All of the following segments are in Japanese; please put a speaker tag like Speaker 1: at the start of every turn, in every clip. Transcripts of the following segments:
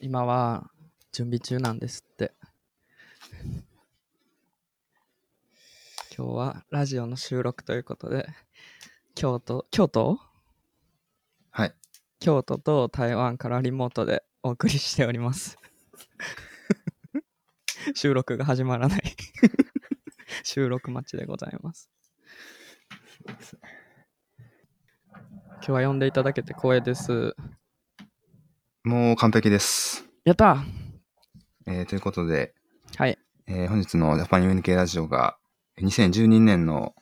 Speaker 1: 今は準備中なんですって。今日はラジオの収録ということで、京都、京都
Speaker 2: はい。
Speaker 1: 京都と台湾からリモートでお送りしております。 収録が始まらない 収録待ちでございます。今日は呼んでいただけて光栄です。
Speaker 2: もう完璧です。
Speaker 1: やったー
Speaker 2: えーということで、
Speaker 1: はい。
Speaker 2: えー本日のジャパン UNK ラジオが、2012年の、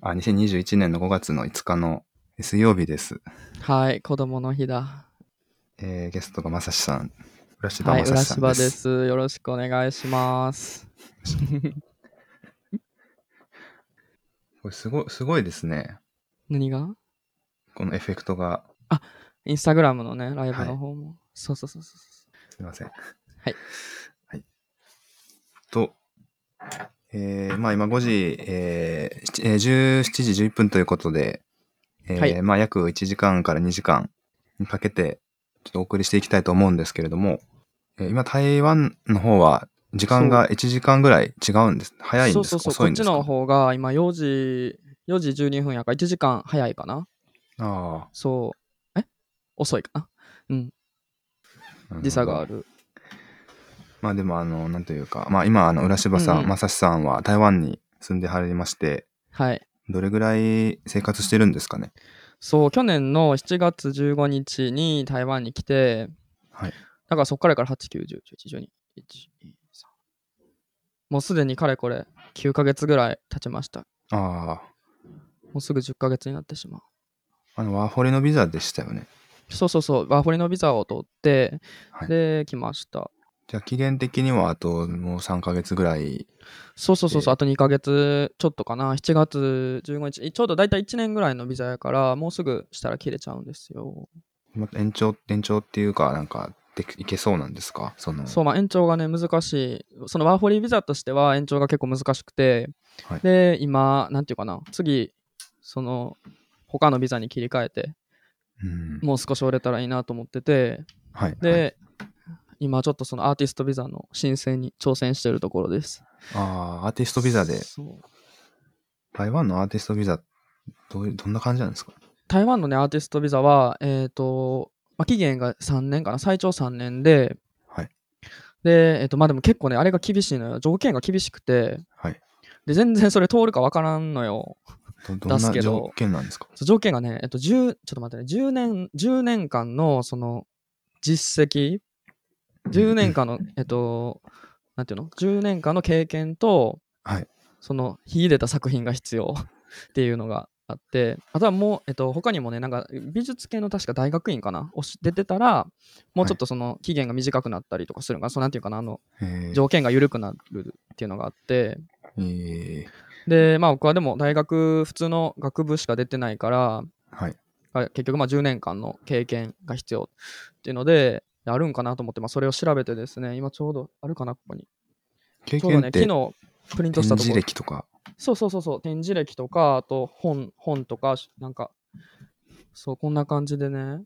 Speaker 2: あ、2021年の5月の5日の水曜日です。
Speaker 1: はい、子供の日だ。
Speaker 2: えーゲストがまさしさん、浦芝
Speaker 1: はい、
Speaker 2: まさ
Speaker 1: 浦
Speaker 2: しさん
Speaker 1: 島
Speaker 2: で。
Speaker 1: ですす。よろしくお願いします。
Speaker 2: これすごい、すごいですね。
Speaker 1: 何が
Speaker 2: このエフェクトが、
Speaker 1: インスタグラムのね、ライブ
Speaker 2: は
Speaker 1: の
Speaker 2: い
Speaker 1: 方も。そうそうそうそうそ
Speaker 2: すいません。
Speaker 1: はい。
Speaker 2: はい。と、えーまあ今5時、えー7えー17時11分ということで、えー
Speaker 1: はい
Speaker 2: まあ約1時間から2時間にかけて、ちょっとお送りしていきたいと思うんですけれども、えー今台湾の方は時間が1時間ぐらい違うんです。早
Speaker 1: う。
Speaker 2: いん
Speaker 1: そう
Speaker 2: です
Speaker 1: そう
Speaker 2: か
Speaker 1: そう。
Speaker 2: 遅
Speaker 1: こ
Speaker 2: い
Speaker 1: っ
Speaker 2: んで
Speaker 1: ち
Speaker 2: すか
Speaker 1: の方が今4時、4時12分やから1時間早いかな。
Speaker 2: あ
Speaker 1: そう。え遅いかな。うん。
Speaker 2: あ。
Speaker 1: 時差があ
Speaker 2: る。
Speaker 1: る。
Speaker 2: まあでもあの、なんというか、まあ今あの、浦芝
Speaker 1: う
Speaker 2: さ
Speaker 1: んうん
Speaker 2: ん、まさしさんは台湾に住んではりまして、
Speaker 1: はい。
Speaker 2: どれぐらい生活してるんですかね。
Speaker 1: そう、去年の7月15日に台湾に来て、
Speaker 2: はい。
Speaker 1: だからそっからやから8、9、10、11、12、1、2、3。もうすでにかれこれ9ヶ月ぐらい経ちました。
Speaker 2: あ
Speaker 1: もうすぐ10ヶ月になってしまう。
Speaker 2: あ、あの、ワーホリのビザでしたよね。
Speaker 1: そうそうそう、ワーホリのビザを取って、
Speaker 2: はい
Speaker 1: で、来ました。
Speaker 2: じゃあ、期限的にはあともう3ヶ月ぐらい。
Speaker 1: そうそうそうそう、
Speaker 2: えー
Speaker 1: あと2ヶ月ちょっとかな、7月15日、ちょうど大体1年ぐらいのビザやから、もうすぐしたら切れちゃうんですよ。
Speaker 2: また延長、延長っていうか、なんか、できいけそうなんですかその。
Speaker 1: そう、まあ、延長がね、難しい、そのワーホリビザとしては延長が結構難しくて、
Speaker 2: はい
Speaker 1: で、今、なんていうかな、次、その、他のビザに切り替えて、
Speaker 2: うん。
Speaker 1: もう少し折れたらいいなと思ってて、
Speaker 2: はい。
Speaker 1: で、
Speaker 2: はい、
Speaker 1: 今ちょっとそのアーティストビザの申請に挑戦してるところです。
Speaker 2: ああ、アーティストビザで、
Speaker 1: そう
Speaker 2: 台湾のアーティストビザ、どういう、どんな感じなんですか
Speaker 1: 台湾のね、アーティストビザは、えっ、と、まあ、期限が3年かな、最長3年で、
Speaker 2: はい
Speaker 1: で、えっ、と、まあでも結構ね、あれが厳しいのよ、条件が厳しくて、
Speaker 2: はい。
Speaker 1: で、全然それ通るかわからんのよ。
Speaker 2: ど、ど
Speaker 1: 出
Speaker 2: ん
Speaker 1: す
Speaker 2: な
Speaker 1: けど
Speaker 2: 条件なんですか
Speaker 1: そう条件がね、えっ、と、10、ちょっと待ってね、10年、10年間の、その、実績、10年間の、えっ、と、なんていうの ?10 年間の経験と、
Speaker 2: はい
Speaker 1: その、秀でた作品が必要 っていうのがあって、あとはもう、えっと、他にもね、なんか、美術系の確か大学院かなをし出てたら、もうちょっとその、期限が短くなったりとかするのが、そうなんていうかな、あの、
Speaker 2: えー
Speaker 1: 条件が緩くなるっていうのがあって、
Speaker 2: えー
Speaker 1: で、まあ僕はでも大学、普通の学部しか出てないから、
Speaker 2: はい。
Speaker 1: が結局まあ10年間の経験が必要っていうので、あるんかなと思って、まあ、それを調べてですね、今ちょうどあるかな、ここに。
Speaker 2: 経
Speaker 1: ちょうど
Speaker 2: 験
Speaker 1: ね
Speaker 2: っ、
Speaker 1: 昨
Speaker 2: て、
Speaker 1: 日プリント
Speaker 2: 展
Speaker 1: したとこ
Speaker 2: 示
Speaker 1: ろ。
Speaker 2: 歴とか、
Speaker 1: そうそうそうそう、展示歴とか、あと本、本とか、しなんか、そう、こんな感じでね。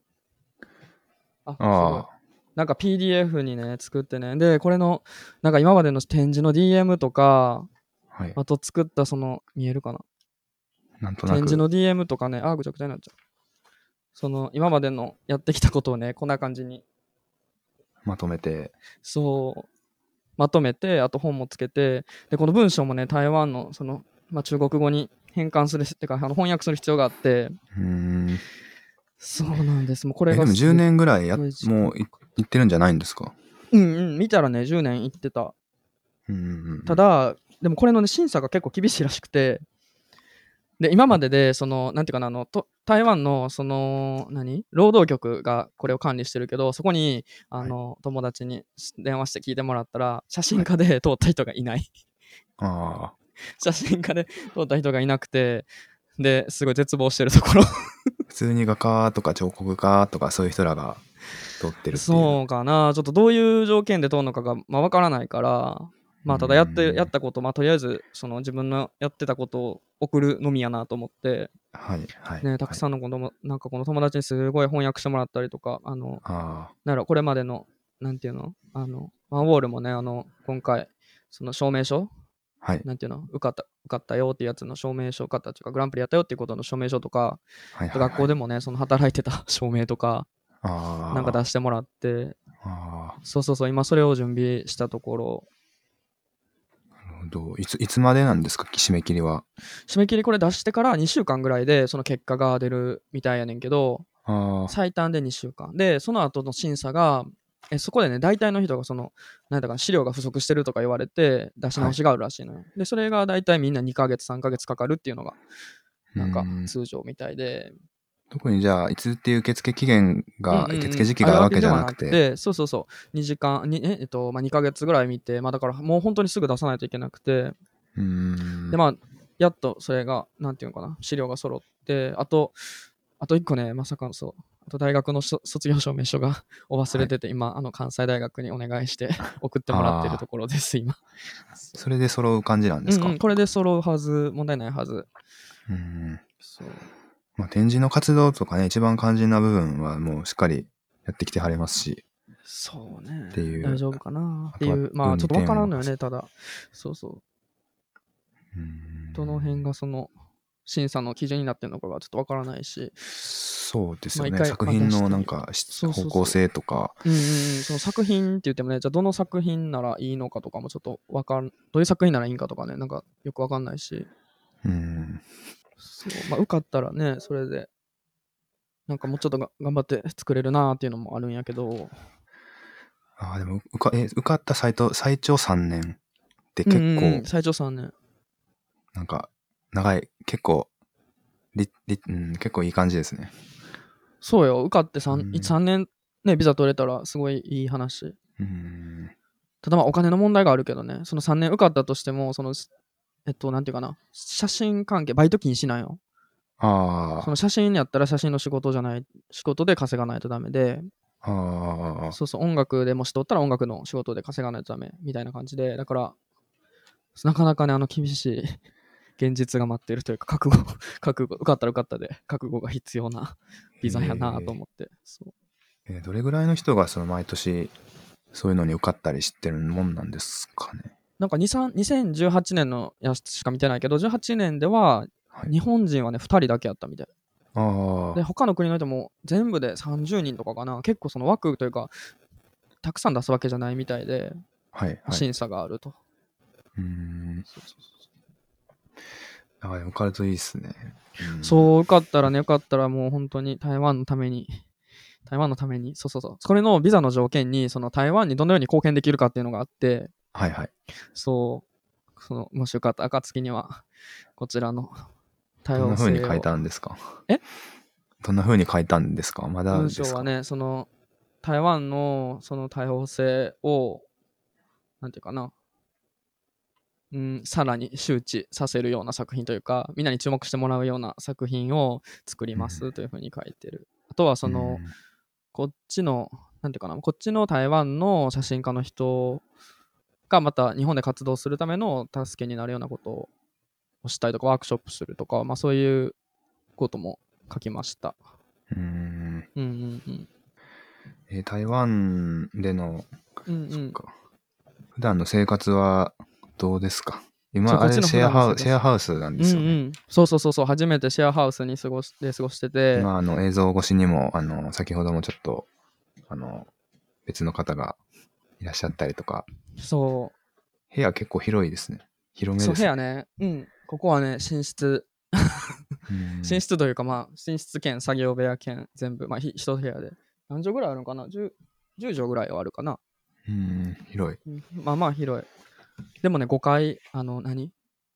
Speaker 1: あ、すごい
Speaker 2: あ。
Speaker 1: なんか PDF にね、作ってね。で、これの、なんか今までの展示の DM とか、
Speaker 2: あ、はい。
Speaker 1: あと作ったその、見えるかな
Speaker 2: なんとな
Speaker 1: 展示
Speaker 2: く、
Speaker 1: の DM とかね、あー、ぐちゃぐちゃになっちゃう。その、今までのやってきたことをね、こんな感じに、
Speaker 2: まとめて、
Speaker 1: そう、まとめて、あと本もつけて、で、この文章もね、台湾の、その、まあ、中国語に変換する、ってか、あの翻訳する必要があって、
Speaker 2: うーん。
Speaker 1: そうなんです。もうこ
Speaker 2: え、
Speaker 1: れ
Speaker 2: で
Speaker 1: が
Speaker 2: も
Speaker 1: す
Speaker 2: 10年ぐらいや、
Speaker 1: すご
Speaker 2: も
Speaker 1: い時
Speaker 2: うい行ってるんじゃないんですか
Speaker 1: うんうん、見たらね、10年行ってた。
Speaker 2: うんうんうん。
Speaker 1: ただ、でもこれのね、審査が結構厳しいらしくて、で、今までで、その、なんていうかな、あの、と台湾の、その、何労働局がこれを管理してるけど、そこに、あの、友達に電話して聞いてもらったら、写真家で通った人がいない。
Speaker 2: ああ、
Speaker 1: 写真家で通った人がいなくて、で、すごい絶望してるところ。
Speaker 2: 普通に画家とか彫刻家とかそういう人らが撮ってるっていう。
Speaker 1: そうかな、ちょっとどういう条件で通るのかが、まあ、わからないから、まあ、ただやって、
Speaker 2: うん
Speaker 1: やったこと、まあ、とりあえず、その、自分のやってたことを送るのみやなと思って、
Speaker 2: はいはい。
Speaker 1: ね、たく
Speaker 2: ん。
Speaker 1: さんの子供、なんかこの友達にすごい翻訳してもらったりとか、あの、
Speaker 2: あ
Speaker 1: なんやろこれまでのなんていうのあの、ワンウォールもね、あの、今回、その証明書
Speaker 2: はい。
Speaker 1: なんていうの受かった、受かったよっていうやつの証明書、受かったっていうか、グランプリやったよっていうことの証明書とか、
Speaker 2: はい、はい。
Speaker 1: 学校
Speaker 2: で。
Speaker 1: でもね、その働いてた 証明とか、
Speaker 2: ああ。
Speaker 1: なんか出してもらって、
Speaker 2: あ
Speaker 1: そうそうそう、今それを準備したところ、
Speaker 2: あ。なるほど。いつ、いつまでなんですか締め切りは。
Speaker 1: 締め切りこれ出してから2週間ぐらいで、その結果が出るみたいやねんけど、
Speaker 2: ああ。
Speaker 1: 最短で2週間。で、その後の審査が、えそこでね、大体の人がその、なんだか資料が不足してるとか言われて、出し直しがあるらしいのよ。で、それが大体みんな2ヶ月、3ヶ月かかるっていうのが、なんか
Speaker 2: う
Speaker 1: 通常みたいで。
Speaker 2: 特にじゃあ、いつっていう受付期限が、
Speaker 1: うんうんうん
Speaker 2: 受付時期があるわけじゃなく
Speaker 1: ある
Speaker 2: て。
Speaker 1: わけではなくそうそうそう、2時間、にええっと、まあ、2ヶ月ぐらい見て、まあ、だからもう本当にすぐ出さないといけなくて、
Speaker 2: うーん。
Speaker 1: で、まあ、やっとそれが、なんていうのかな、資料が揃って、あと、あと1個ね、まさかのそう、あと大学のしょ卒業証明書が お忘れてて、今、あの関西大学にお願い して送ってもらってるところです、今。
Speaker 2: それで揃う感じなんですか。
Speaker 1: うんうんこれで揃うはず、問題ないはず。
Speaker 2: うーん
Speaker 1: そう
Speaker 2: まあ、展示の活動とかね、一番肝心な部分はもうしっかりやってきてはれますし。
Speaker 1: そうね。
Speaker 2: っていう
Speaker 1: 大丈夫かな
Speaker 2: あ
Speaker 1: って
Speaker 2: とは
Speaker 1: いう、まあ、ちょっとわからんのよ
Speaker 2: 運
Speaker 1: ね、ただ。そうそう。
Speaker 2: うーん
Speaker 1: どの辺がその審査の基準になってるのかがちょっとわからないし、
Speaker 2: そうですよ
Speaker 1: 毎
Speaker 2: ね。
Speaker 1: 回
Speaker 2: 作品のなんかし
Speaker 1: そうそうそう
Speaker 2: 方向性とか。
Speaker 1: うんうんうん、その作品って言ってもね、じゃあどの作品ならいいのかとかもちょっとわかん、どういう作品ならいいんかとかね、なんかよくわかんないし、
Speaker 2: うん。
Speaker 1: そうまあ、受かったらね、それで、なんかもうちょっとが頑張って作れるなーっていうのもあるんやけど、
Speaker 2: ああ、でも受かえ受かったサイト、最長3年って結
Speaker 1: うんうんうん
Speaker 2: 構、
Speaker 1: 最長さんね、
Speaker 2: なんか、長い、結構、りりうん、結構いい感じですね。
Speaker 1: そうよ、受かって
Speaker 2: う
Speaker 1: 3,
Speaker 2: ん
Speaker 1: 3年、ね、ビザ取れたらすごいいい話。
Speaker 2: うん。
Speaker 1: ただまあお金の問題があるけどね、その3年受かったとしても、その、えっと、なんていうかな、写真関係、バイト禁止なんよ。
Speaker 2: あ
Speaker 1: その写真やったら写真の仕事じゃない仕事で稼がないとダメで
Speaker 2: あ、ああ、
Speaker 1: そうそう音楽でもしとったら音楽の仕事で稼がないとダメみたいな感じでだからなかなかねあの厳しい 現実が待ってるというか覚悟 覚悟受かったら受かったで覚悟が必要なビザやなと思ってそう
Speaker 2: えーどれぐらいの人がその毎年そういうのに受かったりしてるもんなんですかね。
Speaker 1: なんか23 2018年のやつしか見てないけど18年では
Speaker 2: はい
Speaker 1: 日本人はね2人だけやったみたい
Speaker 2: あ
Speaker 1: で他の国の人も全部で30人とかかな結構その枠というかたくさん出すわけじゃないみたいで
Speaker 2: あ、はい、はい。
Speaker 1: 審査があると、
Speaker 2: うーん。ああ、受かるといいですね。うん
Speaker 1: そう受かったらね受かったらもう本当に台湾のために台湾のためにそうそうそうこれのビザの条件にその台湾にどのように貢献できるかっていうのがあって
Speaker 2: はいはい。
Speaker 1: そうそのもし受かった暁にはこちらの台
Speaker 2: どん
Speaker 1: 湾
Speaker 2: な風に書いたんですか
Speaker 1: え
Speaker 2: どんな風に書いたんですかまだ
Speaker 1: 文
Speaker 2: で
Speaker 1: 章
Speaker 2: すか
Speaker 1: はねその台湾のその多様性をなんていうかなうん、さらに周知させるような作品というかみんなに注目してもらうような作品を作りま
Speaker 2: う
Speaker 1: すというふうに書いてる、あとはその、
Speaker 2: うん
Speaker 1: こっちの、なんていうかな、こっちの台湾の写真家の人がまた日本で活動するための助けになるようなことをしたりとか、ワークショップするとか、まあそういうことも書きました。
Speaker 2: うーん
Speaker 1: うんうんうん。
Speaker 2: えー台湾での、
Speaker 1: うんう
Speaker 2: そっ
Speaker 1: ん、
Speaker 2: か普段の生活はどうですか
Speaker 1: そう
Speaker 2: 今、あ
Speaker 1: こっ
Speaker 2: れ
Speaker 1: ちの
Speaker 2: シェアハウ
Speaker 1: 普段の生活
Speaker 2: ス、シェアハウスなんですよ
Speaker 1: うんう
Speaker 2: ね。
Speaker 1: ん。そうそうそうそう、初めてシェアハウスに過ごしで過ごしてて、
Speaker 2: 今、あの、映像越しにも、あの、先ほどもちょっと、あの、別の方がいらっしゃったりとか、
Speaker 1: そう、
Speaker 2: 部屋結構広いですね。広め
Speaker 1: そう
Speaker 2: で
Speaker 1: 部
Speaker 2: すね。
Speaker 1: 屋ね、うん、ここはね、寝室、
Speaker 2: うん
Speaker 1: 寝室というか、まあ、寝室兼作業部屋兼全部、まあ、ひ一部屋で。何畳ぐらいあるのかな 10, ?10 畳ぐらいはあるかな。
Speaker 2: うん、広い。
Speaker 1: うんまあまあ広い。でもね、5階、あの何、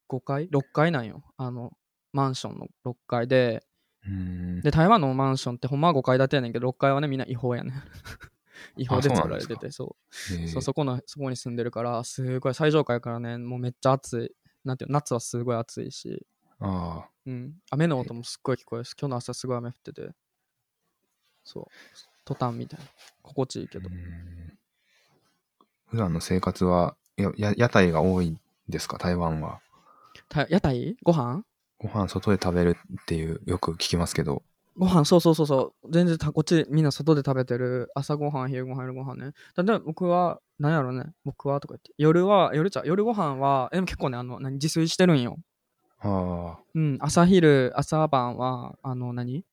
Speaker 1: ?5 階 ?6 階なんよ。あの、マンションの6階で。
Speaker 2: うん
Speaker 1: で、台湾のマンションってほんまは5階建てやねんけど、6階はね、みんな違法やねん。 違法で
Speaker 2: あそうな
Speaker 1: 作
Speaker 2: ん
Speaker 1: ら
Speaker 2: で
Speaker 1: れ
Speaker 2: す
Speaker 1: て
Speaker 2: か
Speaker 1: て、そ
Speaker 2: え
Speaker 1: う。
Speaker 2: ー
Speaker 1: そうそこの、そこに住んでるから、すごい、最上階からね、もうめっちゃ暑い。なんていうの夏はすごい暑いし、
Speaker 2: ああ、
Speaker 1: うん。雨の音もすっごい聞こえるし、今日の朝すごい雨降ってて。そう。トタンみたいな。心地いいけど
Speaker 2: う。ん普段の生活はやや屋台が多いんですか台湾は
Speaker 1: た屋台ご飯
Speaker 2: ご飯外で食べるっていうよく聞きますけど
Speaker 1: ご飯、そうそうそうそう。全然たこっちみんな外で食べてる朝ごはん、昼ごはん、夜ごはんね。だだ僕は、なんやろね。僕はとか言って。夜は、夜ちゃう夜ごはんは、えでも結構ね、あの、何自炊してるんよ。
Speaker 2: あ
Speaker 1: うん、朝昼、朝晩は、あの何、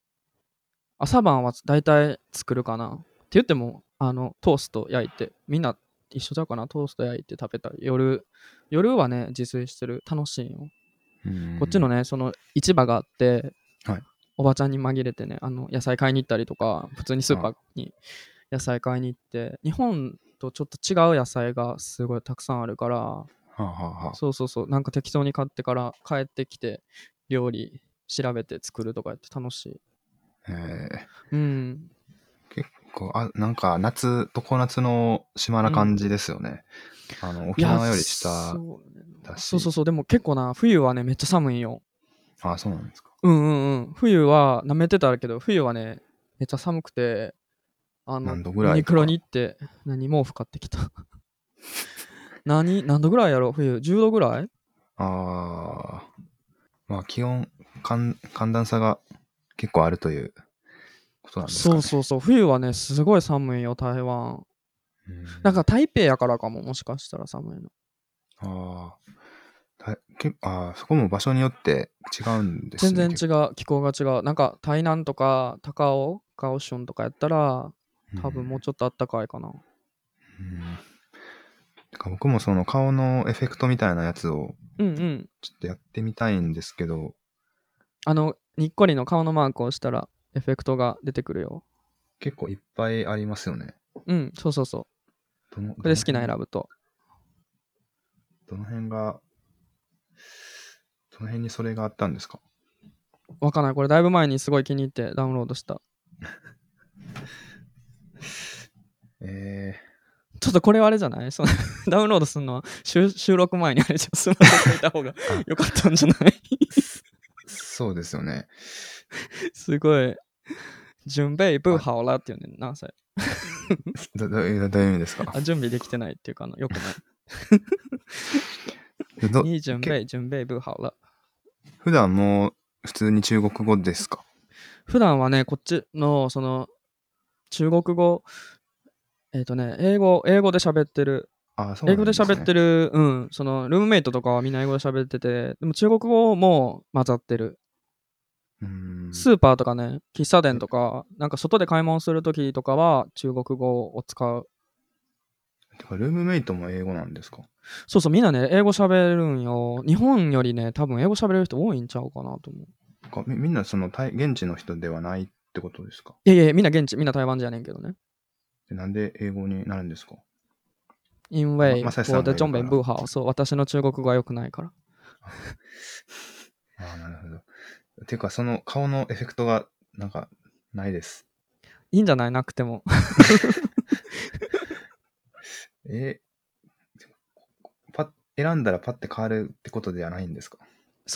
Speaker 1: 朝晩は大体作るかな。って言っても、あの、トースト焼いて、みんな一緒だかな、トースト焼いて食べたり、夜、夜はね、自炊してる。楽しいよ。
Speaker 2: ー
Speaker 1: こっちの。ね、その市場があって、
Speaker 2: はい
Speaker 1: おばちゃんに紛れてね、あの野菜買いに行ったりとか、普通にスーパーに野菜買いに行って、日本とちょっと違う野菜がすごいたくさんあるから、
Speaker 2: はあ、はあはあ、
Speaker 1: そうそうそう、なんか適当に買ってから帰ってきて、料理調べて作るとかやって楽しい。
Speaker 2: えー
Speaker 1: うん。
Speaker 2: こうあなんか夏と常夏の島な感じですよね、あ
Speaker 1: い
Speaker 2: の沖
Speaker 1: や
Speaker 2: 縄より下
Speaker 1: そうね
Speaker 2: だし
Speaker 1: そうそうそう、でも結構な、冬はね、めっちゃ寒いんよ。
Speaker 2: あそうなんですか
Speaker 1: うんうんうん。冬は、舐めてたけど、冬はね、めっちゃ寒くて、あの、
Speaker 2: 何度ぐらい
Speaker 1: ユニクロに行って、何毛布買ってきた。 何何度ぐらいやろ冬。10度ぐらい
Speaker 2: あーまあ気温寒寒暖差が結構あるということなんですか
Speaker 1: そ
Speaker 2: ね
Speaker 1: うそうそう。冬はね、すごい寒いよ、台湾。
Speaker 2: うん
Speaker 1: なんか台北やからかも、もしかしたら寒いの。
Speaker 2: あーたけあーそこも場所によって違うんですね
Speaker 1: 全然
Speaker 2: 結
Speaker 1: 違う、気候が違う。なんか台南とか高尾、高尾春とかやったら、
Speaker 2: 構
Speaker 1: 多分もうちょっとあったかいかな。
Speaker 2: うんてか僕もその顔のエフェクトみたいなやつを
Speaker 1: うんうん。
Speaker 2: ちょっとやってみたいんですけど
Speaker 1: あの、にっこりの顔のマークをしたら、エフェクトが出てくるよ。
Speaker 2: 結構いっぱいありますよね
Speaker 1: うん、そうそうそう。
Speaker 2: どの
Speaker 1: これ好きな
Speaker 2: どの辺
Speaker 1: 選ぶと。
Speaker 2: どの辺が、どの辺にそれがあったんですか
Speaker 1: わかんない。これだいぶ前にすごい気に入ってダウンロードした。
Speaker 2: え
Speaker 1: ちょっとこれはあれじゃないその ダウンロードするのは収収録前にあれじゃんスマホでいた方がよかったんじゃない
Speaker 2: ー、そうですよね。
Speaker 1: すごい。準備不好了っていうねんな、それ。
Speaker 2: どどどういうどういう意味ですか
Speaker 1: あ、準備できてないっていうか、あのよくない。
Speaker 2: ど
Speaker 1: に準
Speaker 2: け
Speaker 1: 備、準備不好了。
Speaker 2: 普段もう普通に中国語ですか
Speaker 1: 普段はね、こっちの、その、中国語、えっ、とね、英語、英語で喋ってる
Speaker 2: あそう
Speaker 1: 英語で喋って
Speaker 2: る。
Speaker 1: る、うん、そのルームメイトとかはみんな英語で喋ってて、でも中国語も混ざってる。
Speaker 2: うーん
Speaker 1: スーパーとかね、喫茶店とか、なんか外で買い物するときとかは中国語を使う。
Speaker 2: てかルームメイトも英語なんですか
Speaker 1: そうそう、みんなね、英語喋るんよ。日本よりね、多分英語喋れる人多いんちゃうかなと思う。
Speaker 2: なんかみみんなそのタイ現地の人ではないってことですか
Speaker 1: いやいや、みんな現地、みんな台湾じゃねんけどね。
Speaker 2: でなんで英語になるんですか
Speaker 1: 因为
Speaker 2: ままさしさん
Speaker 1: 我
Speaker 2: が
Speaker 1: 的
Speaker 2: いるから
Speaker 1: 中文不好。そう、私の中国語は良くないから。
Speaker 2: ああ、なるほど。ていうかその顔のエフェクトがなんかないです。
Speaker 1: いいんじゃないなくても。
Speaker 2: えー、パッ選んだらパッて変わるってことではないんですか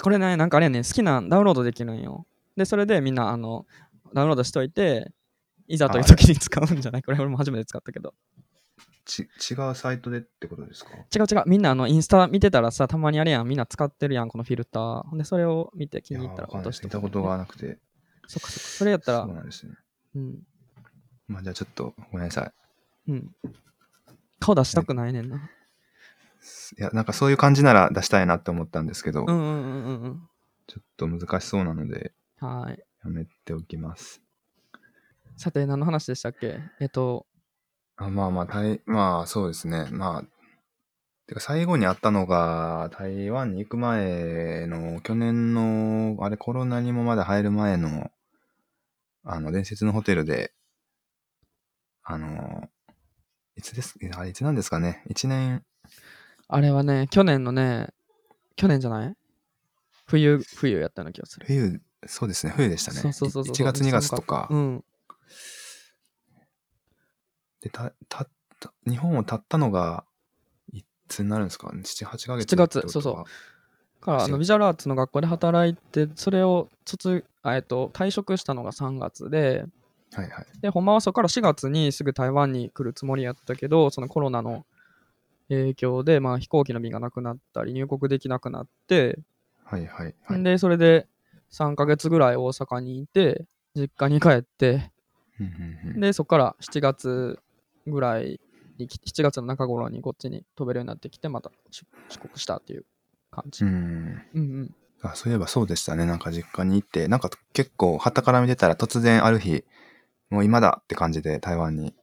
Speaker 1: これね、なんかあれやね、好きなダウンロードできるんよ。で、それでみんな、あの、ダウンロードしといて、いざという時に使うんじゃない これ俺も初めて使ったけど。
Speaker 2: ち違うサイトでってことですか
Speaker 1: 違う違う、みんなあの、インスタ見てたらさ、たまにあれやん、みんな使ってるやん、このフィルター。ほんで、それを見て気に入ったら
Speaker 2: いやーわか
Speaker 1: 落
Speaker 2: んな
Speaker 1: と
Speaker 2: いで
Speaker 1: し
Speaker 2: す
Speaker 1: て、
Speaker 2: 見たことが。なくて。
Speaker 1: そっかそっか、それやった
Speaker 2: そ
Speaker 1: ら、
Speaker 2: う
Speaker 1: う
Speaker 2: なんですね。
Speaker 1: ん、
Speaker 2: まあじゃあちょっとごめんなさい。
Speaker 1: うん。顔出したくないねんな。
Speaker 2: いや、なんかそういう感じなら出したいなって思ったんですけ
Speaker 1: う
Speaker 2: ど、
Speaker 1: んうんうんうん
Speaker 2: ちょっと難しそうなので
Speaker 1: うん。はーい。
Speaker 2: やめておきます。
Speaker 1: さて、何の話でしたっけえっと、
Speaker 2: あまあまあ、台、まあそうですね。まあ、てか最後にあったのが、台湾に行く前の、去年の、あれコロナにもまだ入る前の、あの、伝説のホテルで、あの、いつです、あれいつなんですかね。1年、
Speaker 1: あれはね、去年のね、去年じゃない冬、冬やったような気がする。
Speaker 2: 冬、そうですね、冬でしたね。
Speaker 1: そうそうそうそう
Speaker 2: 1月、2月とか。
Speaker 1: うん。
Speaker 2: で、た、たった、日本をたったのが、いつになるんですか ?7、8ヶ月。
Speaker 1: 7月そうそう。からあ
Speaker 2: そ
Speaker 1: の
Speaker 2: う
Speaker 1: ビジュアルアーツの学校で働いてそれを卒あえっと退職したのが3月で
Speaker 2: はいはい。
Speaker 1: でほんまはそこから4月にすぐ台湾に来るつもりやったけどそのコロナの影響で、まあ、飛行機の便がなくなったり入国できなくなって、
Speaker 2: はいはいはい。
Speaker 1: でそれで3ヶ月ぐらい大阪にいて実家に帰って、
Speaker 2: うんうんうん
Speaker 1: で、そこから7月ぐらいにき、7月の中頃にこっちに飛べるようになってきて、また出出国したっていう感じ。
Speaker 2: うん
Speaker 1: うんうん。
Speaker 2: あそういえばそうでしたね。なんか実家に行って、なんか結構、旗から見てたら突然ある日、もう今だって感じで台湾に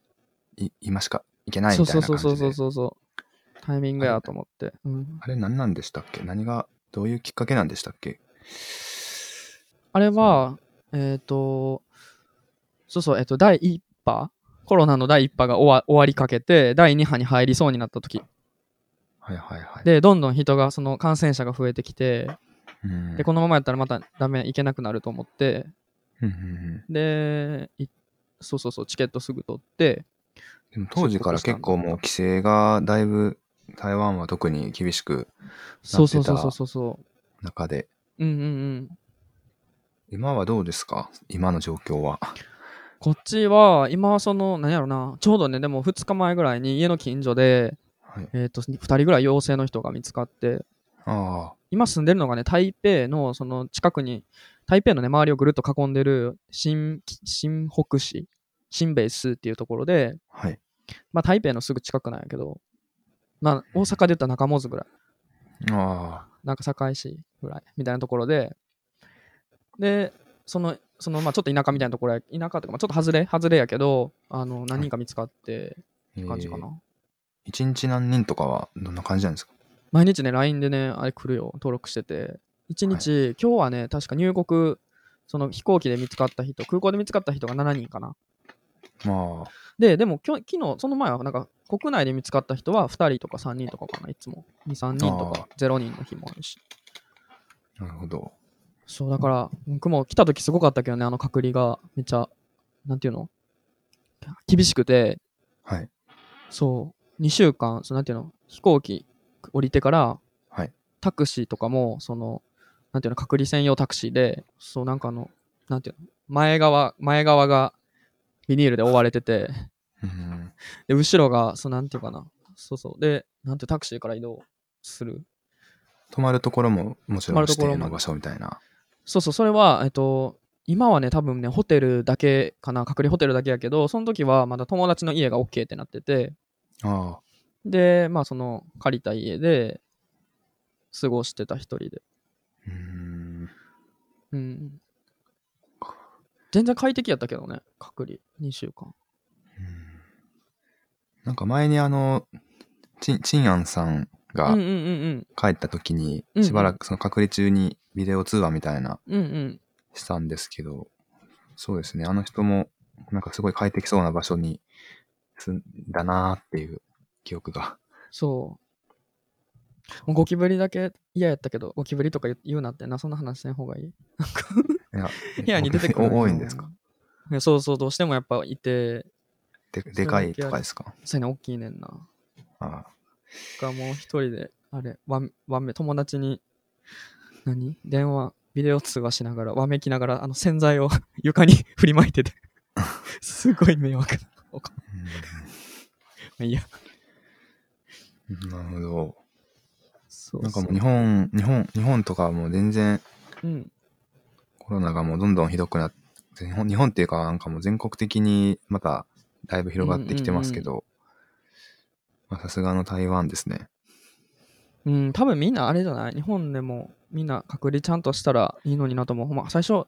Speaker 2: い今しか行けない
Speaker 1: そ
Speaker 2: み
Speaker 1: う
Speaker 2: たい
Speaker 1: そう
Speaker 2: な
Speaker 1: そ
Speaker 2: 感
Speaker 1: う
Speaker 2: じで。
Speaker 1: そうそうそう。タイミングやと思って。うん、
Speaker 2: あれ何なんでしたっけ何が、どういうきっかけなんでしたっけ
Speaker 1: あれは、えっ、と、そうそう、えっ、と、第1波コロナの第1波が終わ終わりかけて、第2波に入りそうになった時
Speaker 2: はいはいはい。
Speaker 1: で、どんどん人が、その感染者が増えてきて、
Speaker 2: うん、
Speaker 1: で、このままやったらまたダメ、行けなくなると思って、
Speaker 2: うんうんうん
Speaker 1: で、いそうそうそう、チケットすぐ取って、
Speaker 2: でも当時から結構もう規制がだいぶ台湾は特に厳しく
Speaker 1: そうそうそうそうそ
Speaker 2: 中で、
Speaker 1: う。うんうんうん。
Speaker 2: 今はどうですか今の状況は。
Speaker 1: こっちは、今はその、何やろな、ちょうどね、でも2日前ぐらいに家の近所で、
Speaker 2: はい、
Speaker 1: えっ、と、2人ぐらい陽性の人が見つかって、
Speaker 2: あ
Speaker 1: 今住んでるのがね、台北のその近くに、台北のね、周りをぐるっと囲んでる新、新北市、新北市っていうところで、
Speaker 2: あ、はい。
Speaker 1: まあ台北のすぐ近くなんやけど、まあ大阪で言ったら中本ぐらい、
Speaker 2: あ
Speaker 1: なんか堺市ぐらいみたいなところで、で、その、そのまあちょっと田舎みたいなところや、田舎というか、まあ、ちょっと外れ、外れやけど、あの、何人か見つかって
Speaker 2: あ、
Speaker 1: 感じかな。
Speaker 2: えー一日何人とかはどんな感じなんですか
Speaker 1: 毎日ね、LINE でね、あれ来るよ、登録してて。1日、今日はね、確か入国、その飛行機で見つかった人、空港で見つかった人が7人かな。
Speaker 2: まあ、
Speaker 1: で、でも今日、昨日、その前は、なんか、国内で見つかった人は2人とか3人とかかな、いつも。2、3人とか、0人の日もあるし。
Speaker 2: なるほど。
Speaker 1: そう、だから、僕も来た時すごかったけどね、あの隔離が、めっちゃ、なんていうの厳しくて、
Speaker 2: はい。
Speaker 1: そう、2週間、そうなんていうの、飛行機降りてから、
Speaker 2: はい
Speaker 1: タクシーとかも、その、なんていうの、隔離専用タクシーで、そう、なんかあの、なんていうの、前側、前側がビニールで覆われてて、
Speaker 2: うん、
Speaker 1: で、後ろが、そう、なんていうかな、そうそう、で、なんてタクシーから移動する。
Speaker 2: 泊まるところももち
Speaker 1: 泊
Speaker 2: ろん
Speaker 1: まる
Speaker 2: 指
Speaker 1: ところも
Speaker 2: 定の場所みたいな。
Speaker 1: そうそう、それは、えっと、今はね、多分ね、ホテルだけかな、隔離ホテルだけやけど、その時はまだ友達の家が OK ってなってて、
Speaker 2: あ
Speaker 1: で、まあ、その、借りた家で、過ごしてた一人で。
Speaker 2: あ、うん。
Speaker 1: うん。全然快適やったけどね、隔離、2週間。
Speaker 2: うんなんか前にあの、ちん、ちんあんさんが
Speaker 1: うんうんうん
Speaker 2: 帰った時に
Speaker 1: う、ん
Speaker 2: しばらくその隔離中にビデオ通話みたいな
Speaker 1: うん。うんうん。
Speaker 2: したんですけど、そうですね、あの人もなんかすごい快適そうな場所に住んだなーっていう記憶が。
Speaker 1: そう。もうゴキブリだけ嫌やったけど、ゴキブリとか言う言うなってな、そんな話せん方がいい。
Speaker 2: いや
Speaker 1: 部屋に出てくる。
Speaker 2: お多いんですか
Speaker 1: いやそうそう、どうしてもやっぱいて、
Speaker 2: ででかいとかですか
Speaker 1: そういうの大きいねんな。
Speaker 2: あ
Speaker 1: がもう一人で、あれ、わんわめ、友達に、何電話、ビデオ通話しながら、わめきながら、あの洗剤を 床に振りまい てて、すごい迷惑な。おか
Speaker 2: あ、
Speaker 1: いや、
Speaker 2: うんなるほど。
Speaker 1: そうそう
Speaker 2: なんかもう日本、日本、日本とかはもう全然
Speaker 1: うん、
Speaker 2: コロナがもうどんどんひどくなって、日本日本っていうかなんかもう全国的にまただいぶ広がってきてますけど、まあさすがの台湾ですね。
Speaker 1: うん、多分みんなあれじゃない日本でもみんな隔離ちゃんとしたらいいのになと思う。ほんま最初、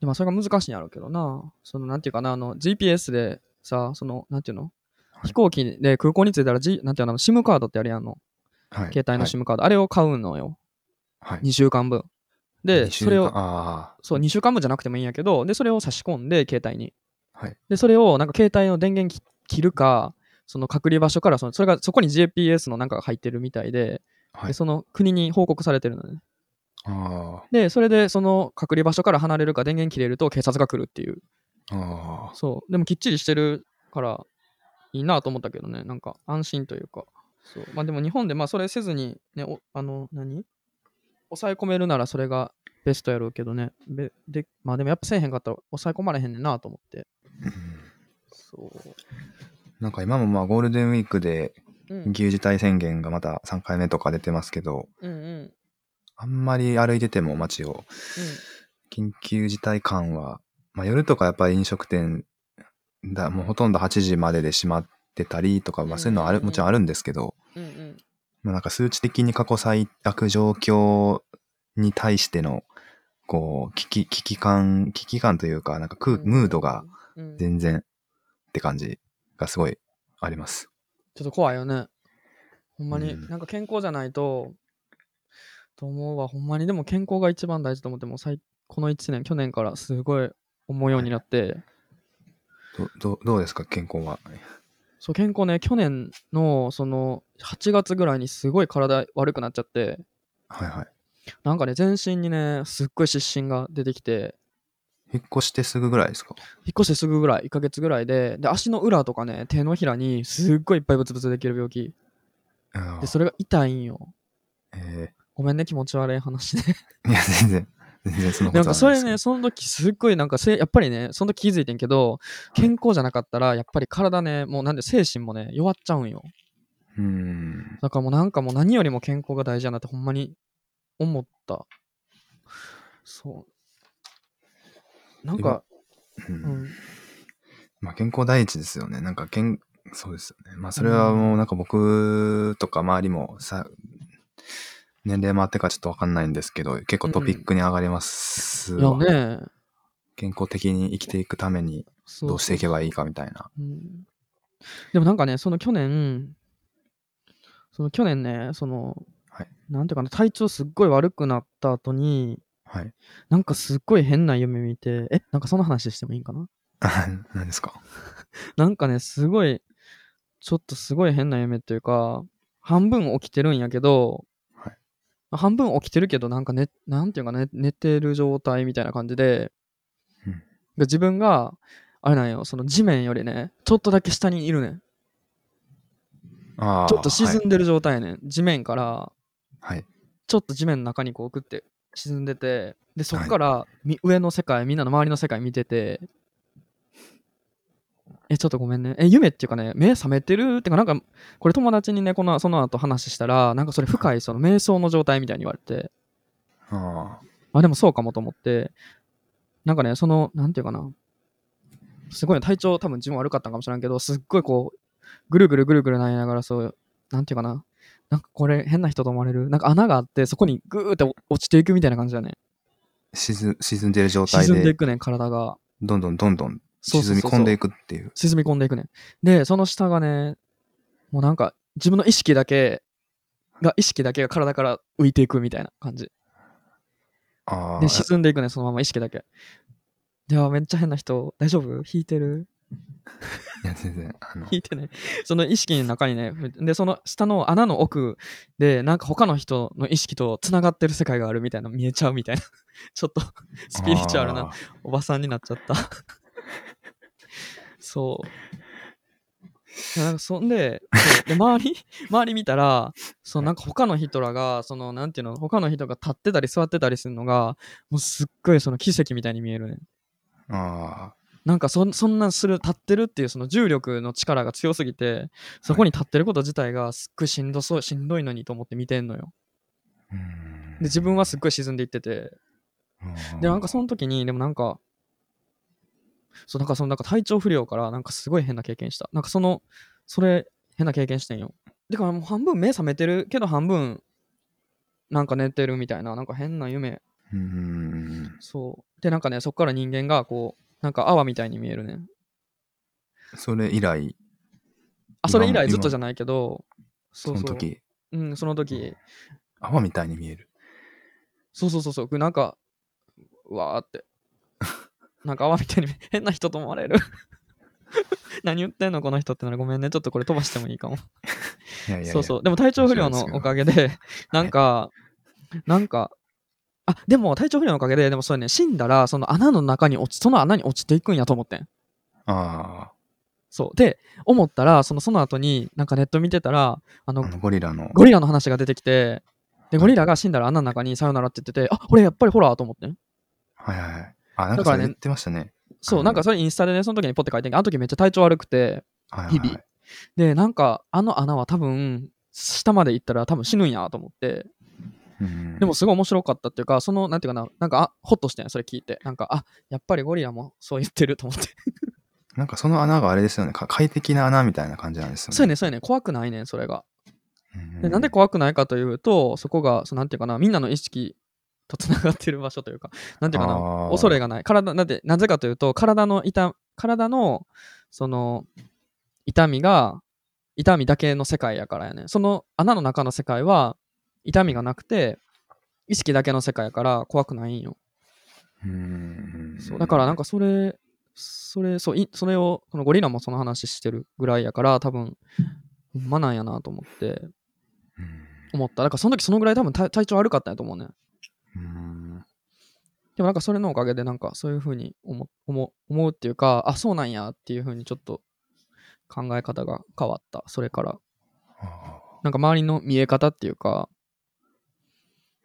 Speaker 1: でもそれが難しいんやろうけどな。その、なんていうかな、あの、GPS でさ、その、なんていうの、
Speaker 2: い
Speaker 1: 飛行機で空港に着いたら、G、なんていうの、SIM カードってあれやんの。
Speaker 2: はい。
Speaker 1: 携帯の SIM カード。あれを買うのよ。
Speaker 2: はい。はい
Speaker 1: 2週間分。で、
Speaker 2: 二週
Speaker 1: それ
Speaker 2: 間
Speaker 1: を、
Speaker 2: あ
Speaker 1: そう、2週間分じゃなくてもいいんやけど、で、それを差し込んで、携帯に。
Speaker 2: あ、はい。
Speaker 1: で、それを、なんか携帯の電源き切るか、その隔離場所からその、それが、そこに GPS のなんかが入ってるみたいで、
Speaker 2: は
Speaker 1: で
Speaker 2: い。
Speaker 1: その国に報告されてるのね。
Speaker 2: あ
Speaker 1: で、それでその隔離場所から離れるか電源切れると警察が来るっていう。
Speaker 2: あ、ああ、
Speaker 1: そう。でもきっちりしてるからいいなと思ったけどね。なんか安心というか。そう。まあでも日本でまあそれせずに、ね、おあの、何抑え込めるならそれがベストやろうけどね。べで、まあでもやっぱせえへんかったら抑え込まれへんねんなと思って。
Speaker 2: うん
Speaker 1: そう。
Speaker 2: なんか今もまあゴールデンウィークで
Speaker 1: うん
Speaker 2: 緊、急事態宣言がまた3回目とか出てますけど、
Speaker 1: うん、うん。
Speaker 2: あんまり歩いてても街を緊急事態感はまあ、夜とかやっぱり飲食店だ、もうほとんど8時までで閉まってたりとか、まあ、そういうのはあ
Speaker 1: う
Speaker 2: る、
Speaker 1: んうん
Speaker 2: もちろんあるんですけど、
Speaker 1: うんうん。
Speaker 2: まあ、なんか数値的に過去最悪状況に対しての、こう、危機、危機感、危機感というか、なんか空、ムードが
Speaker 1: うん、うんちょ
Speaker 2: 全然って感じがすごいあります。
Speaker 1: っと怖いよね。ほんまに、
Speaker 2: うん
Speaker 1: なんか健康じゃないと、と思うわ。ほんまに、でも健康が一番大事と思って、もう最この1年、去年からすごい思うようになって、
Speaker 2: ど、どどうですか、健康は。
Speaker 1: そう、健康ね、去年の、その、8月ぐらいにすごい体悪くなっちゃって、
Speaker 2: はいはい。
Speaker 1: なんかね、全身にね、すっごい湿疹が出てきて、
Speaker 2: 引っ越してすぐぐらいですか
Speaker 1: 引っ越してすぐぐらい、1ヶ月ぐらいで、で、足の裏とかね、手のひらにすっごいいっぱいブツブツできる病気。
Speaker 2: あ
Speaker 1: で、
Speaker 2: あ
Speaker 1: それが痛いんよ。
Speaker 2: え
Speaker 1: ごめんね、気持ち悪い話で。
Speaker 2: ーいや、全然、全然そのこ
Speaker 1: なん
Speaker 2: と
Speaker 1: か
Speaker 2: は
Speaker 1: そ
Speaker 2: ないで
Speaker 1: れ
Speaker 2: すけど
Speaker 1: ね、その時すっごいなんかせ、やっぱりね、その時気づいてんけど、健康じゃなかったら、やっぱり体ね、もうなんで精神もね、弱っちゃうんよ。
Speaker 2: うーん。
Speaker 1: だからもうなんかもう何よりも健康が大事だなってほんまに思った。そう。なんか、う
Speaker 2: う
Speaker 1: んん、
Speaker 2: まあ、健康第一ですよね。なんか、けん、そうですよね。まあ、それはもう、なんか僕とか周りもさ、年齢もあってかちょっとわかんないんですけど、結構トピックに上がります
Speaker 1: いや
Speaker 2: わ、
Speaker 1: ね、
Speaker 2: 健康的に生きていくために
Speaker 1: そ
Speaker 2: どうしていけ
Speaker 1: ば、
Speaker 2: ばいいかみたいな。
Speaker 1: うんでもなんかね、その去年、その去年ね、その、
Speaker 2: はい
Speaker 1: なんていうかな、体調すっごい悪くなった後に、
Speaker 2: はい。
Speaker 1: なんかすっごい変な夢見て、え、なんかその話してもいいんかな
Speaker 2: 何ですか
Speaker 1: なんかね、すごい、ちょっとすごい変な夢っていうか、半分起きてるんやけど、
Speaker 2: はい
Speaker 1: 半分起きてるけど、なんかね、なんていうかね、寝てる状態みたいな感じで、
Speaker 2: うん
Speaker 1: で自分が、あれなんよ、その地面よりね、ちょっとだけ下にいるねん。
Speaker 2: ああ。
Speaker 1: ちょっと
Speaker 2: はい
Speaker 1: 沈んでる状態やねん。地面から、
Speaker 2: はい。
Speaker 1: ちょっと地面の中にこう、グって沈んでて、で、そっから、み上の世界、みんなの周りの世界見てて、え、ちょっとごめんね。え、夢っていうかね、目覚めてるってか、なんか、これ友達にね、この、その後話したら、なんかそれ深い、その瞑想の状態みたいに言われて、
Speaker 2: あ
Speaker 1: あ、でもそうかもと思って、なんかね、その、なんていうかな、すごい体調多分自分悪かったんかもしれんけど、すっごいこう、ぐるぐるぐるぐるなりながら、そう、なんていうかな、なんかこれ変な人と思われる、なんか穴があって、そこにぐーって落ちていくみたいな感じだね。
Speaker 2: あ。沈沈んでる状態
Speaker 1: 沈んでい
Speaker 2: で、
Speaker 1: くねん、体が。
Speaker 2: どんどんどんどん
Speaker 1: そうそうそう
Speaker 2: 沈み
Speaker 1: そう
Speaker 2: 込んでいくっていう。
Speaker 1: 沈み込んでいくねん。で、その下がね、もうなんか、自分の意識だけが、意識だけが体から浮いていくみたいな感じ。
Speaker 2: ああ
Speaker 1: で、。沈んでいくね、そのまま意識だけ。では、めっちゃ変な人、大丈夫引いてる
Speaker 2: いや、全然、あの、
Speaker 1: 引いてね、その意識の中にね、で、その下の穴の奥で、なんか他の人の意識とつながってる世界があるみたいな、見えちゃうみたいな、 ちょっと スピリチュアル
Speaker 2: あ
Speaker 1: な
Speaker 2: あ。
Speaker 1: おばさんになっちゃった。そう。なんかそんで、そうで周り、 周り見たら、そうなんか他の人らが、その、なんていうの、他の人が立ってたり座ってたりするのが、もうすっごいその奇跡みたいに見えるね。
Speaker 2: あ
Speaker 1: なんかそんそんなんする立ってるっていうその重力の力が強すぎてそこに立ってること自体がすっごいしんどそうしんどいのにと思って見てんのよ
Speaker 2: あ。うん
Speaker 1: で自分はすっごい沈んでいっててでなんかその時にでもなんかそうなんかそのなんか体調不良からなんかすごい変な経験したなんかそのそれ変な経験してんよだからもう半分目覚めてるけど半分なんか寝てるみたいななんか変な夢
Speaker 2: うーん。
Speaker 1: そうでなんかねそっから人間がこうなんか泡みたいに見えるね
Speaker 2: それ以来、
Speaker 1: あそれ以
Speaker 2: 今も
Speaker 1: 来ずっとじゃないけど、そ
Speaker 2: そうの
Speaker 1: そう。
Speaker 2: 時、
Speaker 1: うん、その時。
Speaker 2: 泡みたいに見える。
Speaker 1: そうそうそうそう。ぐなんか、うわーって。 なんか泡みたいに変な人と思われる。 何言ってんのこの人ってならごめんね。ちょっとこれ飛ばしてもいいかも。
Speaker 2: いやいやいや
Speaker 1: そうそう。でも体調不良のおかげで、なんか、なんか、あ、でも体調不良のおかげで、でもそれね、死んだら、その穴の中に落ち、その穴に落ちていくんやと思ってん。
Speaker 2: あ
Speaker 1: そう。で、思ったら、そのその後に、なんかネット見てたら、あ
Speaker 2: あ、
Speaker 1: の
Speaker 2: あ、のゴリラの。
Speaker 1: ゴリラの話が出てきて、で、ゴリラが死んだら穴の中にさよならって言ってて、あ、俺やっぱりホラーと思ってん。
Speaker 2: はいはいはい。あ、なん
Speaker 1: だか
Speaker 2: かそ
Speaker 1: ら
Speaker 2: れ
Speaker 1: ね
Speaker 2: 言ってましたね。
Speaker 1: そう、なんかそれインスタでね、その時にポッて書いてんけど、あの時めっちゃ体調悪くて、
Speaker 2: はいはい
Speaker 1: 日
Speaker 2: は
Speaker 1: 々で、なんかあの穴は多分、下まで行ったら多分死ぬんやと思って、
Speaker 2: い。うん
Speaker 1: でも、すごい面白かったっていうか、その、なんていうかな、なんか、あほっとしてん、それ聞いて。なんか、あやっぱりゴリラもそう言ってると思って。
Speaker 2: なんかその穴があれですよね。か快適な穴みたいな感じなんですよね。
Speaker 1: そうやねんそうやねん怖くないねん、それが。
Speaker 2: うん
Speaker 1: でなんで怖くないかというと、そこが、そのなんていうかな、みんなの意識とつながってる場所というか、なんていうか
Speaker 2: あ
Speaker 1: な、
Speaker 2: ー
Speaker 1: 恐れがない。体、だって、なぜかというと、体の痛、体の、その、痛みが、痛みだけの世界やからやねん。その穴の中の世界は、痛みがなくて、意識だけの世界やから怖くないんよ。
Speaker 2: うん
Speaker 1: そうだからなんかそれ、それ、そう、いそれを、そのゴリラもその話してるぐらいやから、多分、ほんまなんやなと思って、
Speaker 2: うん
Speaker 1: 思った。だからその時そのぐらい多分体体調悪かったんやと思うね。
Speaker 2: うん
Speaker 1: でもなんかそれのおかげでなんかそういうふうに思思思うっていうか、あ、そうなんやっていうふうにちょっと考え方が変わった。それから。
Speaker 2: あ
Speaker 1: なんか周りの見え方っていうか、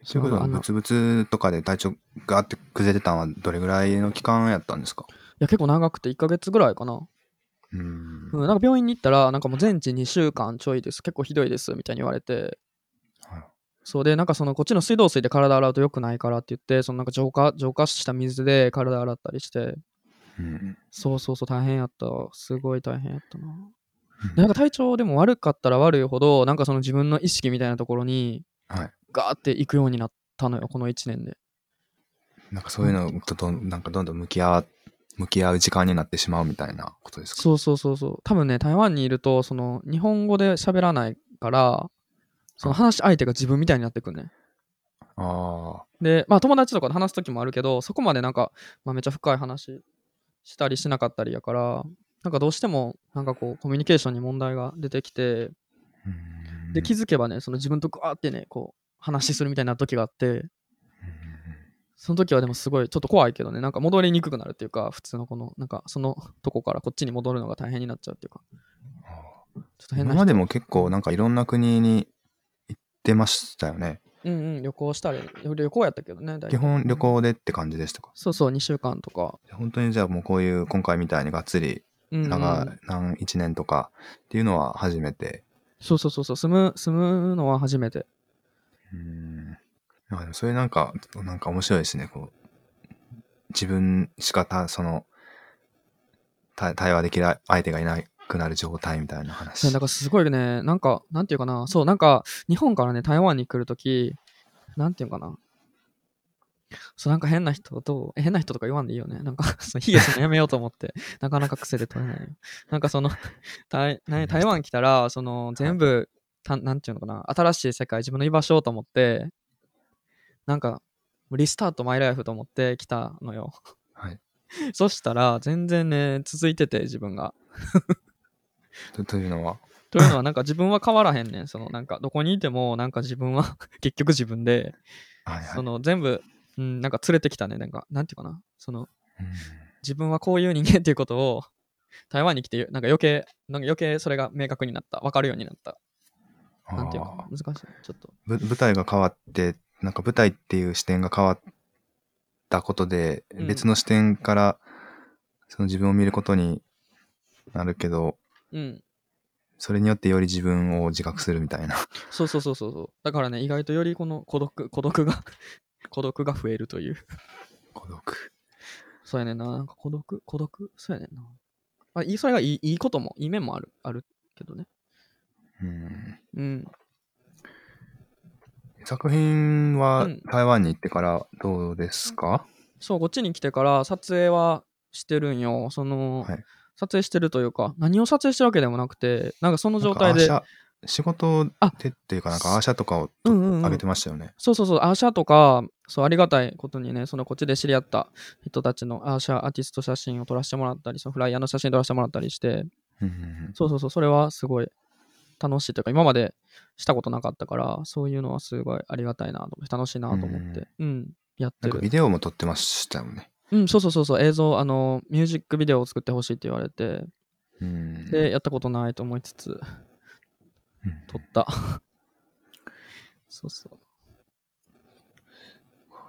Speaker 2: ーということは、
Speaker 1: あの
Speaker 2: ブツブツとかで体調がーって崩れてたのはどれぐらいの期間やったんですか
Speaker 1: いや結構長くて1ヶ月ぐらいかな。
Speaker 2: うん
Speaker 1: うん、なんか病院に行ったら、なんかもう全治2週間ちょいです。結構ひどいです。みたいに言われて。
Speaker 2: はい
Speaker 1: そうで、なんかそのこっちの水道水で体洗うと良くないからって言って、そのなんか浄化、浄化した水で体洗ったりして、
Speaker 2: うん
Speaker 1: そうそうそう、大変やった。すごい大変やったな。でなんか体調でも悪かったら悪いほど、なんかその自分の意識みたいなところに、
Speaker 2: はい
Speaker 1: ガーって行くようになったのよ、この1年で。
Speaker 2: なんかそういうのとどんなんかどんどん向き合う向き合う時間になってしまうみたいなことですか
Speaker 1: そうそうそうそう。多分ね、台湾にいると、その日本語で喋らないから、その話し相手が自分みたいになってくんね。
Speaker 2: あ
Speaker 1: で、まあ友達とかと話す時もあるけど、そこまでなんか、まあ、めっちゃ深い話したりしなかったりやから、なんかどうしても、なんかこう、コミュニケーションに問題が出てきて、
Speaker 2: あうん
Speaker 1: で、気づけばね、その自分とガーってね、こう、話するみたいな時があって、その時はでもすごい、ちょっと怖いけどね、なんか戻りにくくなるっていうか、普通のこの、なんかそのとこからこっちに戻るのが大変になっちゃうっていうか、ちょっと変な
Speaker 2: 今までも結構なんかいろんな国に行ってましたよね。
Speaker 1: うんうん、旅行したり、旅行やったけどね、大体
Speaker 2: 基本旅。行でって感じでしたか
Speaker 1: そうそう、2週間とか。
Speaker 2: 本当にじゃあもうこういう今回みたいにがっつり
Speaker 1: うんうん
Speaker 2: 長、何1年とかっていうのは初めて。
Speaker 1: そうそうそうそう、住む、住むのは初めて。
Speaker 2: うん。なんかでもそれなんか、なんか面白いですね。こう、自分しかた、その、た対話できる相手がいなくなる状態みたいな話。
Speaker 1: そうだからすごいね、なんか、なんていうかな、そう、なんか、日本からね、台湾に来るとき、なんていうかな、そう、なんか変な人と、え変な人とか言わんでいいよね。なんか、 そう、ヒゲするのやめようと思って、なかなか癖で取れないよ。なんかその、台な台湾来たら、その、全部、たなんていうのかな、新しい世界、自分の居場所と思って、なんか、リスタートマイライフと思って来たのよ。
Speaker 2: はい。
Speaker 1: そしたら、全然ね、続いてて、自分が。
Speaker 2: とというのは。
Speaker 1: というのは、なんか自分は変わらへんねん。その、なんかどこにいても、なんか自分は 結局自分で、
Speaker 2: はいはい。
Speaker 1: その全部、うん、なんか連れてきたね。なんか、なんていうかな。その、
Speaker 2: うん
Speaker 1: 自分はこういう人間っていうことを、台湾に来て、なんか余計、なんか余計それが明確になった。わかるようになった。
Speaker 2: あー
Speaker 1: なんていうか、難しい。ちょっと。
Speaker 2: ぶ舞台が変わってなんか舞台っていう視点が変わったことで、
Speaker 1: うん
Speaker 2: 別の視点からその自分を見ることになるけど
Speaker 1: うん。
Speaker 2: それによってより自分を自覚するみた いな
Speaker 1: そうそうそうそうそう。だからね、意外とよりこの孤独、孤独が、 孤独が増えるという。
Speaker 2: 孤独
Speaker 1: そうやねんな。なんか孤独、孤独、そうやねんな。まあ、いい、それがいい、いいことも、いい面もある、あるけどね。
Speaker 2: うん
Speaker 1: うん。
Speaker 2: 作品は
Speaker 1: うん
Speaker 2: 台湾に行ってからどうですか、
Speaker 1: そう、こっちに来てから撮影はしてるんよ。その、
Speaker 2: はい
Speaker 1: 撮影してるというか、何を撮影してるわけでもなくて、なんかその
Speaker 2: なん
Speaker 1: 状
Speaker 2: かア
Speaker 1: 態で
Speaker 2: ーシ、ャ仕事
Speaker 1: あ
Speaker 2: でっていうかなんかアーシャとかを
Speaker 1: うんうんうん
Speaker 2: 上げてましたよね、
Speaker 1: そうそうそう、アーシャとか、そう、ありがたいことにね、そのこっちで知り合った人たちのアーシャアーティスト写真を撮らせてもらったり、そのフライヤーの写真撮らせてもらったりして、
Speaker 2: うんうんうん
Speaker 1: そうそうそう、それはすごい楽しいというか、今までしたことなかったから、そういうのはすごいありがたいなと思って、楽しいなと思って、うん、やって
Speaker 2: なんか
Speaker 1: る
Speaker 2: ビ。デオも撮ってましたよね
Speaker 1: うん、そうそうそうそう、映像、あの、ミュージックビデオを作ってほしいって言われて、
Speaker 2: うん
Speaker 1: で、やったことないと思いつつ、
Speaker 2: うん
Speaker 1: 撮った。そうそう。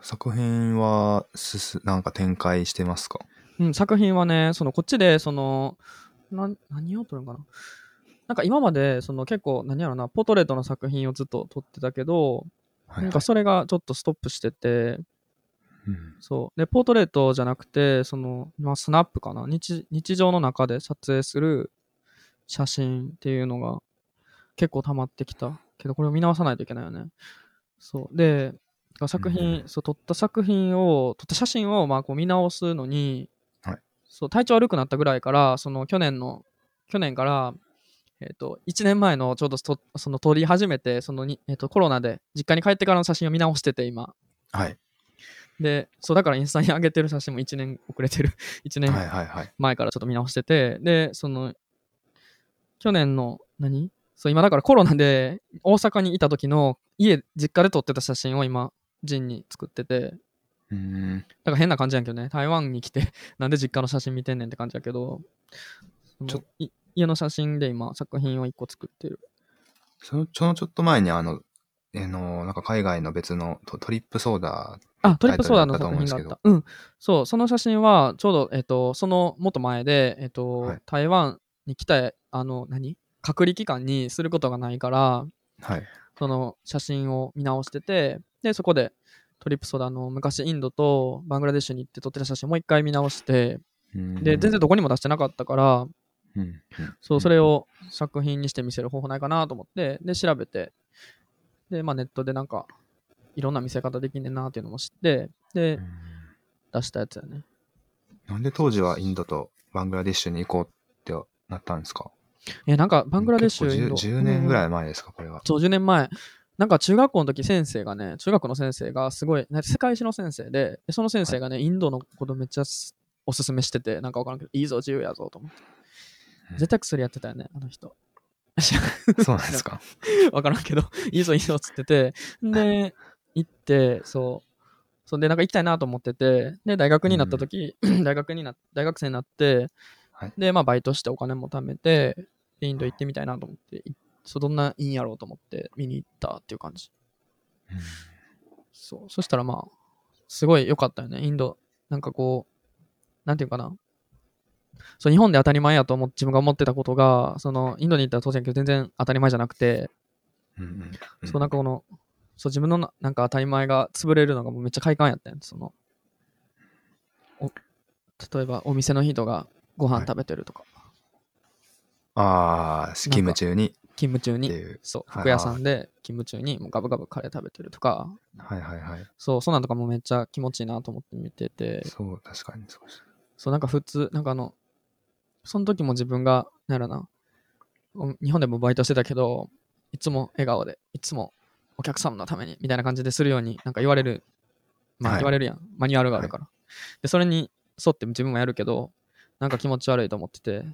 Speaker 2: 作品はすすなんか展開してますか
Speaker 1: うん、作品はね、そのこっちで、その、なん何を撮るんかな。なんか今まで、その結構、何やろな、ポートレートの作品をずっと撮ってたけど、
Speaker 2: は
Speaker 1: な
Speaker 2: いは
Speaker 1: ん
Speaker 2: い
Speaker 1: かそれがちょっとストップしてて、
Speaker 2: うん
Speaker 1: そう。で、ポートレートじゃなくて、その、まあ、スナップかな日。日常の中で撮影する写真っていうのが結構溜まってきた。けど、これを見直さないといけないよね。そう。で、だから作品、
Speaker 2: うん
Speaker 1: そう、撮った作品を、撮った写真を、まあ、こう見直すのに、
Speaker 2: はい
Speaker 1: そう、体調悪くなったぐらいから、その、去年の、去年から、えっ、と、1年前のちょうどとその撮り始めて、そのに、えっ、と、コロナで実家に帰ってからの写真を見直してて、今。
Speaker 2: はい
Speaker 1: で、そうだからインスタに上 げてる写真も1年遅れてる、1
Speaker 2: はい
Speaker 1: 年
Speaker 2: はいはい。
Speaker 1: 前からちょっと見直してて、で、その、去年の何、そう、今だからコロナで大阪にいた時の家、実家で撮ってた写真を今、ジンに作ってて、
Speaker 2: うーん。
Speaker 1: だから変な感じやんけどね、台湾に来て、 なんで実家の写真見てんねんって感じやけど、その
Speaker 2: ちょ
Speaker 1: い家の写真で今、作品を1個作ってる。
Speaker 2: その、そのちょっと前にあの、えーの、なんか海外の別のトトリップソーダ。
Speaker 1: あ、トリップソーダ
Speaker 2: タ
Speaker 1: の
Speaker 2: イト
Speaker 1: 作品が
Speaker 2: ルだったと
Speaker 1: あ
Speaker 2: 思うん
Speaker 1: っ
Speaker 2: です
Speaker 1: た。うん。そう、その写真は、ちょうど、えっと、その、もっと前で、えっと、
Speaker 2: はい
Speaker 1: 台湾に来た、あの、何隔離期間にすることがないから、
Speaker 2: はい。
Speaker 1: その写真を見直してて、で、そこで、トリップソーダの昔インドとバングラデシュに行って撮ってた写真もう一回見直して、
Speaker 2: うーん
Speaker 1: で、全然、どこにも出してなかったから、
Speaker 2: うんうん
Speaker 1: そう、それを作品にして見せる方法ないかなと思って、で、調べて、で、まあネットでなんか、いろんな見せ方できんねんなっていうのも知って、
Speaker 2: う
Speaker 1: で
Speaker 2: ーん、
Speaker 1: 出したやつやね。
Speaker 2: なんで当時はインドとバングラディッシュに行こうってなったんですか
Speaker 1: え、なんか、バングラデシュ、インド
Speaker 2: 結構 10, 10年ぐ
Speaker 1: い。
Speaker 2: らい前ですか、これは。
Speaker 1: そう、10年前。なんか、中学校の時、先生がね、中学の先生がすごい、なんか世界史の先生で、でその先生がね、インドのことめっちゃすおすすめしてて、なんかわからんけど、いいぞ、自由やぞ、と思って
Speaker 2: う。ん
Speaker 1: 絶対薬やってたよね、あの人。
Speaker 2: そうなんですか。
Speaker 1: わからんけど、 いいぞ、いいぞ、つってて。で、行って、そう。そんで、なんか行きたいなと思ってて、で、大学になった時、 大学にな、大学生になって、
Speaker 2: はい
Speaker 1: で、まあ、バイトしてお金も貯めて、でインド行ってみたいなと思って、いそうどんないいんやろうと思って見に行ったっていう感じ。
Speaker 2: うん
Speaker 1: そう。そしたらまあ、すごい良かったよね。インド、なんかこう、なんていうかな。そう、日本で当たり前やと思って、自分が思ってたことが、その、インドに行ったら当然やけど全然当たり前じゃなくて、
Speaker 2: うんうん
Speaker 1: そう、なんかこの、そう、自分のななんか当たり前が潰れるのがもうめっちゃ快感やったんその、お例えばお店の人がご飯食べてるとか、
Speaker 2: ああ、勤務中に
Speaker 1: 勤務中
Speaker 2: って
Speaker 1: に、
Speaker 2: いう。
Speaker 1: そう、
Speaker 2: はい
Speaker 1: 服屋さんで勤務中にもうガブガブカレー食べてるとか、
Speaker 2: はいはいはい。
Speaker 1: そう、そうなんとかもめっちゃ気持ちいいなと思って見てて、
Speaker 2: そう、確かにそうです。
Speaker 1: そう、なんか普通、なんかあの、その時も自分が、なんやろな、お日本でもバイトしてたけど、いつも笑顔で、いつもお客様のために、みたいな感じでするように、なんか言われる、まあ
Speaker 2: はい
Speaker 1: 言われるやん、マニュアルがあるから。で、それに沿って自分もやるけど、なんか気持ち悪いと思ってて、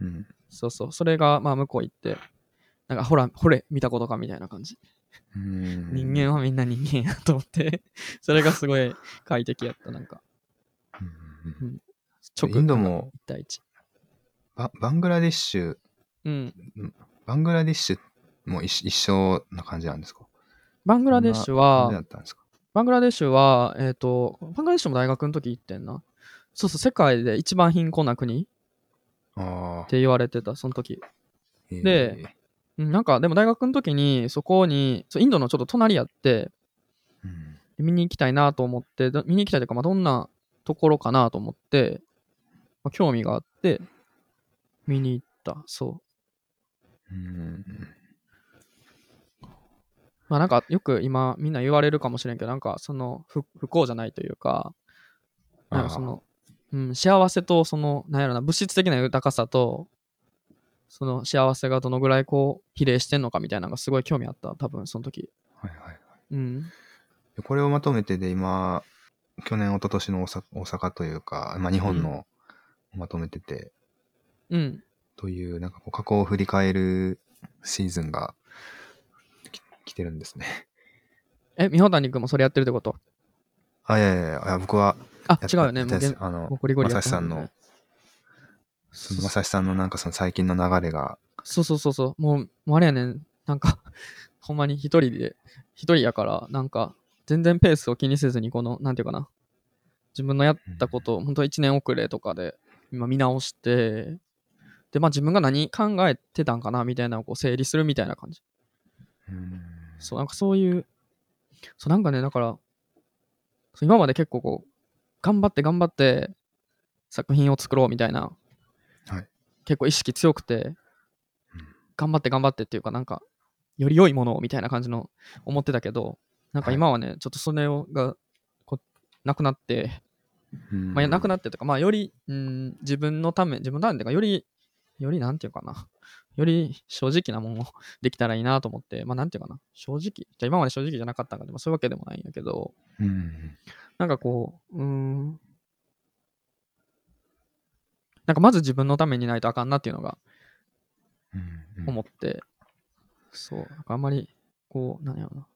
Speaker 2: うん。
Speaker 1: そうそう、それが、まあ向こう行って、なんかほら、ほれ、見たことか、みたいな感じ。
Speaker 2: うん
Speaker 1: 人間はみんな人間やと思って、 それがすごい快適やった、なんか。
Speaker 2: うんうんうん
Speaker 1: 直
Speaker 2: インドも
Speaker 1: 一対一。
Speaker 2: ババングラディッシュ、
Speaker 1: うん。
Speaker 2: バングラディッシュも一一緒な感じなんですか
Speaker 1: バングラデシュ
Speaker 2: バ
Speaker 1: は
Speaker 2: ング、ラディッシュだったんですか
Speaker 1: バングラデシュは、えっ、と、バングラデシュも大学の時行ってんな。そうそう、世界で一番貧困な国っ
Speaker 2: ああ。
Speaker 1: て言われてた、その時。
Speaker 2: えー
Speaker 1: で、うん、なんか、でも大学の時に、そこに、そうインドのちょっと隣やって、
Speaker 2: うん
Speaker 1: 見に行きたいなと思って、ど見に行きたいというか、まあ、どんなところかなと思って、まあ、興味があって、見に行った。そう。
Speaker 2: うん。
Speaker 1: まあなんかよく今みんな言われるかもしれんけど、なんかその不不幸じゃないというか、なんかその、うん、幸せとその、なんやろな、物質的な豊かさと、その幸せがどのぐらいこう比例してんのかみたいなのがすごい興味あった、多分その時。
Speaker 2: はいはい。
Speaker 1: うん。
Speaker 2: でこれをまとめてで今、去年、一昨年の大阪大阪というか、まあ、日本のまとめてて、
Speaker 1: うん。
Speaker 2: という、なんかこう過去を振り返るシーズンがき来てるんですね。
Speaker 1: え、美穂谷君もそれやってるってこと
Speaker 2: あ、いやいやいやいや、僕は
Speaker 1: あ、
Speaker 2: やっ
Speaker 1: 違うよね。
Speaker 2: やっ
Speaker 1: もう
Speaker 2: て
Speaker 1: げん
Speaker 2: ないですあの
Speaker 1: もう、ゴリゴリや
Speaker 2: ま
Speaker 1: って
Speaker 2: さし
Speaker 1: は
Speaker 2: さ
Speaker 1: る
Speaker 2: ん
Speaker 1: もね
Speaker 2: の、
Speaker 1: そ
Speaker 2: まさしさんのなんかその最近の流れが、
Speaker 1: そうそうそうそう。もう、もうあれやねん。なんか、 ほんまに一人で、一人やから、なんか、全然ペースを気にせずに、この、なんていうかな。自分のやったことを、本当一年遅れとかで、今見直して、で、まあ自分が何考えてたんかな、みたいなのをこう整理するみたいな感じ。
Speaker 2: うん
Speaker 1: そう、なんかそういう、そう、なんかね、だから、そう今まで結構こう、頑張って頑張って作品を作ろうみたいな、
Speaker 2: はい
Speaker 1: 結構意識強くて、頑張って頑張ってっていうか、なんか、より良いものをみたいな感じの思ってたけど、なんか
Speaker 2: はい
Speaker 1: 今はね、ちょっとそれをがこなくなって、
Speaker 2: うん
Speaker 1: まあ、なくなってとか、まあ、より、うん、自分のため、自分のためというか、より、よりなんていうかな、より正直なものをできたらいいなと思って、まあ、なんていうかな、正直、じゃあ今まで正直じゃなかったんかでもそういうわけでもないんやけど、
Speaker 2: うん
Speaker 1: なんかこう、うーん、なんかまず自分のためにないとあかんなっていうのが
Speaker 2: うん
Speaker 1: 思って、そう、なんかあんまり、こう、なんやろうな、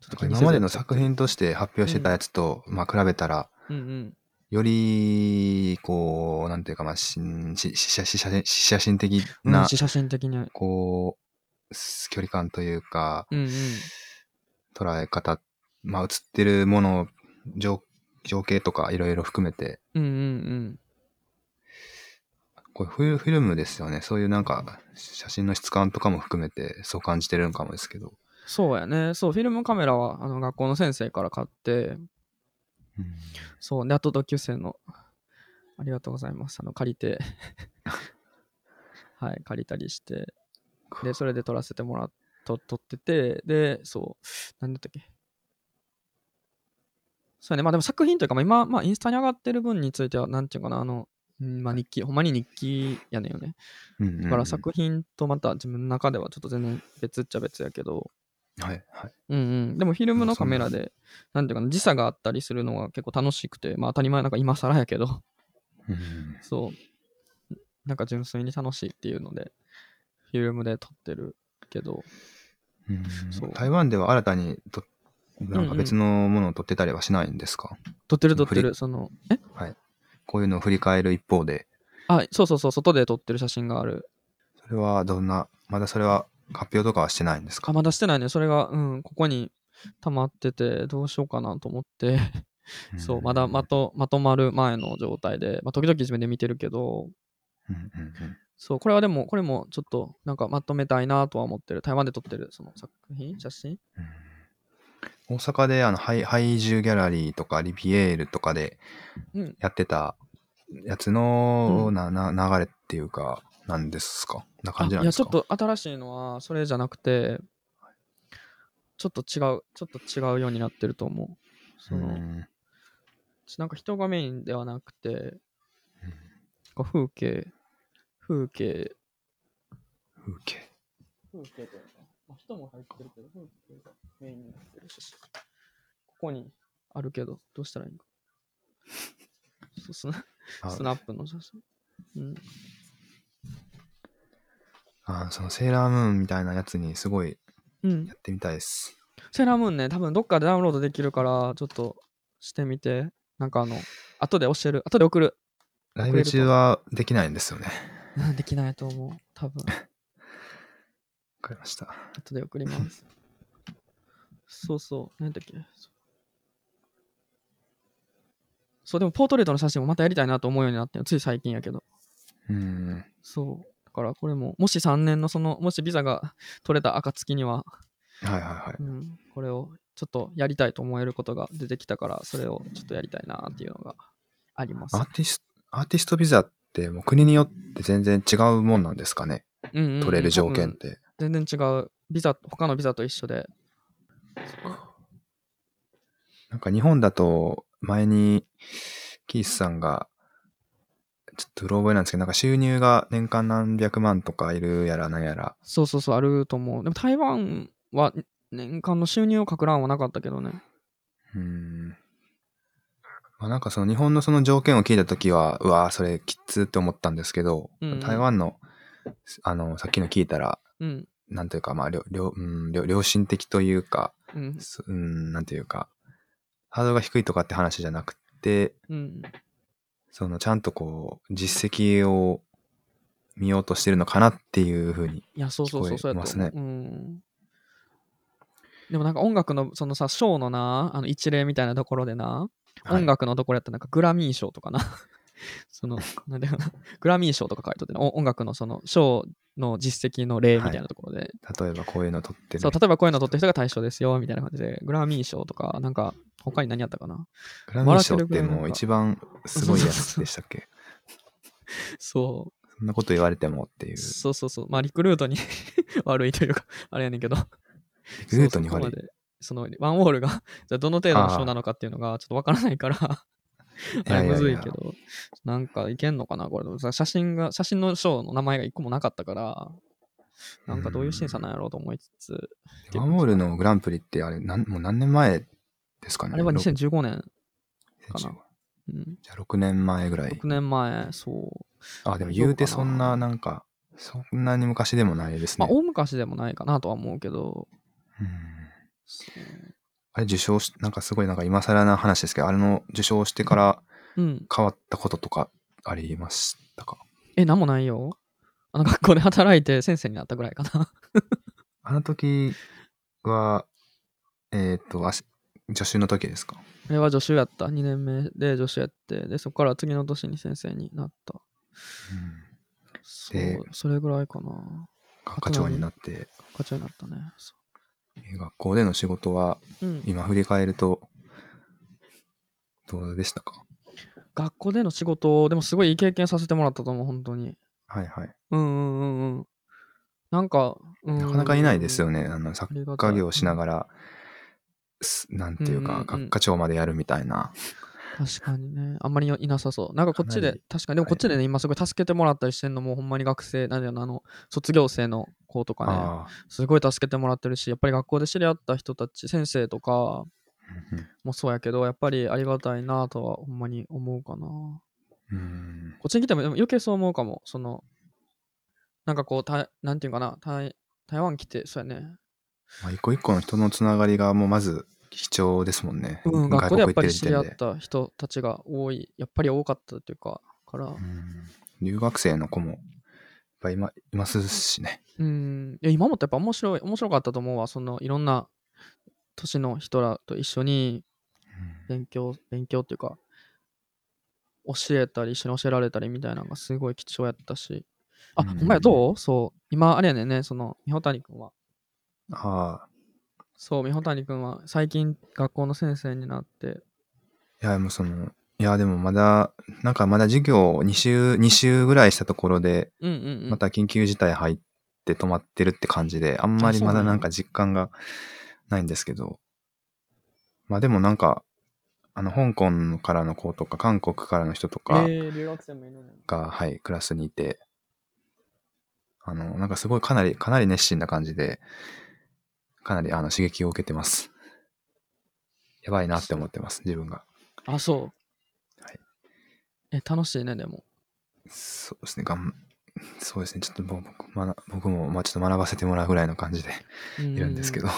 Speaker 1: ちょっ
Speaker 2: なん
Speaker 1: と
Speaker 2: か
Speaker 1: 気にせ
Speaker 2: 今
Speaker 1: ず
Speaker 2: までの作品として発表してたやつと、まあ比べたら、
Speaker 1: うんうん、
Speaker 2: より、こう、なんていうか、まあ、しんし死者、死者、死者心的
Speaker 1: うん、
Speaker 2: な、
Speaker 1: 自写真的に、うん
Speaker 2: こう、す距離感というか、
Speaker 1: うん、
Speaker 2: 捉え方、まあ、映ってるもの、情情景とかいろいろ含めて、
Speaker 1: うんうんうん、
Speaker 2: これフィルフィルムですよね。そういうなんか、写真の質感とかも含めて、そう感じてるのかもですけど。
Speaker 1: そうやね。そう、フィルムカメラはあの学校の先生から買って、
Speaker 2: うん
Speaker 1: そう、で、あと同級生の、ありがとうございます。あの、借り て、はい、借りたりして、で、それで撮らせてもらっと撮ってて、で、そう、何だったっけ。そうやね、まあでも作品というか、まあ、今、まあ、インスタに上がってる分については、なんていうかな、あの、うんまあ、日記、ほんまに日記やねんよね。
Speaker 2: うん
Speaker 1: だから作品とまた自分の中ではちょっと全然別っちゃ別やけど、
Speaker 2: はい、はい。
Speaker 1: うんうん、でもフィルムのカメラ
Speaker 2: ま
Speaker 1: で、なんていうかな、時差があったりするのが結構楽しくて、まあ当たり前なんか今更やけど、
Speaker 2: うん
Speaker 1: そう、なんか純粋に楽しいっていうので、フィルムで撮ってるけど、
Speaker 2: うん
Speaker 1: そう
Speaker 2: 台湾では新たにと、なん
Speaker 1: うんう
Speaker 2: か
Speaker 1: ん
Speaker 2: 別のものを撮ってたりはしないんですか、
Speaker 1: 撮ってる撮って
Speaker 2: フ
Speaker 1: る、
Speaker 2: リ
Speaker 1: その、え
Speaker 2: こういうのを振り返る一方で、
Speaker 1: あ、そうそうそう、外で撮ってる写真がある。
Speaker 2: それはどんな、まだそれは発表とかはしてないんです
Speaker 1: あ、
Speaker 2: か
Speaker 1: まだしてないね。それが、うん、ここに溜まってて、どうしようかなと思って、そう、まだま、とまとまる前の状態で、まあ時々自分で見てるけど、
Speaker 2: うんうんうん
Speaker 1: そう、これはでも、これもちょっとなんかまとめたいなとは思ってる。台湾で撮ってるその作品、写真
Speaker 2: うん大阪であのハイハイジュギャラリーとかリピエールとかで
Speaker 1: うん
Speaker 2: やってたやつの、
Speaker 1: うん
Speaker 2: なな流れっていうかなんですかな
Speaker 1: あ
Speaker 2: 感
Speaker 1: い
Speaker 2: じなんで
Speaker 1: や、
Speaker 2: す
Speaker 1: ち
Speaker 2: か
Speaker 1: ょっと新しいのは、それじゃなくて、ちょっと違う、ちょっと違うようになってると思う。その
Speaker 2: うん
Speaker 1: なんか人がメインではなくて、こう風景、風景、
Speaker 2: 風景
Speaker 1: 風景というか、まあ、人も入ってるけど、風景がメインになってるし、ここにあるけど、どうしたらいいのか。 そうスナ
Speaker 2: あ
Speaker 1: スナップの写真。うん、
Speaker 2: あそのセーラームーンみたいなやつにすごい
Speaker 1: うん
Speaker 2: や、ってみたいです
Speaker 1: セーラームーンね、多分どっかでダウンロードできるから、ちょっとしてみて。なんかあの、後で教える、後で送る。
Speaker 2: ライブ中はできないんですよね
Speaker 1: うんできないと思う。多 分、
Speaker 2: わかりました
Speaker 1: 後で送ります。そうそう、何だっけ。そうそう、でもポートレートの写真もまたやりたいなと思うようになってんつい最近やけど。
Speaker 2: うん
Speaker 1: そう。だからこれも、もし3年のその、もしビザが 取れた暁には、
Speaker 2: はいはいはい
Speaker 1: うん、これをちょっとやりたいと思えることが出てきたから、それをちょっとやりたいなっていうのがあります
Speaker 2: アー。ティストアーティストビザってもう国によって全然違うもんなんですかね
Speaker 1: うんうんうん
Speaker 2: 取れる条
Speaker 1: 多分
Speaker 2: 件って、
Speaker 1: 全然違うビザ他のビザと一緒で
Speaker 2: なんか日本だと前にキースさんがちょっとうろ覚えなんですけどなんか収入が年間何百万とかいるやらなんやら
Speaker 1: そうそうそうあると思うでも台湾は年間の収入を書く欄はなかったけどね
Speaker 2: うーん、まあ、なんかその日本のその条件を聞いた時はうわーそれきっつーって思ったんですけど、
Speaker 1: うんうん
Speaker 2: 台湾のあのさっきの聞いたら
Speaker 1: うん
Speaker 2: なんというかまありょりょうんりょ良心的というか
Speaker 1: うん
Speaker 2: すうんなんていうかハードルが低いとかって話じゃなくて
Speaker 1: うん
Speaker 2: そのちゃんとこう実績を見ようとしてるのかなっていうふうに。
Speaker 1: いやそうそうそうそうやと思
Speaker 2: 聞
Speaker 1: う、
Speaker 2: こえ
Speaker 1: うんでもなんか音楽のそのさショーのなあの一例みたいなところでな、
Speaker 2: はい
Speaker 1: 音楽のところやったらなんかグラミー賞とかな その、なんだよな、グラミー賞とか書いとってね、お音楽のその賞の実績の例みたいなところで、
Speaker 2: 例えばこういうの撮ってる。
Speaker 1: そう、例えばこういうの取ってる人が対象ですよ、みたいな感じで、グラミー賞とか、なんか、他に何やったかな。
Speaker 2: グラミー賞ってもう一番すごいやつでしたっけ
Speaker 1: そう、
Speaker 2: そんなこと言われてもっていう。
Speaker 1: そうそうそう。まあ、リクルートに 悪いというか、あれやねんけど。
Speaker 2: リクルートに
Speaker 1: そう
Speaker 2: 悪
Speaker 1: そ
Speaker 2: い
Speaker 1: こまでその、ワンウォールが、じゃあどの程度の賞なのかっていうのが、ちょっとわからない から、あれむずいけど、なんかいけんのかな、これ。でもさ写真が、写真の賞の名前が一個もなかったから、なんかどういう審査なんやろうと思いつつ、
Speaker 2: いやいやいやワンモールのグランプリってあれ、なんもう何年前ですかね
Speaker 1: あれは2015年、
Speaker 2: 6
Speaker 1: かなうん、
Speaker 2: じゃあ6年前ぐらい
Speaker 1: 6。年前、そう。
Speaker 2: あ、でも言うて
Speaker 1: どうか
Speaker 2: そ
Speaker 1: なん
Speaker 2: な、なんか、そんなに昔でもないです
Speaker 1: ま
Speaker 2: ね。
Speaker 1: あ、大昔でもないかなとは思うけど、
Speaker 2: うん
Speaker 1: そう
Speaker 2: あれ受賞し、なんかすごいなんか今更な話ですけど、あれの受賞してから
Speaker 1: うん。
Speaker 2: 変わったこととかありましたか
Speaker 1: え、なんもないよ。あの学校で働いて先生になったぐらいかな。
Speaker 2: あの時は、えっ、と、あし助手の時ですか
Speaker 1: あれは助手やった。2年目で助手やって、で、そこから次の年に先生になった。
Speaker 2: うん
Speaker 1: そ
Speaker 2: で
Speaker 1: う、それぐらいかな。
Speaker 2: 課長になって、
Speaker 1: 課長になったね。そ
Speaker 2: え学校での仕事は
Speaker 1: ううん、
Speaker 2: 今振り返ると、どうでしたか
Speaker 1: 学校での仕事、でもすごいいい経験させてもらったと思う、本当に。
Speaker 2: はいはい。
Speaker 1: うんうんうんうん。なんか、うん
Speaker 2: なかなかいないですよね。あの、
Speaker 1: あり
Speaker 2: 作
Speaker 1: がたい
Speaker 2: 家業しながら、すなんていう
Speaker 1: うんうんう
Speaker 2: か、
Speaker 1: ん
Speaker 2: 学科長までやるみたいな。
Speaker 1: 確かにね。あんまりいなさそう。なんかこっち
Speaker 2: か
Speaker 1: で
Speaker 2: なり、
Speaker 1: 確かに、でもこっちでね、今すごい助けてもらったりしてんのも、ほんまに学生、なんだよな、あの、卒業生の子とかね。
Speaker 2: ああ
Speaker 1: すごい助けてもらってるし、やっぱり学校で知り合った人たち、先生とかもそうやけど、やっぱりありがたいなとはほんまに思うかな。
Speaker 2: うんうん。
Speaker 1: こっちに来てもでも余計そう思うかも。その、なんかこう、たなんていうんかな、台台湾来て、そうやね。
Speaker 2: まあ、一個一個の人のつながりがもうまず貴重ですもんね。
Speaker 1: うん、学
Speaker 2: 外
Speaker 1: 校
Speaker 2: 国
Speaker 1: でやっ
Speaker 2: 行って
Speaker 1: ぱ
Speaker 2: る
Speaker 1: り
Speaker 2: 時
Speaker 1: 知り
Speaker 2: 点
Speaker 1: 合っ
Speaker 2: で。
Speaker 1: た人たちが多い、やっぱり多かったというか、から、
Speaker 2: うん留学生の子も、やっぱ今、いますしね。
Speaker 1: うん、いや今もってやっぱ面白い、面白かったと思うわ。その、いろんな年の人らと一緒に、
Speaker 2: うん
Speaker 1: 勉強勉強っていうか教えたり一緒に教えられたりみたいなのがすごい貴重やったしあ、
Speaker 2: うん
Speaker 1: ほんまやどうそう今あれやねんねその美穂谷君は
Speaker 2: ああ。
Speaker 1: そう美穂谷君は最近学校の先生になって
Speaker 2: いや、もうその、いや、でもまだ、なんかまだ授業2週、2週ぐらいしたところで、
Speaker 1: うんうんうん
Speaker 2: また緊急事態入って止まってるって感じで、あんまりまだなんか実感がないんですけど、まあでもなんか、あの、香港からの子とか、韓国からの人とか
Speaker 1: えー留学生もいるのね
Speaker 2: が、はい、クラスにいて、あの、なんかすごいかなり、かなり熱心な感じで、かなりあの刺激を受けてます。やばいなって思ってます、自分が。
Speaker 1: あそう
Speaker 2: はい
Speaker 1: え楽しいねでも
Speaker 2: そうですね、がん、そうですね、ちょっともう僕、まな、僕も、まあちょっと学ばせてもらうぐらいの感じでいるんですけ
Speaker 1: う
Speaker 2: ど。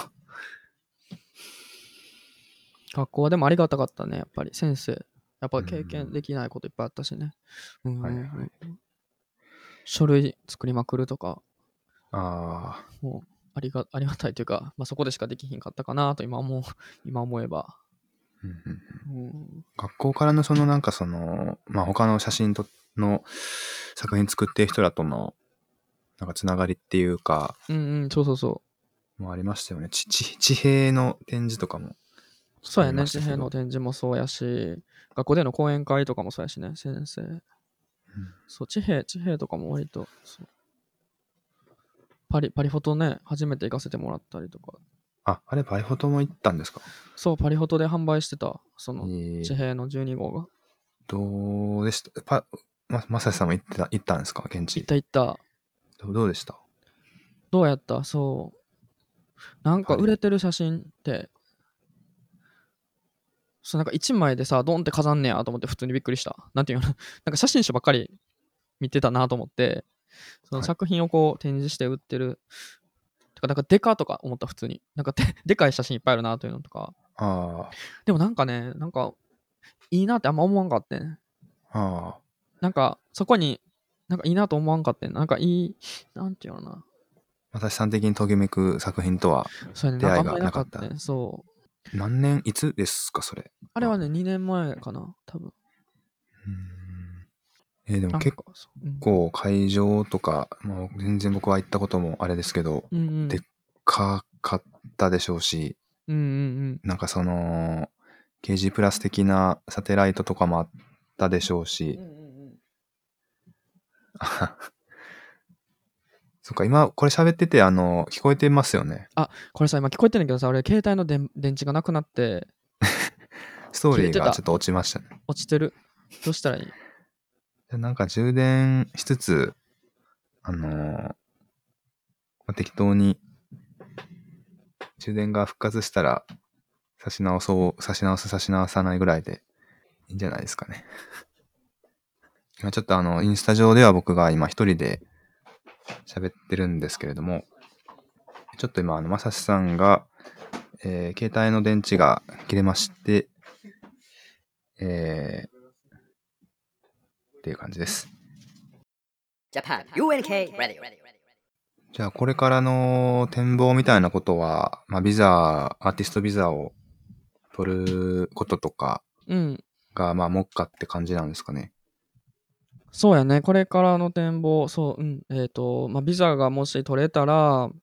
Speaker 1: 学校はでもありがたかったねやっぱり先生やっぱ経
Speaker 2: う
Speaker 1: 験
Speaker 2: ん
Speaker 1: できないこといっぱいあったしねうんうんう
Speaker 2: はい
Speaker 1: ん、
Speaker 2: はい
Speaker 1: 書類作りまくるとか
Speaker 2: ああ。
Speaker 1: もうありがあ りがたいというか、まあ、そこでしかできひんかったかなと今思う 今思えば、
Speaker 2: うんうんうん
Speaker 1: うん、
Speaker 2: 学校からのそのなんかその、まあ、他の写真との作品作ってる人らとのなんかつながりっていうか
Speaker 1: うんうんそうそうそ
Speaker 2: もありましたよねちち地平の展示とかも
Speaker 1: うそうや
Speaker 2: あり
Speaker 1: ね
Speaker 2: ました
Speaker 1: 地
Speaker 2: け
Speaker 1: 平
Speaker 2: ど
Speaker 1: の展示もそうやし学校での講演会とかもそうやしね先生、そう地平地平とかも割とそうパリパリフォトね初めて行かせてもらったりとか
Speaker 2: ああれバイフォトも行ったんですか、
Speaker 1: そうパリフォトで販売してたその
Speaker 2: え
Speaker 1: 地
Speaker 2: ー、
Speaker 1: 平の12号が
Speaker 2: どうでしたパままさしさんも行ってた行ったんですか現地
Speaker 1: 行った行った
Speaker 2: どうどうでした
Speaker 1: どうやったそう。なんか
Speaker 2: はい
Speaker 1: 売れてる写真って、そうなんか1枚でさ、ドンって飾んねやと思って普通にびっくりした。なんていうの なんか写真集ばっかり見てたなと思って、その
Speaker 2: はい
Speaker 1: 作品をこう展示して売ってる。てか、なんかデカとか思った普通に。なんかで でかい写真いっぱいあるなというのとか。
Speaker 2: あ
Speaker 1: でもなんかね、なんかいいなってあんま思わんかってん。
Speaker 2: ああ
Speaker 1: なんかそこに、なんかいいなと思わんかってん。なんかいい、なんていうのかな。
Speaker 2: まさしさん的にときめく作品とは
Speaker 1: そうやね、
Speaker 2: 出会い
Speaker 1: んかあんまり
Speaker 2: が
Speaker 1: な
Speaker 2: な
Speaker 1: か
Speaker 2: か
Speaker 1: っ
Speaker 2: ったた
Speaker 1: ね、そう。
Speaker 2: 何年いつですかそれ
Speaker 1: あれはね、2年前かな、多分。
Speaker 2: うーんえーでも結
Speaker 1: 構、うん
Speaker 2: 構会場とか、まあ、全然僕は行ったこともあれですけど、
Speaker 1: うんうん、
Speaker 2: でかかったでしょうし、
Speaker 1: うんうん
Speaker 2: なんかその、KG プラス的なサテライトとかもあったでしょう
Speaker 1: うん
Speaker 2: し
Speaker 1: う、ん
Speaker 2: そっか、今これ喋ってて、あの、聞こえてますよね。
Speaker 1: これさ今聞こえてるんだけどさ俺携帯の電電池がなくなって
Speaker 2: ストーリー
Speaker 1: 消えて
Speaker 2: が
Speaker 1: た
Speaker 2: ちょっと落ちましたね。
Speaker 1: 落ちてるどうしたらいい
Speaker 2: でなんか充電しつつ、あのーまあ適当に、充電が復活したら、差し直そう、差し直す、差し直さないぐらいで、いいんじゃないですかね。 今ちょっとあの、インスタ上では僕が今一人で喋ってるんですけれども、ちょっと今、あの、まさしさんが、えー携帯の電池が切れまして、えー、っていう感じです。
Speaker 3: Japan UNK Radio.
Speaker 2: じゃあ、これからの展望みたいなことは、まあ、ビザ、アーティストビザを取ることとか
Speaker 1: うん
Speaker 2: が、まあ、目下って感じなんですかね。
Speaker 1: そうやね、これからの展望、そう、うん、えっ、と、まあ、ビザがもし取れたら、
Speaker 2: うん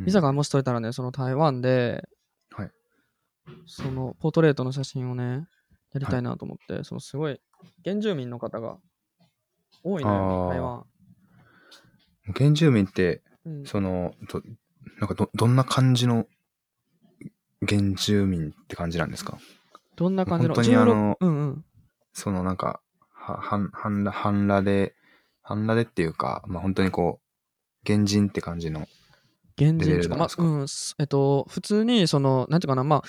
Speaker 1: ビザがもし取れたらね、その台湾で、
Speaker 2: はい
Speaker 1: そのポートレートの写真をね、やりたいなと思って、そのすごい、原住民の方が多いのよ
Speaker 2: あ、ー
Speaker 1: 台湾。
Speaker 2: 原住民って、
Speaker 1: うん、
Speaker 2: その、どなんかど、どんな感じの原住民って感じなんですか
Speaker 1: どんな感じの
Speaker 2: 本当にあの
Speaker 1: 16うんうん。
Speaker 2: その、なんか、は、はん、はんら、半裸で、半裸でっていうか、まあ、本当にこう、原人って感じの。
Speaker 1: 原人
Speaker 2: レ
Speaker 1: と
Speaker 2: ベル
Speaker 1: か、
Speaker 2: なん
Speaker 1: ま
Speaker 2: です
Speaker 1: あ、
Speaker 2: か
Speaker 1: うん、すえっと、普通に、その、なんていうかな、まあ、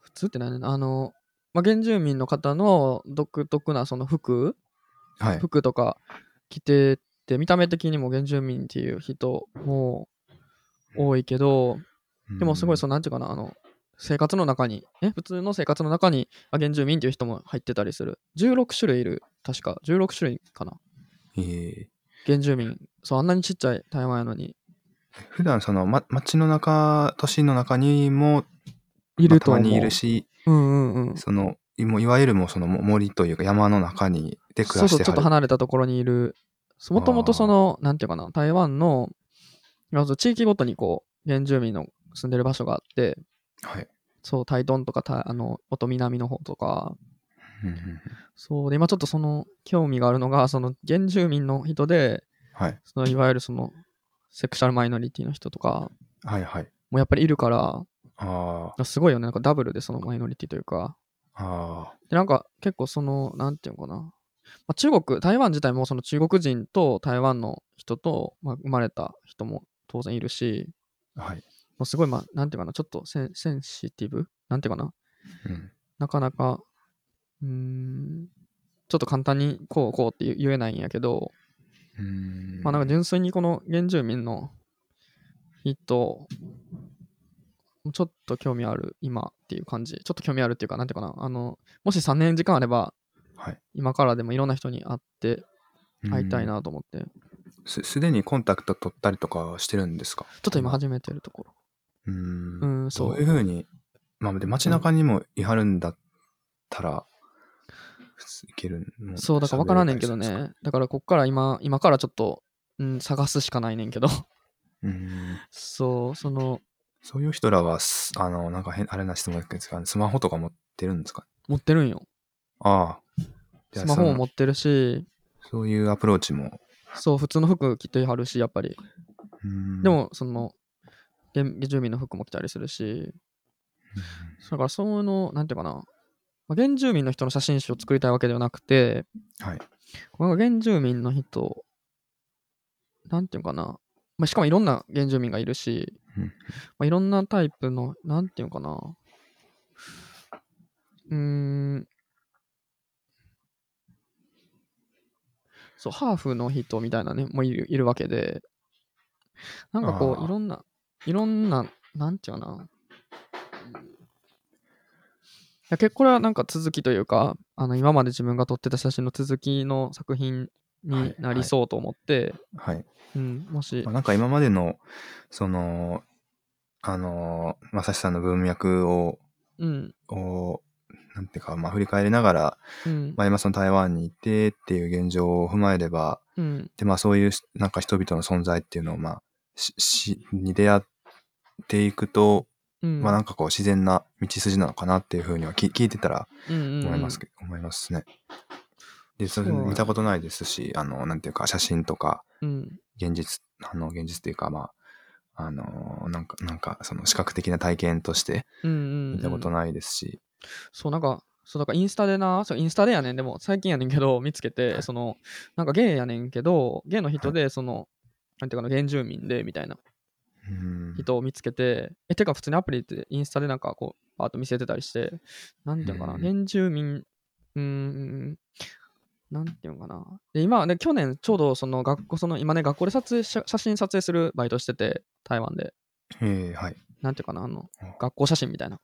Speaker 1: 普通って何あの、まあ、原住民の方の独特なその服
Speaker 2: はい。
Speaker 1: 服とか着てて見た目的にも原住民っていう人も多いけどでもすごいそ
Speaker 2: の、
Speaker 1: のなんていうかなあの生活の中にえ普通の生活の中にあ原住民っていう人も入ってたりする16種類いる確か16種類かな
Speaker 2: えー
Speaker 1: 原住民そうあんなにちっちゃい台湾やのに
Speaker 2: 普段その、ま、街の中、都市の中にも、
Speaker 1: いると思う、
Speaker 2: まあたまにいるし、
Speaker 1: うんうんうん
Speaker 2: その、いもういわゆるもうそのも森というか山の中にで暮
Speaker 1: そう
Speaker 2: らし
Speaker 1: そう
Speaker 2: て
Speaker 1: ちょっと
Speaker 2: はる。
Speaker 1: 離れたところにいるもともとそのなんていうかな台湾のまず地域ごとにこう原住民の住んでる場所があって、
Speaker 2: はい。
Speaker 1: そう、タイトンとか、タあの、音南の方とか、
Speaker 2: うんうんうん
Speaker 1: そう、で、今ちょっとその、興味があるのが、その、原住民の人で、
Speaker 2: はい。
Speaker 1: その、いわゆるその、セクシャルマイノリティの人とか、
Speaker 2: はいはい。
Speaker 1: もやっぱりいるから、
Speaker 2: あ
Speaker 1: すごいよね、なんかダブルでそのマイノリティというか、
Speaker 2: あ、あ
Speaker 1: で、なんか結構その、なんていうのかな、まあ、中国、台湾自体もその中国人と台湾の人と、まあ、生まれた人も当然いるし、
Speaker 2: あ、はい。
Speaker 1: もうすごい、まあ、なんていうかな、ちょっとセンセンシティブなんていうかな、
Speaker 2: うん。
Speaker 1: なかなか、うーん、ちょっと簡単にこうこうって言えないんやけど、
Speaker 2: うーん
Speaker 1: まあなんか純粋にこの原住民の人、ちょっと興味ある今っていう感じ。ちょっと興味あるっていうか、なんていうかな。あの、もし3年時間あれば、
Speaker 2: はい
Speaker 1: 今からでもいろんな人に会って会いたい。なと思って、ち
Speaker 2: うんす、すでにコンタクト取ったりとかしてるんですか
Speaker 1: ょっと今始めてるところ。
Speaker 2: う。
Speaker 1: うんん、
Speaker 2: そ
Speaker 1: そう
Speaker 2: いう
Speaker 1: う。
Speaker 2: ふうに、まあで街中にもいはるんだったら、普通いけるの
Speaker 1: そう、だから分からんねんけど。
Speaker 2: 喋れたり
Speaker 1: ね。だからこっから今、今からちょっと、うん、探すしかないねんけど。
Speaker 2: するんですかうん。
Speaker 1: そう、その、
Speaker 2: そういう人らはす、あの、なんか変、あれな質問ですけど、スマホとか持ってるんですか
Speaker 1: 持ってるんよ。
Speaker 2: ああ。じゃあ
Speaker 1: スマホ
Speaker 2: そ
Speaker 1: も
Speaker 2: の
Speaker 1: 持ってるし、
Speaker 2: そういうアプローチも。
Speaker 1: そう、普通の服着てはるし、やっぱり。
Speaker 2: うーん
Speaker 1: で、も、その、原原住民の服も着たりするし、だから、そういうの、なんていうかな、まあ原住民の人の写真集を作りたいわけではなくて、
Speaker 2: はい。
Speaker 1: なんか原住民の人、なんていうかな、まあ、しかもいろんな原住民がいるし、
Speaker 2: うん
Speaker 1: まあ、いろんなタイプの、なんていうかな、うーん、そう、ハーフの人みたいなね、もういるいるわけで、なんかこう、
Speaker 2: あー
Speaker 1: いろんな、いろんな、なんていうかな、うんいや結構これはなんか続きというか、あの今まで自分が撮ってた写真の続きの作品になりそうと思って、
Speaker 2: はい。
Speaker 1: うん、もし
Speaker 2: まあ、なんか今までの、その、あのー、まさしさんの文脈を、
Speaker 1: うん、
Speaker 2: をなんていうか、まあ、振り返りながら、
Speaker 1: うん
Speaker 2: まあ、今その台湾にいてっていう現状を踏まえれば、
Speaker 1: うん
Speaker 2: で、まあ、そういうし、なんか人々の存在っていうのを、まあ、し、し、に出会っていくと、
Speaker 1: うん
Speaker 2: まあ、なんかこう、自然な道筋なのかなっていうふうには聞聞いてたら
Speaker 1: うんうん
Speaker 2: 思います
Speaker 1: うん
Speaker 2: け、思いますね。で、それ
Speaker 1: そう
Speaker 2: 見たことないですし、あの、なんていうか、写真とか、
Speaker 1: うん
Speaker 2: 現実、あの、現実っていうか、まあ、あの、なんか、なんか、その、視覚的な体験として
Speaker 1: うんうんうん
Speaker 2: 見たことないですし、
Speaker 1: そうなんかそうだからインスタでなそうインスタでやねんでも最近やねんけど見つけて、
Speaker 2: はい
Speaker 1: そのなんかゲイやねんけどゲイの人でその、なんていうかな原住民でみたいな
Speaker 2: うん
Speaker 1: 人を見つけて、えてか普通にアプリってインスタでなんかこうパーッと見せてたりしてなんていうのかな、
Speaker 2: うん
Speaker 1: 原住民うーんなんていうのかなで今ね去年ちょうどその学校その今ね学校で撮影写写真撮影するバイトしてて台湾で
Speaker 2: ええはい。
Speaker 1: なんていうかな、あの
Speaker 2: うん、
Speaker 1: 学校写真みたいな。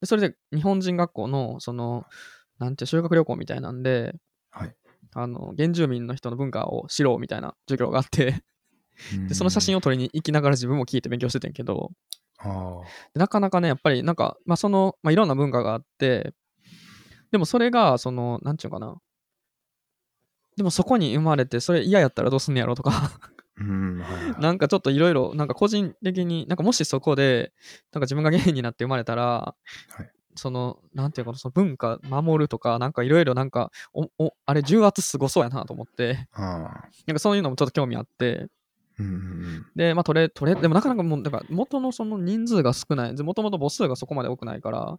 Speaker 1: で、それで日本人学校の、その、なんていう修学旅行みたいなんで、
Speaker 2: はい。
Speaker 1: あの、原住民の人の文化を知ろうみたいな授業があって、で、その写真
Speaker 2: を。
Speaker 1: を撮りに行きながら自分も聞いて勉強しててんけど、
Speaker 2: ああ。
Speaker 1: でなかなかね、やっぱりなんか、まあ、その、まあ、いろんな文化があって、でもそれが、その、なんていうのかな、でもそこに生まれて、それ嫌やったらどうすんねやろとか、
Speaker 2: うん、はいはいはい。
Speaker 1: なんかちょっといろいろ、なんか個人的に、なんかもしそこで、なんか自分が芸になって生まれたら、
Speaker 2: はい
Speaker 1: その、なんていうかな、その文化守るとか、なんかいろいろなんか、お、お、あれ重圧すごそうやなと思って、
Speaker 2: ああ。
Speaker 1: なんかそういうのもちょっと興味あって、
Speaker 2: うんうんうん。
Speaker 1: で、まあ、トレ、トレ、でもなかなかもう、だから元のその人数が少ない、もともと母数がそこまで多くないから、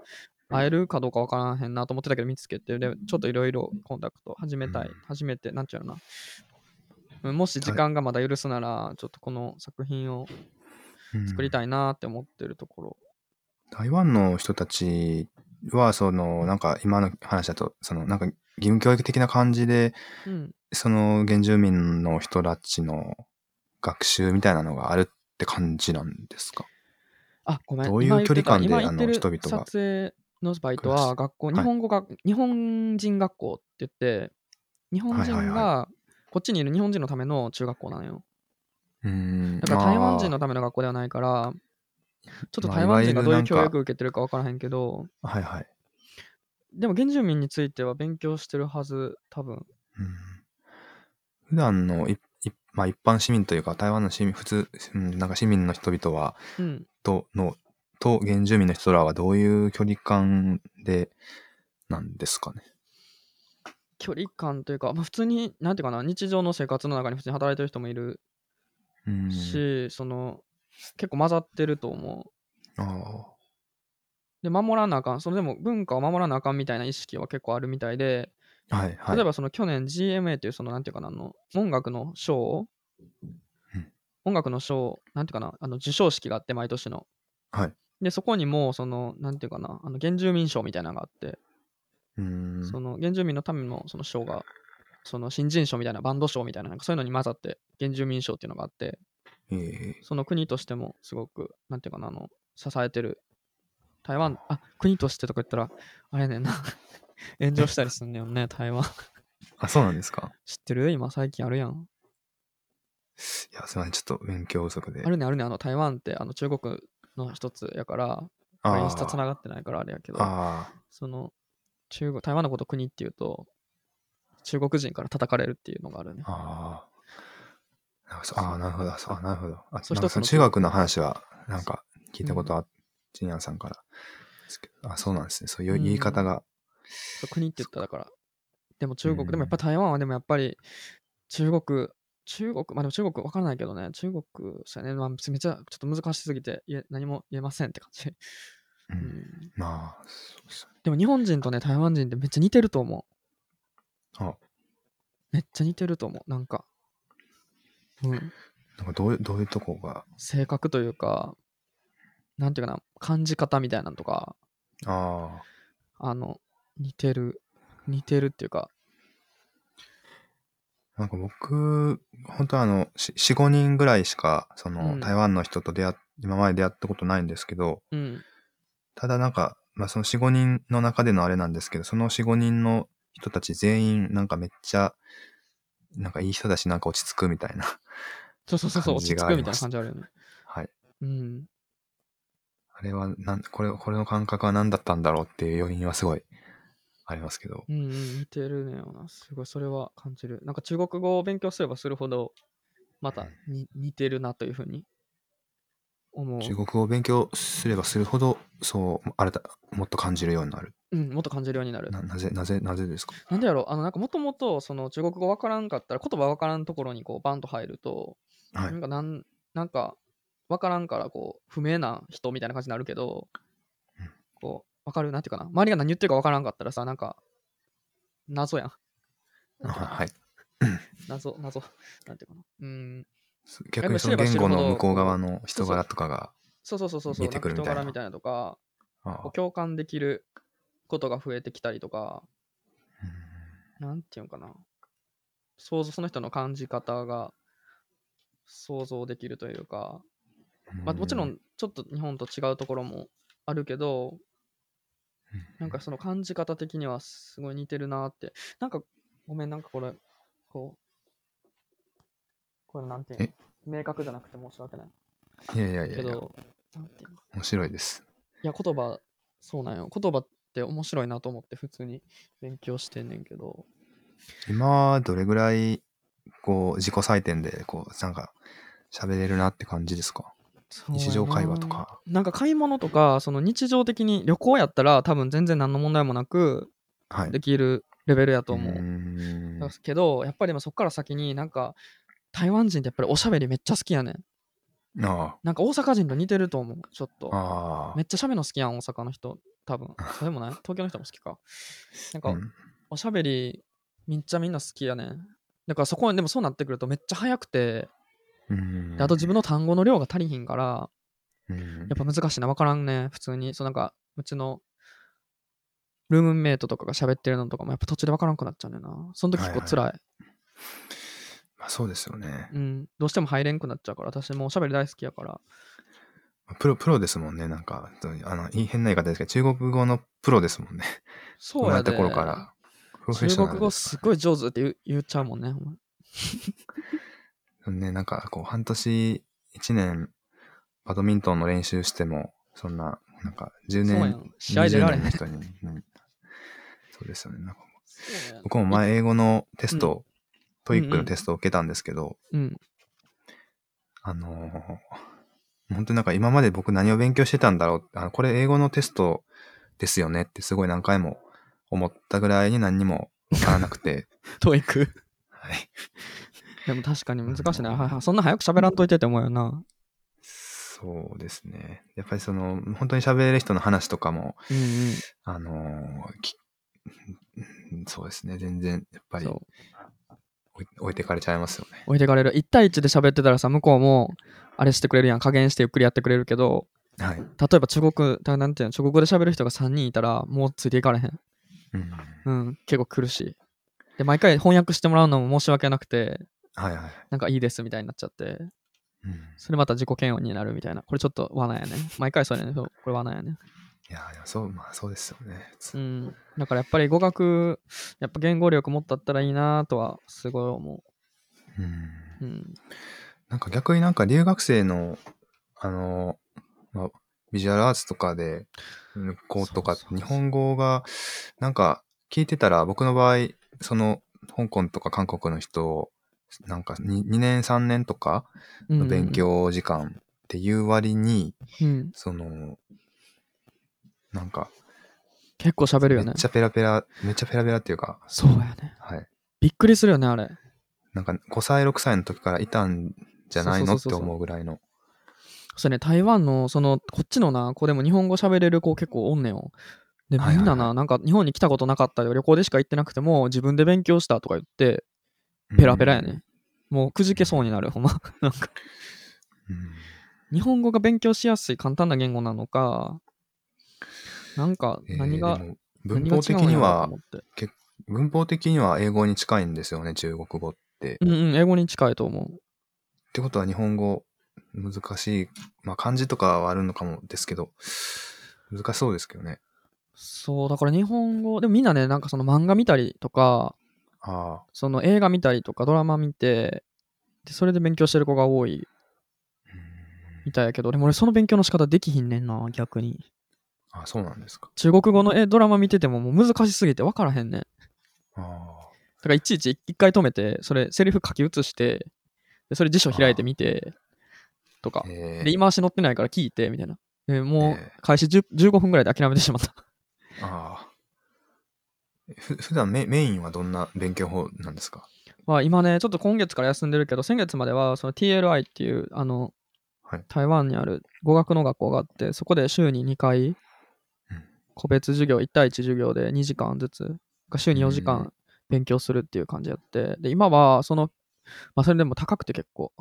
Speaker 1: 会えるかどうかわからへんなと思ってたけど見つけて、で、ちょっといろいろコンタクト始めたい
Speaker 2: うん、
Speaker 1: 初めて、なんちゃうのかな。うんもし時間がまだ許すなら、ちょっとこの作品を作り
Speaker 2: い。
Speaker 1: たいなって思ってるところ。
Speaker 2: 台湾の人たちは、その、なんか今の話だと、その、なんか義務教育的な感じで、
Speaker 1: うん。
Speaker 2: その原住民の人たちの学習みたいなのがあるって感じなんですか
Speaker 1: あ、ごめん。
Speaker 2: どういう
Speaker 1: 今言ってた
Speaker 2: 距離感で
Speaker 1: 今言ってる
Speaker 2: あの人々が
Speaker 1: 撮影のバイト
Speaker 2: 暮ら
Speaker 1: は
Speaker 2: し
Speaker 1: 学校、
Speaker 2: い
Speaker 1: 日本語が、日本人学校って言って、日本人が、
Speaker 2: はいはい
Speaker 1: こっちにいる日本人のための中学校なのよ。
Speaker 2: うん。
Speaker 1: だから台湾人
Speaker 2: あ
Speaker 1: のための学校ではないから、ちょっと
Speaker 2: まあ
Speaker 1: 台湾人がどう
Speaker 2: いわ
Speaker 1: い
Speaker 2: ゆ
Speaker 1: う
Speaker 2: るなんか
Speaker 1: 教育を受けてるか分からへんけど、
Speaker 2: あ。はいはい。
Speaker 1: でも原住民については勉強してるはず、多分。
Speaker 2: うん普段のいいまあ、一般市民というか、台湾の市民、普通、うんなんか市民の人々は、
Speaker 1: うん。
Speaker 2: との、と原住民の人らはどういう距離感で、なんですかね。
Speaker 1: 距離感というか、まあ、普通に、なんていうかな、日常の生活の中に普通に働いてる人もいる
Speaker 2: うん。
Speaker 1: し、その結構混ざってると思う。
Speaker 2: ああ。
Speaker 1: で、守らなあかん、それでも文化を守らなあかんみたいな意識は結構あるみたいで、
Speaker 2: はいはい。
Speaker 1: 例えばその去年 GMA というそのなんていうかな、あの音楽の賞
Speaker 2: うん
Speaker 1: 音楽の賞、なんていうかな、あの授賞式があって、毎年の。
Speaker 2: はい
Speaker 1: で、そこにも、その、なんていうかな、あの原住民賞みたいなのがあって、
Speaker 2: うーん。
Speaker 1: その原住民のためのその賞が、その新人賞みたいな、バンド賞みたいな、なんかそういうのに混ざって、原住民賞っていうのがあって、
Speaker 2: ええ
Speaker 1: その国としてもすごく、なんていうかな、あの、支えてる。台湾、あ、国としてとか言ったら、あれやねんな。 炎上したりすんねんね、台湾。
Speaker 2: あ、そうなんですか。
Speaker 1: 知ってる今最近あるやん。
Speaker 2: いや、すいません。ちょっと勉強不足で。
Speaker 1: あるね、あるね、あの、台湾ってあの中国の一つやから、
Speaker 2: あ
Speaker 1: インスタ
Speaker 2: ー
Speaker 1: つながってないからあれやけど、
Speaker 2: あ
Speaker 1: その、中国、台湾のこと国っていうと、中国人から叩かれるっていうのがあるね
Speaker 2: ー。。あーなんかそうあー、なるほど。そうあなるほど。あ、
Speaker 1: そう
Speaker 2: な
Speaker 1: 一つ
Speaker 2: んか
Speaker 1: の
Speaker 2: その中学の話は、なんか聞いたことあ、ジニアンさんからですけど。あ、そうなんですね。そういう言い方が。
Speaker 1: そう国って言ったらだから、でも中国、
Speaker 2: うん
Speaker 1: でもやっぱ台湾はでもやっぱり中国、中国、まあでも中国わからないけどね、中国、そうやね、まあ、めちゃめちゃちょっと難しすぎて言え何も言えませんって感じ。
Speaker 2: う
Speaker 1: う
Speaker 2: ん
Speaker 1: ん
Speaker 2: まあ、そうですね。
Speaker 1: でも日本人とね、台湾人ってめっちゃ似てると思う。
Speaker 2: あ
Speaker 1: めっちゃ似てると思う、なんか。うん、
Speaker 2: なんかどういう、どういうとこが。
Speaker 1: 性格というか、なんていうかな、感じ方みたいなのとか、
Speaker 2: ああ。
Speaker 1: あの、似てる、似てるっていうか、
Speaker 2: なんか僕、本当はあの、し4、5人ぐらいしか、その、
Speaker 1: うん
Speaker 2: 台湾の人と出会っ、今まで出会ったことないんですけど、
Speaker 1: うん、
Speaker 2: ただなんか、まあその4、5人の中でのあれなんですけど、その4、5人の人たち全員、なんかめっちゃ、なんかいい人だし、なんか落ち着くみたいな。
Speaker 1: そうそうそうそう、
Speaker 2: 感
Speaker 1: 落
Speaker 2: じ
Speaker 1: ち
Speaker 2: が
Speaker 1: 着
Speaker 2: あ
Speaker 1: く
Speaker 2: り
Speaker 1: みたい
Speaker 2: ま
Speaker 1: な
Speaker 2: す
Speaker 1: 感じあるよね。
Speaker 2: はい。
Speaker 1: うん、
Speaker 2: あれは、なん、これ、これの感覚は何だったんだろうっていう余韻はすごいありますけど。
Speaker 1: うんうん、似てるねよな。すごい、それは感じる。なんか中国語を勉強すればするほど、またに似てるなというふうに思う。
Speaker 2: 中国語を勉強すればするほど、そう、あれだ、もっと感じるようになる。
Speaker 1: うん、もっと感じるようになる。
Speaker 2: ななぜ、なぜ、なぜですか
Speaker 1: なんでやろうあの、なんかもともと、その中国語わからんかったら、言葉わからんところにこう、バンと入ると、
Speaker 2: はい
Speaker 1: なんかなん、なんか、わからんから、こう、不明な人みたいな感じになるけど
Speaker 2: うん、
Speaker 1: こう、わかるなんていうかな。周りが何言ってるかわからんかったらさ、なんか、謎やん。
Speaker 2: あはい。
Speaker 1: 謎、謎。なんていうかな。うん。
Speaker 2: 逆にその言語の向こう側の人柄とかが、
Speaker 1: そうそうそうそうそう、
Speaker 2: 見てくるみたいな
Speaker 1: なんか人柄みたいなとか、
Speaker 2: あ
Speaker 1: こう共感できることが増えてきたりとか、
Speaker 2: あ
Speaker 1: なんていうのかな。想像、その人の感じ方が想像できるというか、
Speaker 2: う
Speaker 1: まあ、もちろ
Speaker 2: うん
Speaker 1: ちょっと日本と違うところもあるけど、なんかその感じ方的にはすごい似てるなって。なんか、ごめん、なんかこれ、こう、これなんていうの明確じゃなくて申し訳ない。
Speaker 2: いやいやいや
Speaker 1: け
Speaker 2: いや、
Speaker 1: ど、なんていうの
Speaker 2: 面白いです。
Speaker 1: いや、言葉、そうなんよ。言葉って面白いなと思って普通に勉強してんねんけど。
Speaker 2: 今はどれぐらい、こう、自己採点で、こう、なんか、喋れるなって感じですか
Speaker 1: そうやな
Speaker 2: 日常会話と。か。
Speaker 1: なんか買い物とか、その日常的に旅行やったら多分全然何の問題もなく
Speaker 2: はい。
Speaker 1: できるレベルやと思う。
Speaker 2: うーん
Speaker 1: だけど、やっぱりまあそっから先になんか台湾人ってやっぱりおしゃべりめっちゃ好きやねん。
Speaker 2: あ
Speaker 1: なんか大阪人と似てると思う。ちょっと
Speaker 2: あ。。ああ
Speaker 1: めっちゃしゃべるの好きやん、大阪の人。多 分。そうでもない東京の人も好きか。なんか、
Speaker 2: うん
Speaker 1: おしゃべりめっちゃみんな好きやねん。だからそこはでもそうなってくるとめっちゃ早くて、
Speaker 2: うん
Speaker 1: であと自分の単語の量が足りひんから、
Speaker 2: うん
Speaker 1: やっぱ難しいな、わからんね、普通に。そうなんか、うちのルームメイトとかが喋ってるのとかもやっぱ途中でわからんくなっちゃうねんな。その時結構辛い。
Speaker 2: まあ、そうですよね。
Speaker 1: うん。どうしても入れんくなっちゃうから、私もうおしゃべり大好きやから。
Speaker 2: プロ、プロですもんね。なんか、あの、いい変な言い方ですけど、中国語のプロですもんね。
Speaker 1: そ
Speaker 2: 生
Speaker 1: う
Speaker 2: ま
Speaker 1: や
Speaker 2: れ
Speaker 1: で。
Speaker 2: た頃から。プロフェッショ
Speaker 1: 中
Speaker 2: ナル
Speaker 1: 国語すっごい上手って言う言っちゃうもんね。ほんま
Speaker 2: ね、なんか、こう、半年、一年、バドミントンの練習しても、そんな、なんか、10
Speaker 1: そうや
Speaker 2: 年
Speaker 1: ん。、試合出られ
Speaker 2: 20
Speaker 1: へん
Speaker 2: 年の。人に、うんそうですよね。なんか
Speaker 1: そうやん
Speaker 2: 僕も前、英語のテスト、トイック
Speaker 1: うんう
Speaker 2: の
Speaker 1: ん
Speaker 2: テストを受けたんですけど、
Speaker 1: うん。
Speaker 2: あのー本当になんか今まで僕何を勉強してたんだろうあの、これ英語のテストですよねってすごい何回も思ったぐらいに何にもわからな くて、
Speaker 1: トイック。
Speaker 2: はい。
Speaker 1: でも確かに難しいな。はいはいそんな早く喋らんといてって思うよな。
Speaker 2: そうですね。やっぱりその、本当に喋れる人の話とかも、
Speaker 1: うんうん。
Speaker 2: あのーきうんそうですね。全然、やっぱり
Speaker 1: そう
Speaker 2: 置。い置いてかれちゃいますよね。
Speaker 1: 置いてかれる。1対1で喋ってたらさ、向こうも、あれしてくれるやん。加減してゆっくりやってくれるけど、
Speaker 2: はい。
Speaker 1: 例えば中国、だなんていうの、中国語で喋る人が3人いたら、もうついていかれへん。
Speaker 2: うん、
Speaker 1: うん。結構苦しい。で、毎回翻訳してもらうのも申し訳なくて、
Speaker 2: はいはい。
Speaker 1: なんかいいですみたいになっちゃって、
Speaker 2: うん、い
Speaker 1: それまた自己嫌悪になるみたいな。これちょっと罠やね。毎回それね。そうこれ罠やね。
Speaker 2: や、でもそう、まあそうですよね。
Speaker 1: うん。だからやっぱり語学、やっぱ言語力持ったったらいいなとは、すごい思
Speaker 2: うん
Speaker 1: う。うん。
Speaker 2: なんか逆になんか留学生の、あの、まあ、ビジュアルアーツとかで、うんこうとか
Speaker 1: そうそう、そう
Speaker 2: 日本語が、なんか聞いてたら、僕の場合、その、香港とか韓国の人を、なんか 2, 2年3年とか
Speaker 1: うんうんう
Speaker 2: の
Speaker 1: ん
Speaker 2: 勉。強時間っていう割に、
Speaker 1: うん。
Speaker 2: その、なんか、
Speaker 1: 結構喋る
Speaker 2: め
Speaker 1: よ
Speaker 2: っ
Speaker 1: ね。
Speaker 2: ちゃペラペラ、めっちゃペラペラっていうか、
Speaker 1: そうやね。
Speaker 2: はい。
Speaker 1: びっくりするよね、あれ。
Speaker 2: なんか5歳、6歳の時からいたんじゃないの
Speaker 1: そう
Speaker 2: っ
Speaker 1: そうそうそ
Speaker 2: て
Speaker 1: う
Speaker 2: 思うぐらいの。
Speaker 1: そうね、台湾の、その、こっちのな、子でも日本語喋れる子結構おんねんよ。で、み
Speaker 2: はいはいはい
Speaker 1: んなな、なんか日本に来たことなかったよ、旅行でしか行ってなくても、自分で勉強したとか言って、ペラペラやね。もうくじけそうになる、ほんま。 なんか、
Speaker 2: うん。
Speaker 1: 日本語が勉強しやすい簡単な言語なのか、なんか、
Speaker 2: えー
Speaker 1: 何が、
Speaker 2: でも
Speaker 1: 何が違う
Speaker 2: 文法
Speaker 1: ん
Speaker 2: 的
Speaker 1: やろう
Speaker 2: に
Speaker 1: と
Speaker 2: は
Speaker 1: 思って
Speaker 2: 文法的には英語に近いんですよね中国語って。
Speaker 1: う
Speaker 2: っ
Speaker 1: んうん、英語に近いと思う。
Speaker 2: てことは日本語難しい、まあ、漢字とかはあるのかもですけど難しそうですけどね。
Speaker 1: そう、だから日本語、でもみんなね、なんかその漫画見たりとか、
Speaker 2: ああ。
Speaker 1: その映画見たりとかドラマ見て、でそれで勉強してる子が多いみたいやけど、でも俺その勉強の仕方できひんねんな、逆に。
Speaker 2: あ、そうなんですか。
Speaker 1: 中国語のえドラマ見ててももう難しすぎて分からへんねん。
Speaker 2: あ
Speaker 1: だからいちいち一回止めて、それセリフ書き写して、でそれ辞書開いてみて、とか
Speaker 2: あ。。へ
Speaker 1: で、
Speaker 2: え
Speaker 1: 言い回し載ってないから聞いて、みたいな。でも
Speaker 2: ええ
Speaker 1: う開始10 15分ぐらいで諦めてしまった。
Speaker 2: ああ。ふ普段メメインはどんな勉強法なんですか
Speaker 1: まあ、今ね、ちょっと今月から休んでるけど、先月まではその TLI っていう、あの、
Speaker 2: はい
Speaker 1: 台湾にある語学の学校があって、そこで週に2回、個別授業、1対1授業で2時間ずつ、が週に4時
Speaker 2: うん
Speaker 1: 間勉強するっていう感じやって、で、今はその、まあ、それでも高くて結構。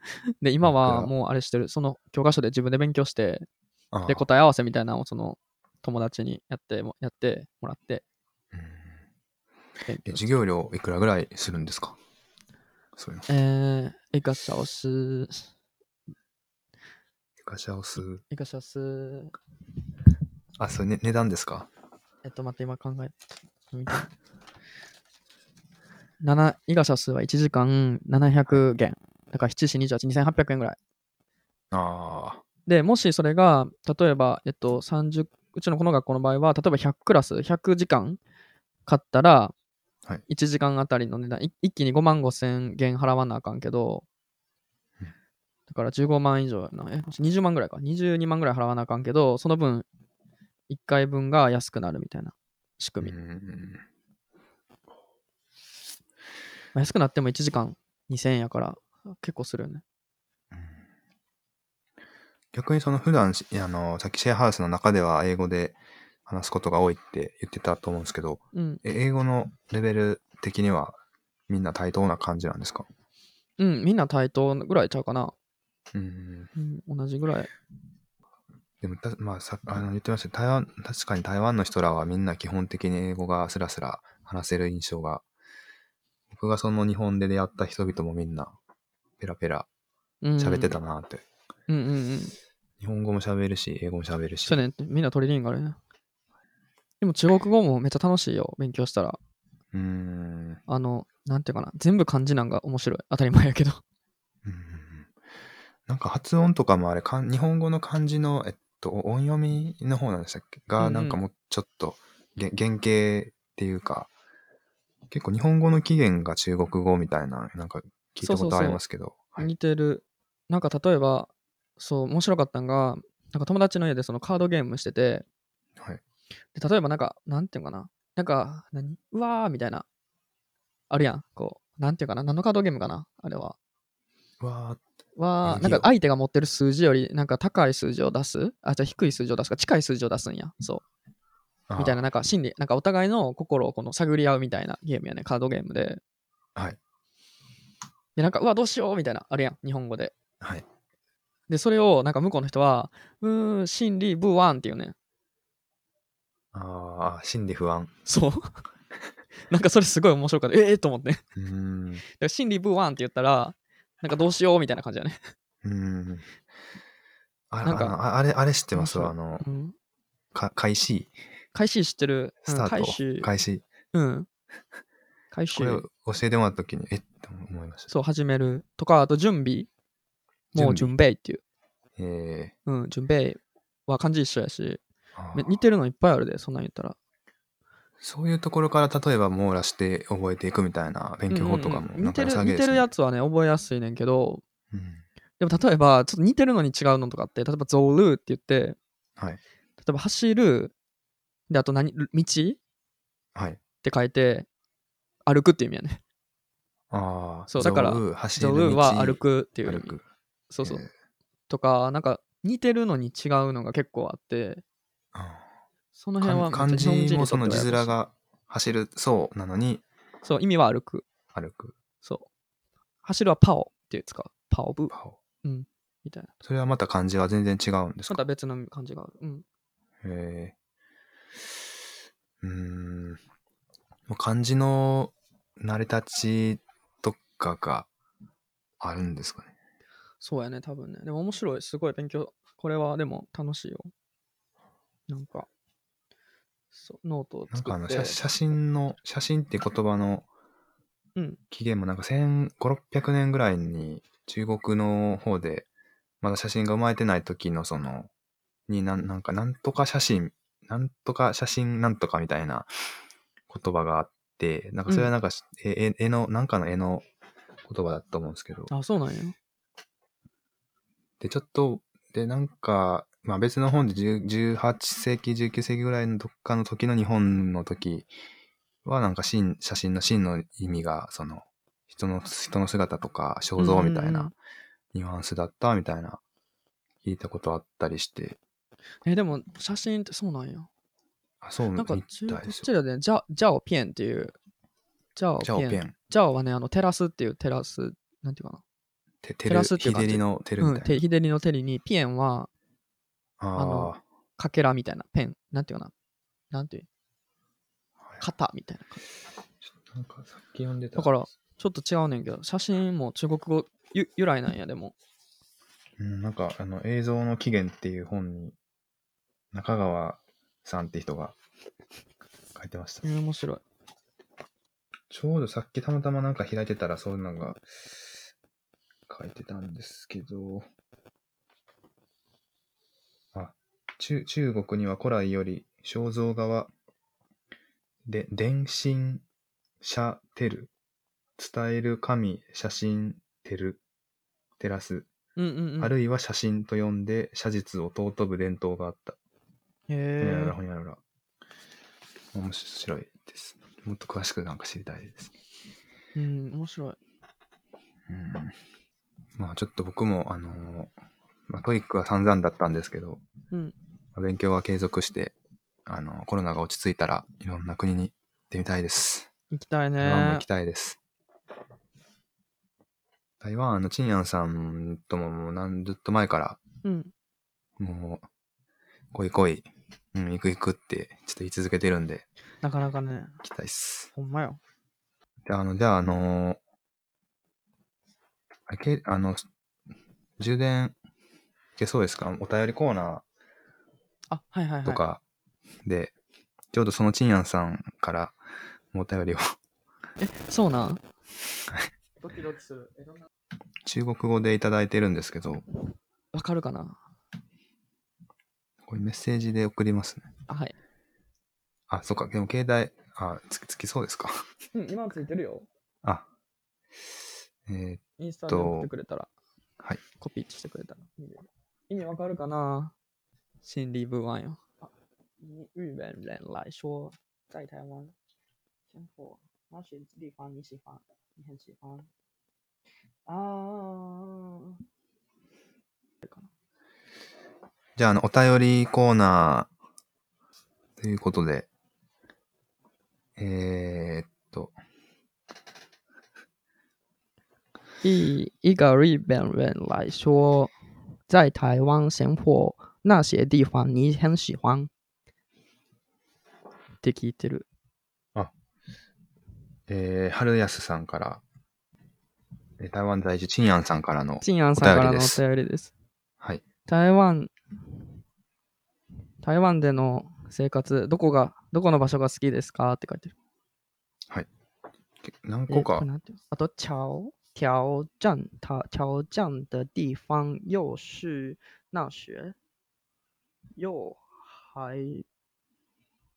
Speaker 1: で、今はもうあれしてる、その教科書で自分で勉強して、
Speaker 2: ああ
Speaker 1: で、答え合わせみたいなのをその友達にやってもやってもらって
Speaker 2: うん
Speaker 1: 勉
Speaker 2: え
Speaker 1: 強して
Speaker 2: 授業料いくらぐらいするんですかそういうの。
Speaker 1: えー、一个小时。
Speaker 2: ガシャオス。
Speaker 1: 一个小时。
Speaker 2: あ、それ、ね、値段ですか
Speaker 1: えっと、待って、今考えてみて。7、イガシャスは1時間700元。だから7、4、28、2800円ぐらい。
Speaker 2: ああ。
Speaker 1: で、もしそれが、例えば、えっと、30、うちのこの学校の場合は、例えば100クラス、100時間買ったら、
Speaker 2: はい
Speaker 1: 1時間あたりの値段、い一気に5万5千元払わなあかんけど
Speaker 2: うん、
Speaker 1: だから15万以上やな。え、20万ぐらいか。22万ぐらい払わなあかんけど、その分、1回分が安くなるみたいな仕
Speaker 2: う
Speaker 1: 組み。
Speaker 2: ん。
Speaker 1: まあ安くなっても1時間2000円やから結構するよね。
Speaker 2: 逆にその普段しあのさっきシェアハウスの中では英語で話すことが多いって言ってたと思うんですけど
Speaker 1: うん。
Speaker 2: え英語のレベル的にはみんな対等な感じなんですか
Speaker 1: うん、みんな対等ぐらいちゃうかな。
Speaker 2: うん
Speaker 1: うん、同じぐらい。
Speaker 2: でもた、まあ、さあの言ってましたけど台湾確かに台湾の人らはみんな基本的に英語がスラスラ話せる印象が僕がその日本で出会った人々もみんなペラペラ
Speaker 1: うん
Speaker 2: 喋ってた。なって、
Speaker 1: うんうんうん。
Speaker 2: 日本語も喋るし英語も喋るし
Speaker 1: そうやね、みんなトリリンガルやね。でも中国語もめっちゃ楽しいよ、勉強したら。
Speaker 2: うーん
Speaker 1: あの、なんていうかな、全部漢字なんか面白い。当たり前やけど。
Speaker 2: うんなんか発音とかもあれ、かん日本語の漢字の、えっと、音読みの方なんでしたっけ
Speaker 1: うんう
Speaker 2: が、
Speaker 1: ん
Speaker 2: なんかもうちょっとげ原型っていうか、結構日本語の起源が中国語みたいな、なんか聞いた
Speaker 1: そうそ
Speaker 2: こ
Speaker 1: う
Speaker 2: と
Speaker 1: そう
Speaker 2: ありますけど。はい
Speaker 1: 似てる。なんか例えば、そう、面白かったんが、なんか友達の家でそのカードゲームしてて、
Speaker 2: はい
Speaker 1: で例えばなんか、なんていうのかな、なんか、何うわーみたいな、あるやん、こう、なんていうかな、何のカードゲームかな、あれは。
Speaker 2: わ
Speaker 1: は、
Speaker 2: いい
Speaker 1: な
Speaker 2: よ
Speaker 1: んか相手が持ってる数字より、なんか高い数字を出す、あ、じゃあ低い数字を出すか、近い数字を出すんや、そう、
Speaker 2: ー
Speaker 1: みたいな、。なんか心理、なんかお互いの心をこの探り合うみたいなゲームやね、カードゲームで。
Speaker 2: あーはい。
Speaker 1: で、なんか、うわ、どうしようみたいな、あるやん、日本語で。
Speaker 2: はい。
Speaker 1: で、それをなんか向こうの人は、うーん、心理ブワンっていうねん。
Speaker 2: ああ、心理不安。
Speaker 1: そう。 なんかそれすごい面白かった。ええと思って。だ か
Speaker 2: うーん。う
Speaker 1: ら心理ブワンって言ったら、なんかどうしようみたいな感じだね。
Speaker 2: ーん。あ
Speaker 1: なんか
Speaker 2: あのああれ、あれ知ってます
Speaker 1: 面白い
Speaker 2: あの、
Speaker 1: うん。
Speaker 2: か、開始、
Speaker 1: 開始してる。
Speaker 2: スタ
Speaker 1: うん、開
Speaker 2: ー
Speaker 1: 始
Speaker 2: ト、。開始。
Speaker 1: うん。開
Speaker 2: こ
Speaker 1: 始
Speaker 2: れ。を教えてもらったときに、えっって思いました。
Speaker 1: そう、始める。とか、あと準備。もう準備っていう。
Speaker 2: えー
Speaker 1: うん、準備は漢字一緒やし、
Speaker 2: あ
Speaker 1: め
Speaker 2: ー
Speaker 1: 似てるのいっぱいあるで、そんなん言ったら。
Speaker 2: そういうところから例えば網羅して覚えていくみたいな勉強法とか
Speaker 1: うん
Speaker 2: も
Speaker 1: うんうん似
Speaker 2: なんか
Speaker 1: て
Speaker 2: 良
Speaker 1: る、
Speaker 2: さ
Speaker 1: 似
Speaker 2: げで
Speaker 1: て
Speaker 2: す
Speaker 1: る
Speaker 2: ね、
Speaker 1: やつはね、覚えやすいねんけど、
Speaker 2: うん
Speaker 1: でも例えば、ちょっと似てるのに違うのとかって、例えばゾウルーって言って、
Speaker 2: はい
Speaker 1: 例えば走る、で、あと何、道って
Speaker 2: はい。
Speaker 1: 書いて、歩くっていう意味やね。
Speaker 2: ああ、
Speaker 1: そうだから
Speaker 2: ゾウ走
Speaker 1: ゾ
Speaker 2: る
Speaker 1: ウ
Speaker 2: 道
Speaker 1: ルーは歩くっていう意
Speaker 2: 歩
Speaker 1: 味。
Speaker 2: く。
Speaker 1: そうそう。
Speaker 2: えー
Speaker 1: とか、なんか似てるのに違うのが結構あって、
Speaker 2: あ
Speaker 1: その
Speaker 2: ー
Speaker 1: 辺は
Speaker 2: 漢漢
Speaker 1: めっちゃ日本
Speaker 2: 字
Speaker 1: 人
Speaker 2: も
Speaker 1: にとって
Speaker 2: そ
Speaker 1: は
Speaker 2: の字面
Speaker 1: やや
Speaker 2: が走るそうなのに
Speaker 1: こしい。そう、意味は歩く。
Speaker 2: 歩く。
Speaker 1: そう。走るはパオっていう使う。パオブ
Speaker 2: パオ
Speaker 1: みたいな。
Speaker 2: それはまた漢字は全然違うんです
Speaker 1: ま
Speaker 2: か
Speaker 1: た別の感じがある。うん。
Speaker 2: へえ。うーん。もう漢字の成り立ちとかがあるんですかね。
Speaker 1: そうやね、多分ね。でも面白い、すごい勉強。これはでも楽しいよ。なんか、そうノートを
Speaker 2: なん
Speaker 1: 作
Speaker 2: かあ
Speaker 1: っ
Speaker 2: の
Speaker 1: て。
Speaker 2: 写写真の写真って言葉の
Speaker 1: うん
Speaker 2: 起源もなんか1500600年ぐらいに中国の方でまだ写真が生まれてない時のそのになんなんか、なんとか写真、なんとか写真なんとかみたいな言葉があって、なんかそれはなんか、え絵絵の、なんかの絵の言葉だと思うんですけど、
Speaker 1: あ、そうなんや。
Speaker 2: で、ちょっと、で、なんか、まあ別の本で10 18世紀、19世紀ぐらいのどっかの時の日本の時は、なんか真写真の真の意味が、その、人の、人の姿とか肖像みた
Speaker 1: う
Speaker 2: い
Speaker 1: んうんうん
Speaker 2: なニュアンスだったみたいな、聞いたことあったりして、
Speaker 1: え、でも写真ってそうなんや。
Speaker 2: あ、そうみ
Speaker 1: なん
Speaker 2: た
Speaker 1: か
Speaker 2: い
Speaker 1: 中国
Speaker 2: です
Speaker 1: 地
Speaker 2: よ。
Speaker 1: だね、ジャジャオピエンっていう、ジャオ
Speaker 2: じゃあ、お
Speaker 1: ピエン。
Speaker 2: ペン。
Speaker 1: ジャオはね、あの、テラスっていうテラス、なんていうか
Speaker 2: て、て
Speaker 1: 照
Speaker 2: る、
Speaker 1: らすってい
Speaker 2: 日
Speaker 1: う感
Speaker 2: 照
Speaker 1: じ
Speaker 2: りのてる
Speaker 1: な。う
Speaker 2: み
Speaker 1: ん、
Speaker 2: たい
Speaker 1: て
Speaker 2: な。
Speaker 1: 左のテリに、ピエンはあの
Speaker 2: ああ、
Speaker 1: かけらみたいな、ペン、なんていうかな。なんていう
Speaker 2: はい
Speaker 1: 型みたいな感じ。
Speaker 2: ちょっとなんかさっき読んでた。
Speaker 1: だから、ちょっと違うねんけど、写真も中国語ゆ由来なんや、でも。
Speaker 2: うん、なんか、あの、映像の起源っていう本に、中川さんって人が書いてました
Speaker 1: え。ー面白い。
Speaker 2: ちょうどさっきたまたまなんか開いてたら、そういうのが書いてたんですけど、あ、中中国には古来より肖像画は、で、伝心写てる、伝える神写真てる、照らす、
Speaker 1: うんうんうん。
Speaker 2: あるいは写真と呼んで写実を尊ぶ伝統があった。
Speaker 1: へ
Speaker 2: ほにゃらら
Speaker 1: え
Speaker 2: ほにゃらら。面白いです。もっと詳しくなんか知りたいです。
Speaker 1: うん、面白い。
Speaker 2: うん、まあちょっと僕も、あのーまあ、トイックは散々だったんですけど、
Speaker 1: うん
Speaker 2: まあ勉強は継続して、あのコロナが落ち着いたらいろんな国に行ってみたいです。
Speaker 1: 行きたい
Speaker 2: 台湾も
Speaker 1: ね
Speaker 2: 行き。たいです。台湾、あの、チンヤンさんとももうなんずっと前から
Speaker 1: うん。
Speaker 2: もう、来い来い、うん、行く行くって、ちょっと言い続けてるんで、
Speaker 1: なかなかね、
Speaker 2: 行きたいっす。
Speaker 1: ほんまよ。
Speaker 2: で、あの、じゃあ、あのーあけ、あの、充電、いけそうですかお便りコーナ
Speaker 1: あ、はいはいはい。
Speaker 2: ーとかで、ちょうどそのちんやんさんから、お便りを、
Speaker 1: そうなんドキドキする。えどんな
Speaker 2: 中国語でいただいてるんですけど、
Speaker 1: わかるかな
Speaker 2: これメッセージで送りますね。
Speaker 1: あ、はい。
Speaker 2: あ、そっか、でも携帯、あ、つきつきそうですか。
Speaker 1: うん、今ついてるよ。
Speaker 2: あ、えー、
Speaker 1: インスタで送ってくれたら、
Speaker 2: はい。
Speaker 1: コピーしてくれたら。いいね意味わかるかな心理不安よ。あ以日本人来说，在台湾生活哪些地方你喜欢？你很喜欢？啊，
Speaker 2: じゃあ、あの、お便りコーナー、ということで、えー、っと、
Speaker 1: 一一个日本人来说，在台湾生活那些地方你很喜欢？って聞いてる。
Speaker 2: えー、春安さんから、えー台湾在住、チンアンさんからの、
Speaker 1: 陳安さんからの
Speaker 2: お便りで
Speaker 1: お
Speaker 2: す
Speaker 1: 便りです。
Speaker 2: はい。
Speaker 1: 台湾台湾での生活どこがどこの場所が好きですかって書いてる。
Speaker 2: け何
Speaker 1: え
Speaker 2: 個
Speaker 1: こ
Speaker 2: か
Speaker 1: れ、なんていうのあと乔挑战它挑战的地方又是那学又还嗯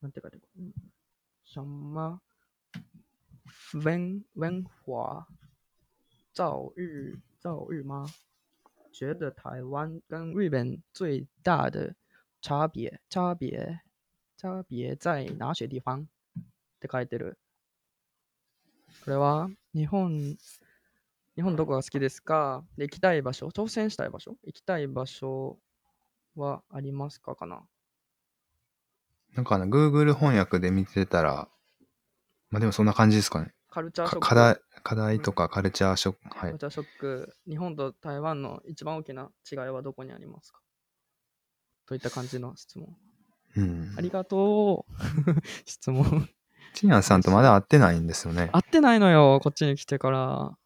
Speaker 1: なんて書いてるうん什么文文化遭遇遭遇吗？觉得台湾跟日本最大的差别差别差别在哪些地方？って書いてる。これは日本日本どこが好きですかで行きたい場所挑戦したい場所行きたい場所はありますかかな
Speaker 2: なんかあの、Google 翻訳で見てたら、まあでもそんな感じですかね。
Speaker 1: カルチャーショ
Speaker 2: か
Speaker 1: ック
Speaker 2: 課題、課題とかカルチャーショック、は
Speaker 1: カ
Speaker 2: い
Speaker 1: ル。チャーショック日本と台湾の一番大きな違いはどこにありますかといった感じの質問
Speaker 2: うん
Speaker 1: あ。りがとう 質問
Speaker 2: チンアンさんとまだ会ってないんですよね。
Speaker 1: 合ってないのよこっちに来てから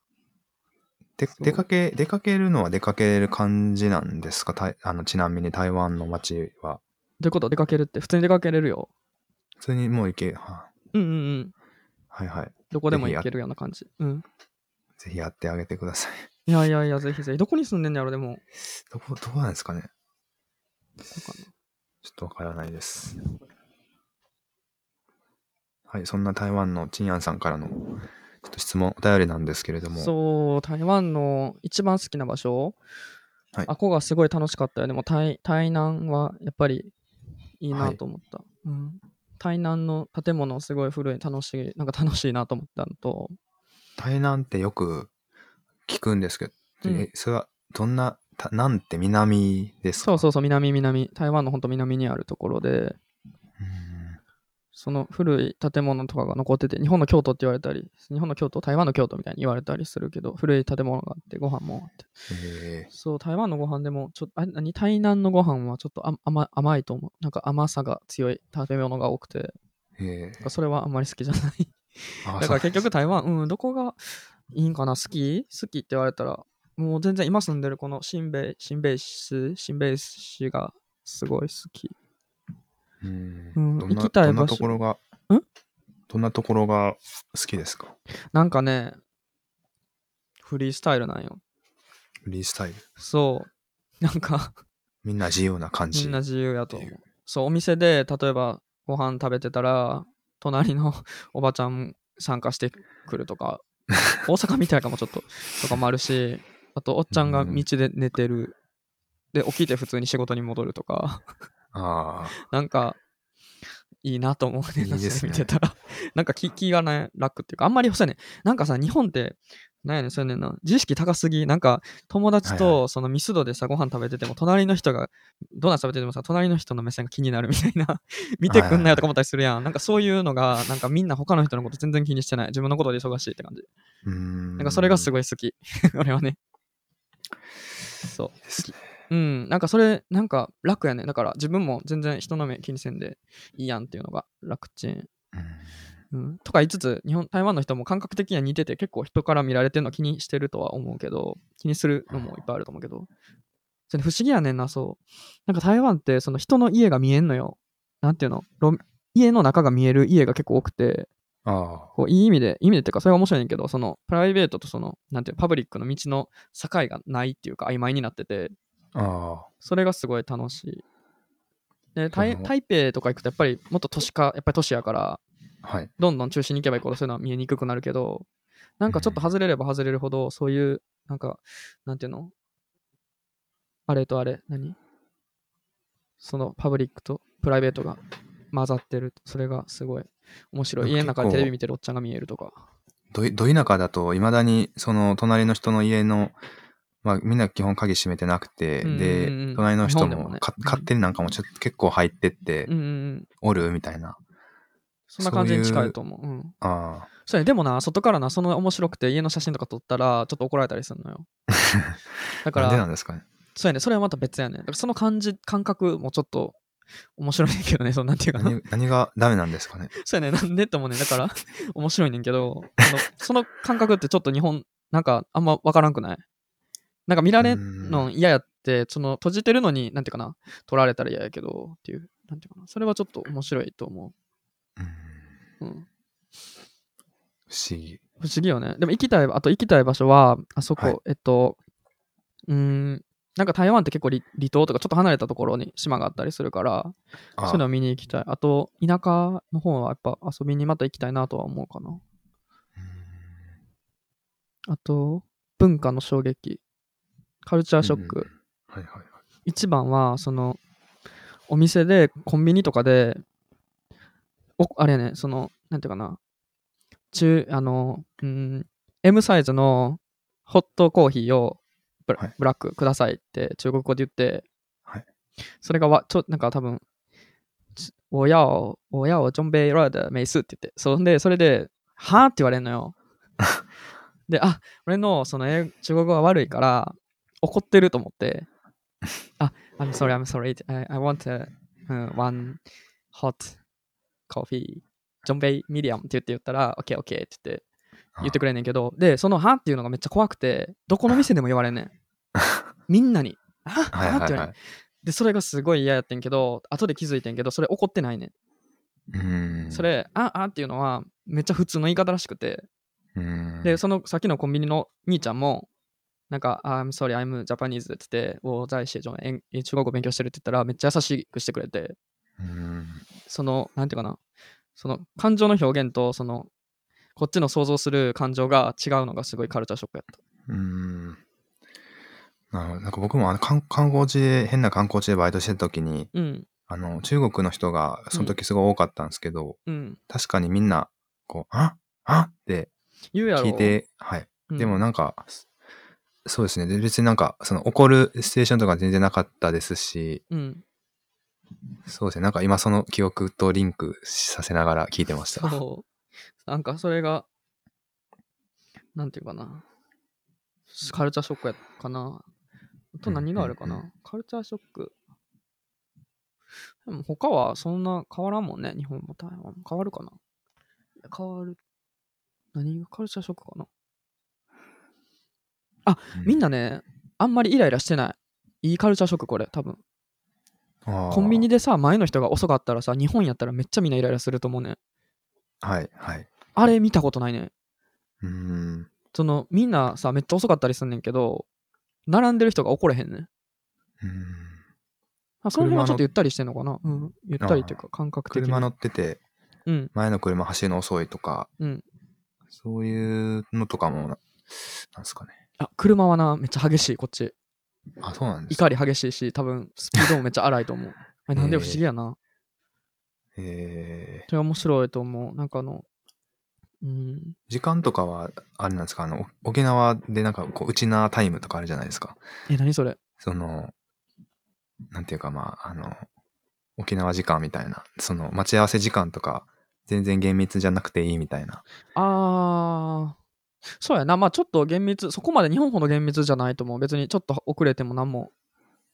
Speaker 2: で
Speaker 1: そう
Speaker 2: 出かけ、出かけるのは出かける感じなんですかたいあのちなみに台湾の街は。
Speaker 1: どういうこと出かけるって普通に出かけれるよ
Speaker 2: 普通にもう行け、は
Speaker 1: うんうんうん
Speaker 2: はいはい。
Speaker 1: どこでも
Speaker 2: ぜひや
Speaker 1: 行けるような感じうん
Speaker 2: ぜひやってあげてください。
Speaker 1: いやいやいやぜひぜひどこに住んでんのやろでも
Speaker 2: どこ、どこなんですかね
Speaker 1: わかんない
Speaker 2: とわからないです。はい、そんな台湾のチンアンさんからのちょっと質問、お便りなんですけれども、
Speaker 1: そう、台湾の一番好きな場所、
Speaker 2: はい
Speaker 1: あこがすごい楽しかったよ。でも台、台南はやっぱりいい
Speaker 2: は
Speaker 1: ないと思った。うん、台南の建物すごい古い、楽しい、なんか楽しいなと思ったのと、
Speaker 2: 台南ってよく聞くんですけど、
Speaker 1: うん
Speaker 2: えそれはどんな、たなんって南です
Speaker 1: そ
Speaker 2: か
Speaker 1: うそうそう、南、南、台湾の本当南にあるところで、
Speaker 2: うん
Speaker 1: その古い建物とかが残ってて、日本の京都って言われたり、日本の京都、台湾の京都みたいに言われたりするけど、古い建物があって、ご飯もあって。
Speaker 2: えー
Speaker 1: そう、台湾のご飯でも、ちょっと、あ何台南のご飯はちょっとあ甘甘いと思う。なんか甘さが強い食べ物が多くて、
Speaker 2: えー
Speaker 1: それはあんまり好きじゃない。
Speaker 2: あ
Speaker 1: だから結局台湾、うん、どこがいいんかな好き好きって言われたら、もう全然今住んでるこの新米、新米市、新米市がすごい好き。
Speaker 2: そううん
Speaker 1: うん
Speaker 2: どんな
Speaker 1: 行きたい場所
Speaker 2: どんなところが、
Speaker 1: ん
Speaker 2: どんなところが好きですか
Speaker 1: なんかね、フリースタイルなんよ。
Speaker 2: フリースタイル。
Speaker 1: そう。なんか、
Speaker 2: みんな自由な感
Speaker 1: み
Speaker 2: じ。
Speaker 1: んな自由やと思。
Speaker 2: っていう
Speaker 1: そう、お店で、例えば、ご飯食べてたら、隣の おばちゃん参加してくると か、大阪みたいかもちょっと、とかもあるし、あと、おっちゃんが道で寝てる。で、起きて普通に仕事に戻るとか、
Speaker 2: ああ。
Speaker 1: なんか、いいなと思うねんな、
Speaker 2: いいです
Speaker 1: それ
Speaker 2: ね
Speaker 1: 見てたら。 なんか気気がね、楽っていうか、あんまりそうやねん。なんかさ、日本って、なんやねん、そうやねんな。自意識高すぎ。なんか、友達
Speaker 2: はい
Speaker 1: とそのミスドでさ、ご飯食べてても、隣の人が、ドーナツ食べててもさ、隣の人の目線が気になるみたいな。 見てくんなよとか思ったりするやん。なんかそういうのが、なんかみんな他の人のこと全然気にしてない。自分のことで忙しいって感じ。
Speaker 2: うーん。
Speaker 1: なんかそれがす
Speaker 2: ごい。
Speaker 1: ごい好き。 俺はね。そう。
Speaker 2: ですね。
Speaker 1: うん、なんかそれ、なんか楽やね。だから自分も全然人の目気にせんでいいやんっていうのが楽ちん。
Speaker 2: う
Speaker 1: う
Speaker 2: ん
Speaker 1: ん、とか言いつつ、日本、台湾の人も感覚的には似てて、結構人から見られてるの気にしてるとは思うけど、気にするのもいっぱいあると思うけど、それ不思議やねんな、そう。なんか台湾ってその人の家が見えんのよ。なんていうの路家の中が見える家が結構多くて、
Speaker 2: ああ。
Speaker 1: こういい意味で、いい意味でっていうか、それが面白いねんけど、そのプライベートとその、なんていうのパブリックの道の境がないっていうか、曖昧になってて、
Speaker 2: あ
Speaker 1: それがすごい楽しい。で台
Speaker 2: その
Speaker 1: 台北とか行くとやっぱりもっと都市化やっぱり都市やから
Speaker 2: あ。はい。
Speaker 1: どんどん中心に行けば行くほどそういうのは見えにくくなるけどなんかちょっと
Speaker 2: うん
Speaker 1: 外れれば外れるほどそういうなんかなんていうのあれとあれ何そのパブリックとプライベートが混ざってるそれがすごい面白い
Speaker 2: な
Speaker 1: 家
Speaker 2: ん
Speaker 1: の
Speaker 2: か結
Speaker 1: 中でテ
Speaker 2: 構
Speaker 1: レビ見てるおっちゃんが見えるとか
Speaker 2: どい、ど田舎だと、いまだに、その、隣の人の家の、まあ、みんな基本鍵閉めてなくて、
Speaker 1: うんうんうん
Speaker 2: で、隣の人
Speaker 1: 日本でも
Speaker 2: も
Speaker 1: ね
Speaker 2: か
Speaker 1: うん
Speaker 2: 勝手になんかもちょっと結構入ってって
Speaker 1: うん、うんうん
Speaker 2: おるみたいな。
Speaker 1: そんな感じに
Speaker 2: そう
Speaker 1: 近
Speaker 2: いう
Speaker 1: いと思ううん
Speaker 2: あ
Speaker 1: そうやねでもな、外からな、その面白くて家の写真とか撮ったら、ちょっと怒られたりする のよ。だ
Speaker 2: あ。
Speaker 1: か
Speaker 2: なんでなん
Speaker 1: ら、
Speaker 2: ですかね。
Speaker 1: そうやね、それはまた別やね。だからその感じ、感覚もちょっと面白いねんけどね、そのなんていうかな。
Speaker 2: 何、何がダメなんですかね。
Speaker 1: そうやね、なんでともねん、だから、面白いねんけど、そのその感覚ってちょっと日本、なんかあんまわからんくないなんか見られんの嫌やって、その閉じてるのに、なんていうかな、撮られたら嫌やけど、っていう、なんていうかな、それはちょっと面白いと思
Speaker 2: うん。
Speaker 1: う。うん
Speaker 2: 不思議。
Speaker 1: 不思議よね。でも行きたい、あと行きたい場所は、あそこ、
Speaker 2: はい
Speaker 1: えっと、うーん、なんか台湾って結構離離島とかちょっと離れたところに島があったりするから、そう
Speaker 2: ああ
Speaker 1: いうのを見に行きたい。あと、田舎の方はやっぱ遊びにまた行きたいなとは思うかな。あと、文化の衝撃、カルチャーショック。
Speaker 2: はいはいはい。
Speaker 1: 一番は、その、お店で、コンビニとかで、おあれやね、その、なんていうかな、中、あの、うん、M サイズのホットコーヒーをブラ,、
Speaker 2: はい
Speaker 1: ブラックくださいって中国語で言って、
Speaker 2: はい
Speaker 1: それがわ、ちょ、なんか多分、ち我要、我要準备热的美式って言って、そんで、それで、はぁって言われるの よ。で、あ、俺のその英中国語が悪いから、怒ってると思って、あ、I'm sorry, I'm sorry, I, I want、uh, one hot coffee, ジョンベイミディアムって言って言ったら、OK, OK って言って言ってくれんねんけど、で、そのはっていうのがめっちゃ怖くて、どこの店でも言われん ねん。みんなに。あはって
Speaker 2: はい
Speaker 1: 言わ
Speaker 2: はい
Speaker 1: れんね
Speaker 2: はい
Speaker 1: ん。で、それがすごい嫌やってんけど、後で気づいてんけど、それ怒ってないねん。
Speaker 2: うん。
Speaker 1: それ、ああっていうのは、めっちゃ普通の言い方らしくて、
Speaker 2: うん。
Speaker 1: で、その先のコンビニの兄ちゃんも、なんか、あ I'm sorry, I'm Japanese って言って、を在して、えん中国語勉強してるって言ったら、めっちゃ優しくしてくれて、
Speaker 2: うん。
Speaker 1: その、なんていうかな、その感情の表現と、その、こっちの想像する感情が違うのがすごいカルチャーショックやった。
Speaker 2: うん。なるほど。なんか僕もあの観観光地で、変な観光地でバイトしてた時に、
Speaker 1: うん、
Speaker 2: あの、中国の人がその時すごい多かったんですけど、
Speaker 1: うん。
Speaker 2: 確かにみんな、こう、ああって
Speaker 1: 言うやろ。
Speaker 2: 聞いて、はい。
Speaker 1: うん、
Speaker 2: でもなんか、そうですね。で別になんか、その怒るシチュエーションとか全然なかったですし、
Speaker 1: うん、
Speaker 2: そうですね。なんか今その記憶とリンクさせながら聞いてました。
Speaker 1: そう。なんかそれが、なんていうかな。カルチャーショックやかな。あと何があるか
Speaker 2: うんうん
Speaker 1: な。カルチャーショック。でも他はそんな変わらんもんね。日本も台湾も変わるかな。いや変わる。何がカルチャーショックかな。
Speaker 2: う
Speaker 1: みん、なね、あんまりイライラしてない。いいカルチャーショックこれ、多分。コ
Speaker 2: コ
Speaker 1: ンビニでさ、前の人が遅かったらさ、日本やったらめっちゃみんなイライラすると思うねん。
Speaker 2: はい、はい。
Speaker 1: あれ見たことないねん。
Speaker 2: うーん。
Speaker 1: そのみんなさめっちゃ遅かったりすんねんけど並んでる人が怒れへんねん
Speaker 2: うーん
Speaker 1: あその辺はちょっとゆったりしてんのかな、うん、ゆったりっていうか感覚的に
Speaker 2: 車乗ってて、
Speaker 1: うん
Speaker 2: 前の車走るの遅いとか、
Speaker 1: うん
Speaker 2: そういうのとかもな、なんですかね。
Speaker 1: あ車はなめっちゃ激しいこっち
Speaker 2: あ、そうなんです
Speaker 1: 怒
Speaker 2: か。
Speaker 1: り激しいし多分スピードもめっちゃ荒いと 思うあれなんで不思議やな、
Speaker 2: えー
Speaker 1: それは面白いと思うなんかあのうん
Speaker 2: 時間とかは、あれなんですか、あの、お沖縄でなんか、こう、ウチナータイムとかあるじゃないですか。
Speaker 1: え何それ
Speaker 2: その、なんていうか、まあ、あの、沖縄時間みたいな、その、待ち合わせ時間とか、全然厳密じゃなくていいみたいな。
Speaker 1: あーそうやなまあちょっと厳密そこまで日本ほど厳密じゃないと思う別にちょっと遅れても何も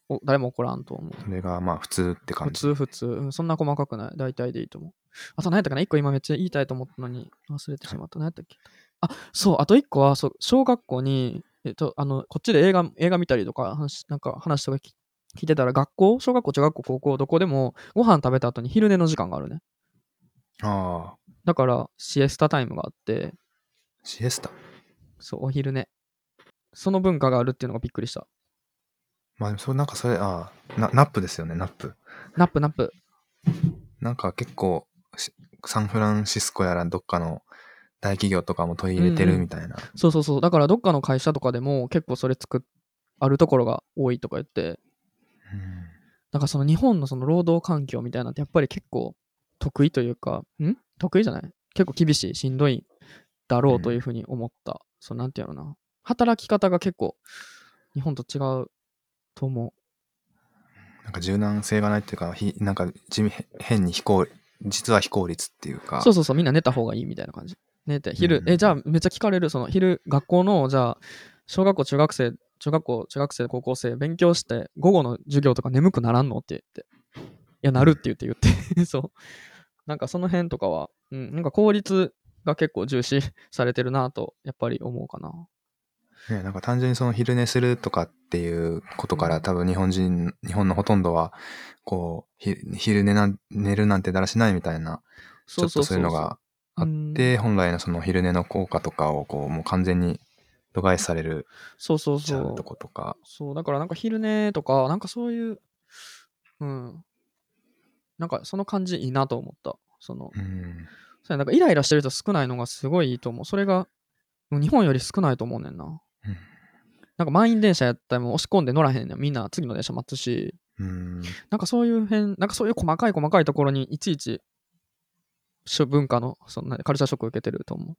Speaker 1: お誰も怒らんと思う
Speaker 2: それが、まあ、普通って感
Speaker 1: 普
Speaker 2: じ。
Speaker 1: 通普通、うんそんな細かくない大体でいいと思うあと何やったかな一個今めっちゃ言いたいと思ったのに忘れてしまった何やったっけあそうあと一個はそう小学校に、えっと、あのこっちで映画映画見たりとか話なんか話とか聞聞いてたら学校小学校中学校高校どこでもご飯食べた後に昼寝の時間があるね
Speaker 2: ああ、
Speaker 1: だからシエスタタイムがあって
Speaker 2: シエスタ。
Speaker 1: そうお昼寝その文化があるっていうのがびっくりした
Speaker 2: まあ、でもそれ、なんかそれ、ああ、なナップですよね、ナップ。
Speaker 1: ナップナップ
Speaker 2: なんか結構、しサンフランシスコやらどっかの大企業とかも取り入れて
Speaker 1: うん
Speaker 2: る
Speaker 1: うん
Speaker 2: みたいな。
Speaker 1: そうそうそうだからどっかの会社とかでも結構それ作っあるところが多いとか言って
Speaker 2: うん
Speaker 1: なんかその日本のその労働環境みたいなのってやっぱり結構得意というか、ん得意じゃない結構厳しい、しんどいだろうというふうに思った。そのなんていうのかな。働き方が結構日本と違うと思
Speaker 2: なんか柔軟性がないっていうか、ひなんか地味へ変に非効、実は非効率っていうか。
Speaker 1: う。そうそうそう、みんな寝た方がいいみたいな感じ。寝て、昼、
Speaker 2: うん
Speaker 1: え、じゃあめっちゃ聞かれる、その昼、学校の、じゃあ、小学校、中学生、中学校、中学生、高校生、勉強して、午後の授業とか眠くならんのって言って。いや、なるって言って言って、 そう。なんかその辺とかは、うん、なんか効率が結構重視されてるなと、やっぱり思うかな。
Speaker 2: ね、なんか単純にその昼寝するとかっていうことか
Speaker 1: う
Speaker 2: ら
Speaker 1: ん
Speaker 2: 多分日本人、日本のほとんどは、こう、ひ昼寝な、寝るなんてだらしないみたいな、ちょっとそういうのがあっ
Speaker 1: うん
Speaker 2: て、本来のその昼寝の効果とかをこう、もう完全に度外視される
Speaker 1: そうそう
Speaker 2: ち
Speaker 1: そ
Speaker 2: ゃ
Speaker 1: う
Speaker 2: うと。ことか。
Speaker 1: そう、だからなんか昼寝とか、なんかそういう、うん。なんかその感じいいなと思った。その、
Speaker 2: うん。
Speaker 1: そうやなんかイライラしてる人少ないのがすごいいいと思う。それが、うん日本より少ないと思うねんな。
Speaker 2: うん
Speaker 1: なんか満員電車やったらもう押し込んで乗らへんねん。みんな次の電車待つし、
Speaker 2: うん。
Speaker 1: なんかそういう辺、なんかそういう細かい細かいところにいちいち、しょ文化の、そんなカルチャーショックを受けてると思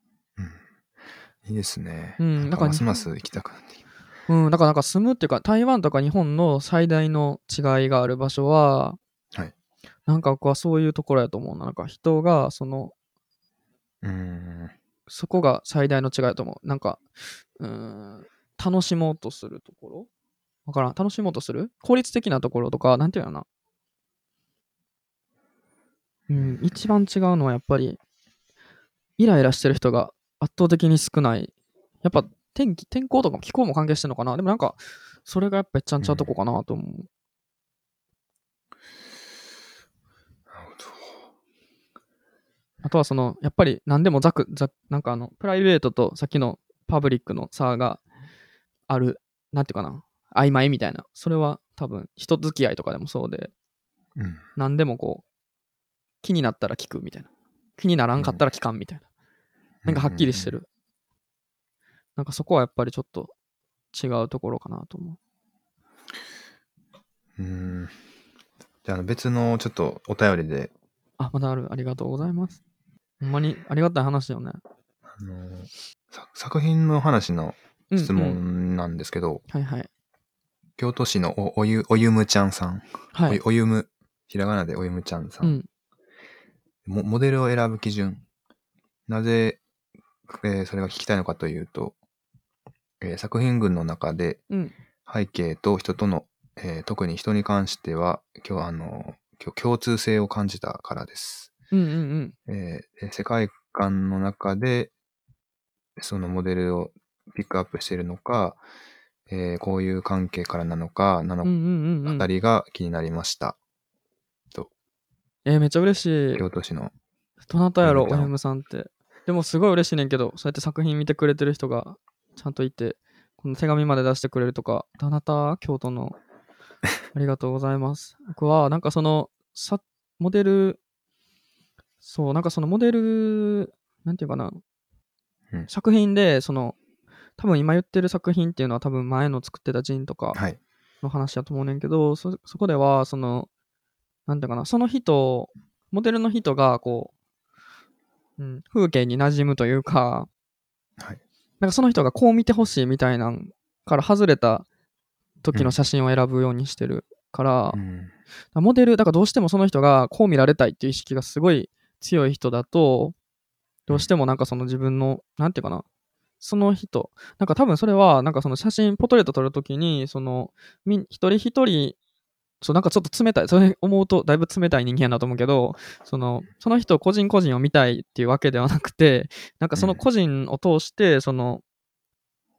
Speaker 2: いいですね。
Speaker 1: うん
Speaker 2: なん
Speaker 1: だか
Speaker 2: か
Speaker 1: ら
Speaker 2: ますます行きたくなってきた。
Speaker 1: う。うん、だからなんか住むっていうか、台湾とか日本の最大の違いがある場所は、
Speaker 2: はい
Speaker 1: なんか僕はそういうところやと思うな。なんか人が、その、
Speaker 2: うん。
Speaker 1: そこが最大の違いだと思う。なんか、うーん、楽しもうとするところわからん。楽しもうとする効率的なところとか、なんていうのかな。うん、一番違うのはやっぱり、イライラしてる人が圧倒的に少ない。やっぱ天気、天候とかも気候も関係してるのかな。でもなんか、それがやっぱちゃんちゃうとこかなと思う。
Speaker 2: なるほ
Speaker 1: あとはその、やっぱり何でもザク、ザク、なんかあの、プライベートとさっきのパブリックの差があるなんていうかな、曖昧みたいな。それは多分、人付き合いとかでもそうで、
Speaker 2: うん。
Speaker 1: 何でもこう、気になったら聞くみたいな。気にならんかったら聞かんみたいな。なんかはっきりしてる。なんかそこはやっぱりちょっと違うところかなと思う。
Speaker 2: うん。うん。うんじゃああの、別のちょっとお便りで、
Speaker 1: あ、まだある。ありがとうございます。ほんまにありがたい話だよね。
Speaker 2: あのさ作品の話の
Speaker 1: うん
Speaker 2: 質
Speaker 1: うん
Speaker 2: 問なんですけど、
Speaker 1: はいはい。
Speaker 2: 京都市のおおゆおゆむちゃんさん、
Speaker 1: は
Speaker 2: お
Speaker 1: い
Speaker 2: ゆ。おゆむ、ひらがなでおゆむちゃんさ、
Speaker 1: うんん。
Speaker 2: モモデルを選ぶ基準。なぜ、えーそれが聞きたいのかというと、えー作品群の中で
Speaker 1: うん。
Speaker 2: 背景と人との、えー特に人に関しては、今日あの、きょ共通性を感じたからです。
Speaker 1: うんうんうん。
Speaker 2: えー世界観の中で、そのモデルをピックアップしているのか、えーこういう関係からなのか、なの
Speaker 1: うんうんうんう
Speaker 2: あ
Speaker 1: ん
Speaker 2: た。りが気になりました。
Speaker 1: えーめっちゃ嬉しい。
Speaker 2: 京都市の。
Speaker 1: どなたやろ、
Speaker 2: お
Speaker 1: お
Speaker 2: 嫁さん
Speaker 1: やむさんって。でもすごい嬉しいねんけど、そうやって作品見てくれてる人がちゃんといて、この手紙まで出してくれるとか、どなた京都 の。ありがとうございます。僕は、なんかその、さモデル、そう、なんかそのモデル、なんていうかな、
Speaker 2: うん
Speaker 1: 作品で、その、多分今言ってる作品っていうのは多分前の作ってたジンとか、
Speaker 2: はい。
Speaker 1: の話だと思うねんけどそそこではそのなんていうかなその人モデルの人がこう、うん、風景に馴染むというか、
Speaker 2: はい
Speaker 1: なんかその人がこう見てほしいみたいなんから外れた時
Speaker 2: う
Speaker 1: の
Speaker 2: ん
Speaker 1: 写真を選ぶようにしてるから、
Speaker 2: うん。
Speaker 1: モデルだからどうしてもその人がこう見られたいっていう意識がすごい強い人だとどうしてもなんかその自分のなんていうかなその人なんか多分それはなんかその写真ポトレート撮るときにそのみん一人一人そうなんかちょっと冷たいそれ思うとだいぶ冷たい人間やなと思うけどそのその人個人個人を見たいっていうわけではなくてなんかその個人を通してその、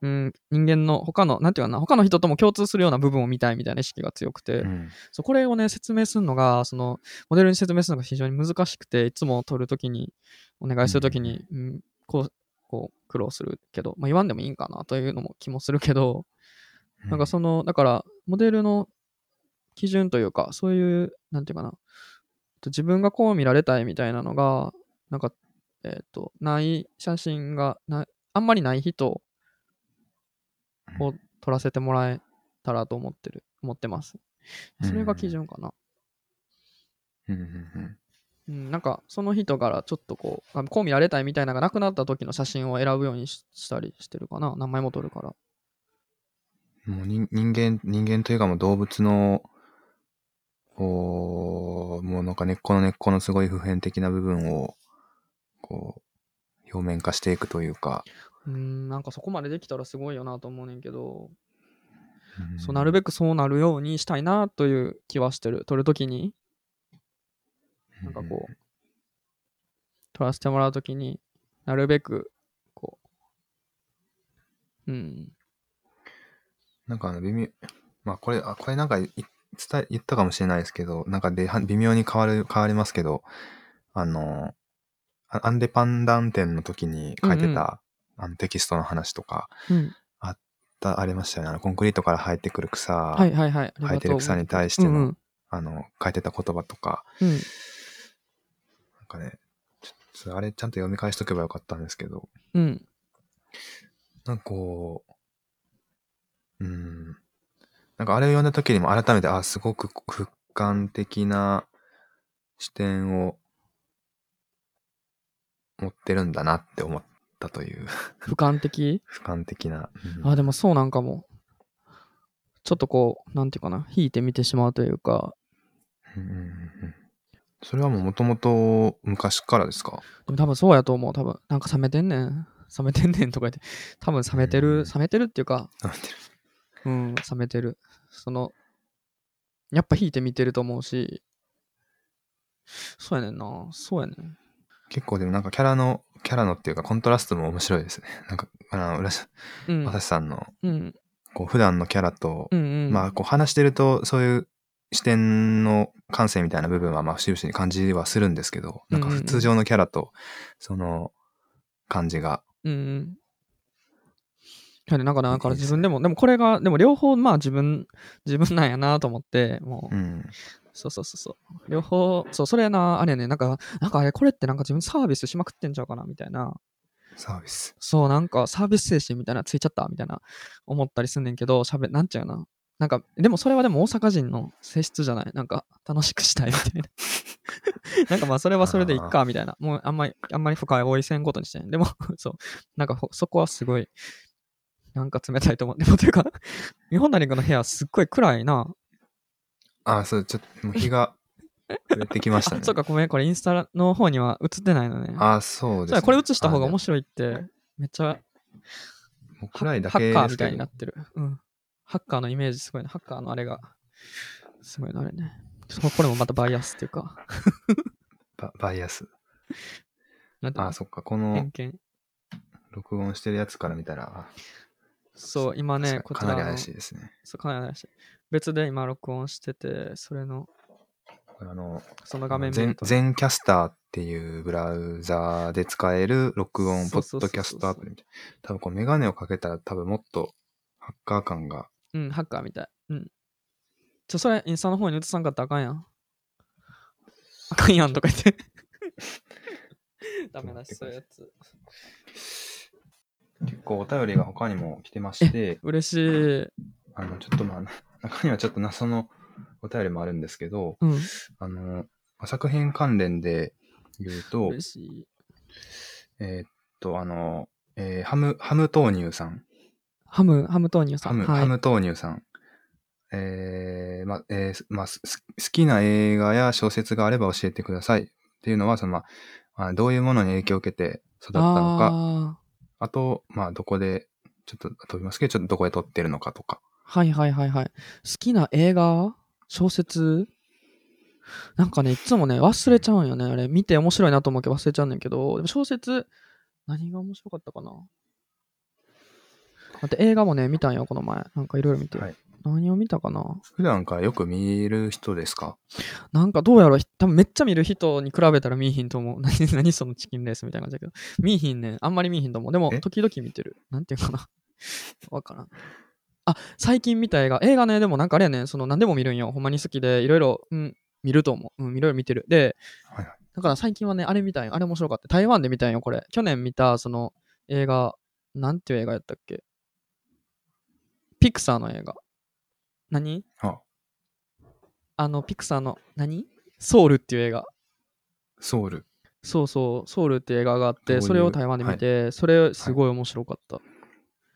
Speaker 1: うん、人間の他のなんていうかな他の人とも共通するような部分を見たいみたいな意識が強くて、
Speaker 2: うん
Speaker 1: そうこれをね、説明するのが、その、モデルに説明するのが非常に難しくて、いつも撮るときに、お願いするときに、うん、こう、こう、苦労するけど、まあ、言わんでもいいんかなというのも気もするけど、なんかその、だから、モデルの基準というか、そういう、なんていうかな、自分がこう見られたいみたいなのが、なんか、えっ、と、ない写真がない、あんまりない人を撮らせてもらえたらと思ってる、思ってます。それが基準かな。
Speaker 2: うんうん
Speaker 1: うん、なんかその人からちょっとこうあこう見られたいみたいなのがなくなった時の写真を選ぶようにししたりしてるかな何枚も撮るから
Speaker 2: うんもう人人間、人間というかもう動物の、こう、もうなんか根っこの根っこのすごい普遍的な部分を、こう、表面化していくというか。
Speaker 1: うんなんかそこまでできたらすごいよなと思うねんけど、
Speaker 2: ん
Speaker 1: そうなるべくそうなるようにしたいなという気はしてる撮る時になんかこう撮らせてもらう時になるべくこううん
Speaker 2: なんかあの微妙、まあこれ、あこれなんかい伝え言ったかもしれないですけど、なんかでは微妙に変わる、変わりますけど、あの、あアンデパンダン展の時に書いてた、あのテキストの話とか、
Speaker 1: うん、
Speaker 2: あありましたよね。あのコンクリートから生えてくる草、
Speaker 1: はいはいはいありがとう
Speaker 2: 生えてる草に対して
Speaker 1: う
Speaker 2: の、
Speaker 1: んうん
Speaker 2: あの、書いてた言葉とか、
Speaker 1: うん
Speaker 2: なんかね、ちょちょあれちゃんと読み返しとけばよかったんですけど、
Speaker 1: うん
Speaker 2: なんかこう、うん。なんかあれを読んだ時にも改めて、あ、すごく俯瞰的な視点を持ってるんだなって思ったという、
Speaker 1: 俯瞰的
Speaker 2: 俯瞰的な。うん
Speaker 1: あ、でもそうなんかも。ちょっとこう、なんていうかな、引いてみてしまうというか、
Speaker 2: うんうんうんうんそれはもうもともと昔からですか
Speaker 1: でも多分そうやと思う、多分。なんか冷めてんねん。冷めてんねんとか言って、多分冷めて
Speaker 2: うん
Speaker 1: る、冷めてるっていうか、
Speaker 2: なんてい
Speaker 1: う
Speaker 2: う
Speaker 1: ん、冷めてる。その、やっぱ引いて見てると思うし、そうやねんな、そうやねん。
Speaker 2: 結構でもなんかキャラの、キャラのっていうかコントラストも面白いですね。なんか、あの、浦さ
Speaker 1: うん、
Speaker 2: 私さんの、
Speaker 1: うん、
Speaker 2: こう普段のキャラと
Speaker 1: う、ん、うん。
Speaker 2: まあ、こう話してるとそういう視点の感性みたいな部分はまあ節々に感じはするんですけどなんか
Speaker 1: うんうんう
Speaker 2: 普
Speaker 1: ん
Speaker 2: 通常のキャラとその感じが
Speaker 1: うんうん。やねなんかなだから自分でも、でもこれが、でも両方、まあ自分、自分なんやなと思って、もう、
Speaker 2: うん。
Speaker 1: そうそうそうそう。両方、そう、それやな、あれやね、なんか、なんかあれ、これってなんか自分サービスしまくってんちゃうかな、みたいな。
Speaker 2: サービス。
Speaker 1: そう、なんかサービス精神みたいな、ついちゃった、みたいな、思ったりすんねんけど、しゃべ、なんちゃうな。なんか、でもそれはでも大阪人の性質じゃないなんか、楽しくしたいみたいな。なんか まあ、それはそれでいっか、みたいな。もう、あんまり、あんまり深い追いせんことにしてん。でも、 そう、なんかほ、そこはすごい、なんか冷たいと思って。でも、というか、日本ダリングの部屋すっごい暗いな。
Speaker 2: あ、そう、ちょっと、もう日が暮れてきましたね
Speaker 1: あ、。そうか、ごめん、これインスタの方には映ってないのね。
Speaker 2: あ、そうです、
Speaker 1: そうやこれ映した方が面
Speaker 2: 白
Speaker 1: 白いって、めっちゃ
Speaker 2: い。もう
Speaker 1: ハ
Speaker 2: 暗いだ
Speaker 1: ハ
Speaker 2: け
Speaker 1: ッカ
Speaker 2: で
Speaker 1: ー
Speaker 2: す
Speaker 1: みた
Speaker 2: け
Speaker 1: いにな
Speaker 2: ど
Speaker 1: っ。てる。うん。ハッカーのイメージすごいね。ハッカーのあれが、すごいな、あれね。そうこれもまたバイアスっていうか、
Speaker 2: ババイアス。
Speaker 1: なんていう
Speaker 2: あ、
Speaker 1: の
Speaker 2: そっか。こ
Speaker 1: 偏
Speaker 2: の
Speaker 1: 見。
Speaker 2: 録音してるやつから見たら、
Speaker 1: そう、今ね、
Speaker 2: 確
Speaker 1: こ
Speaker 2: か
Speaker 1: ち
Speaker 2: に
Speaker 1: ら
Speaker 2: かなり
Speaker 1: の
Speaker 2: 怪しいですね。
Speaker 1: そうかなり怪しい。別で今録音してて、それの、
Speaker 2: これあの、
Speaker 1: その画面見
Speaker 2: 全
Speaker 1: ると。
Speaker 2: 全キャスターっていうブラウザーで使える録音、ポ
Speaker 1: そうそうそ
Speaker 2: ッド
Speaker 1: うそう
Speaker 2: キャストアプリみたいな。多分こうメガネをかけたら多分もっとハッカー感が。
Speaker 1: うん、ハッカーみたい。うん。ちょ、それインスタの方に映さんかったらあかんやん。あかんやんとか 言って。ダメだし、そういうやつ。
Speaker 2: 結構お便りが他にも来てまして、
Speaker 1: 嬉しい。
Speaker 2: あの、ちょっとまあ、 中にはちょっと謎のお便りもあるんですけど、
Speaker 1: うん。
Speaker 2: あの、作品関連で言うと、
Speaker 1: 嬉しい。
Speaker 2: えーっと、あの、えーハム、ハム豆乳さん。
Speaker 1: ハム、ハム豆乳さ
Speaker 2: ハ
Speaker 1: ん。
Speaker 2: ム、
Speaker 1: はい、
Speaker 2: ハム豆乳さん。えー、ま、えーすまあ、すす好きな映画や小説があれば教えてください。っていうのは、その、まあ、あどういうものに影響を受けて育ったのか、あ
Speaker 1: あ
Speaker 2: と、まあ、どこで、ちょっと飛びますけど、ちょっとどこで撮ってるのかとか。
Speaker 1: ーはいはいはいはい。好きな映画小説なんかね、いつもね、忘れちゃうんよね。あれ、見て面白いなと思うけど忘れちゃうんだけど、でも小説、何が面白かったかな待って、映画もね、見たんよ、この前。なんかいろいろ見て。
Speaker 2: はい
Speaker 1: 何を見たかな
Speaker 2: 普段からよく見る人ですか
Speaker 1: なんかどうやろう多分めっちゃ見る人に比べたら見いひんと思う。 何、何そのチキンレースみたいな感じだけど。見いひんねん。あんまり見いひんと思う。でも
Speaker 2: え、
Speaker 1: 時々見てる。なんていうかな。 わからん。あ、最近見た映画。映画ね、でもなんかあれやねん。その何でも見るんよ。ほんまに好きで、いろいろ、うん、見ると思う。うん、いろいろ見てる。で、
Speaker 2: はいはい。
Speaker 1: だから最近はね、あれ見たんよ。あれ面白かった。台湾で見たんよ、これ。去年見た、その映画、なんていう映画やったっけピクサーの映画。何
Speaker 2: あ
Speaker 1: あの、ピクサーの、何ソウルっていう映画。
Speaker 2: ソウル。
Speaker 1: そうそう、ソウルっていう映画があっ
Speaker 2: どうい
Speaker 1: て、
Speaker 2: う
Speaker 1: それを台湾で見て、それすごい面白かった。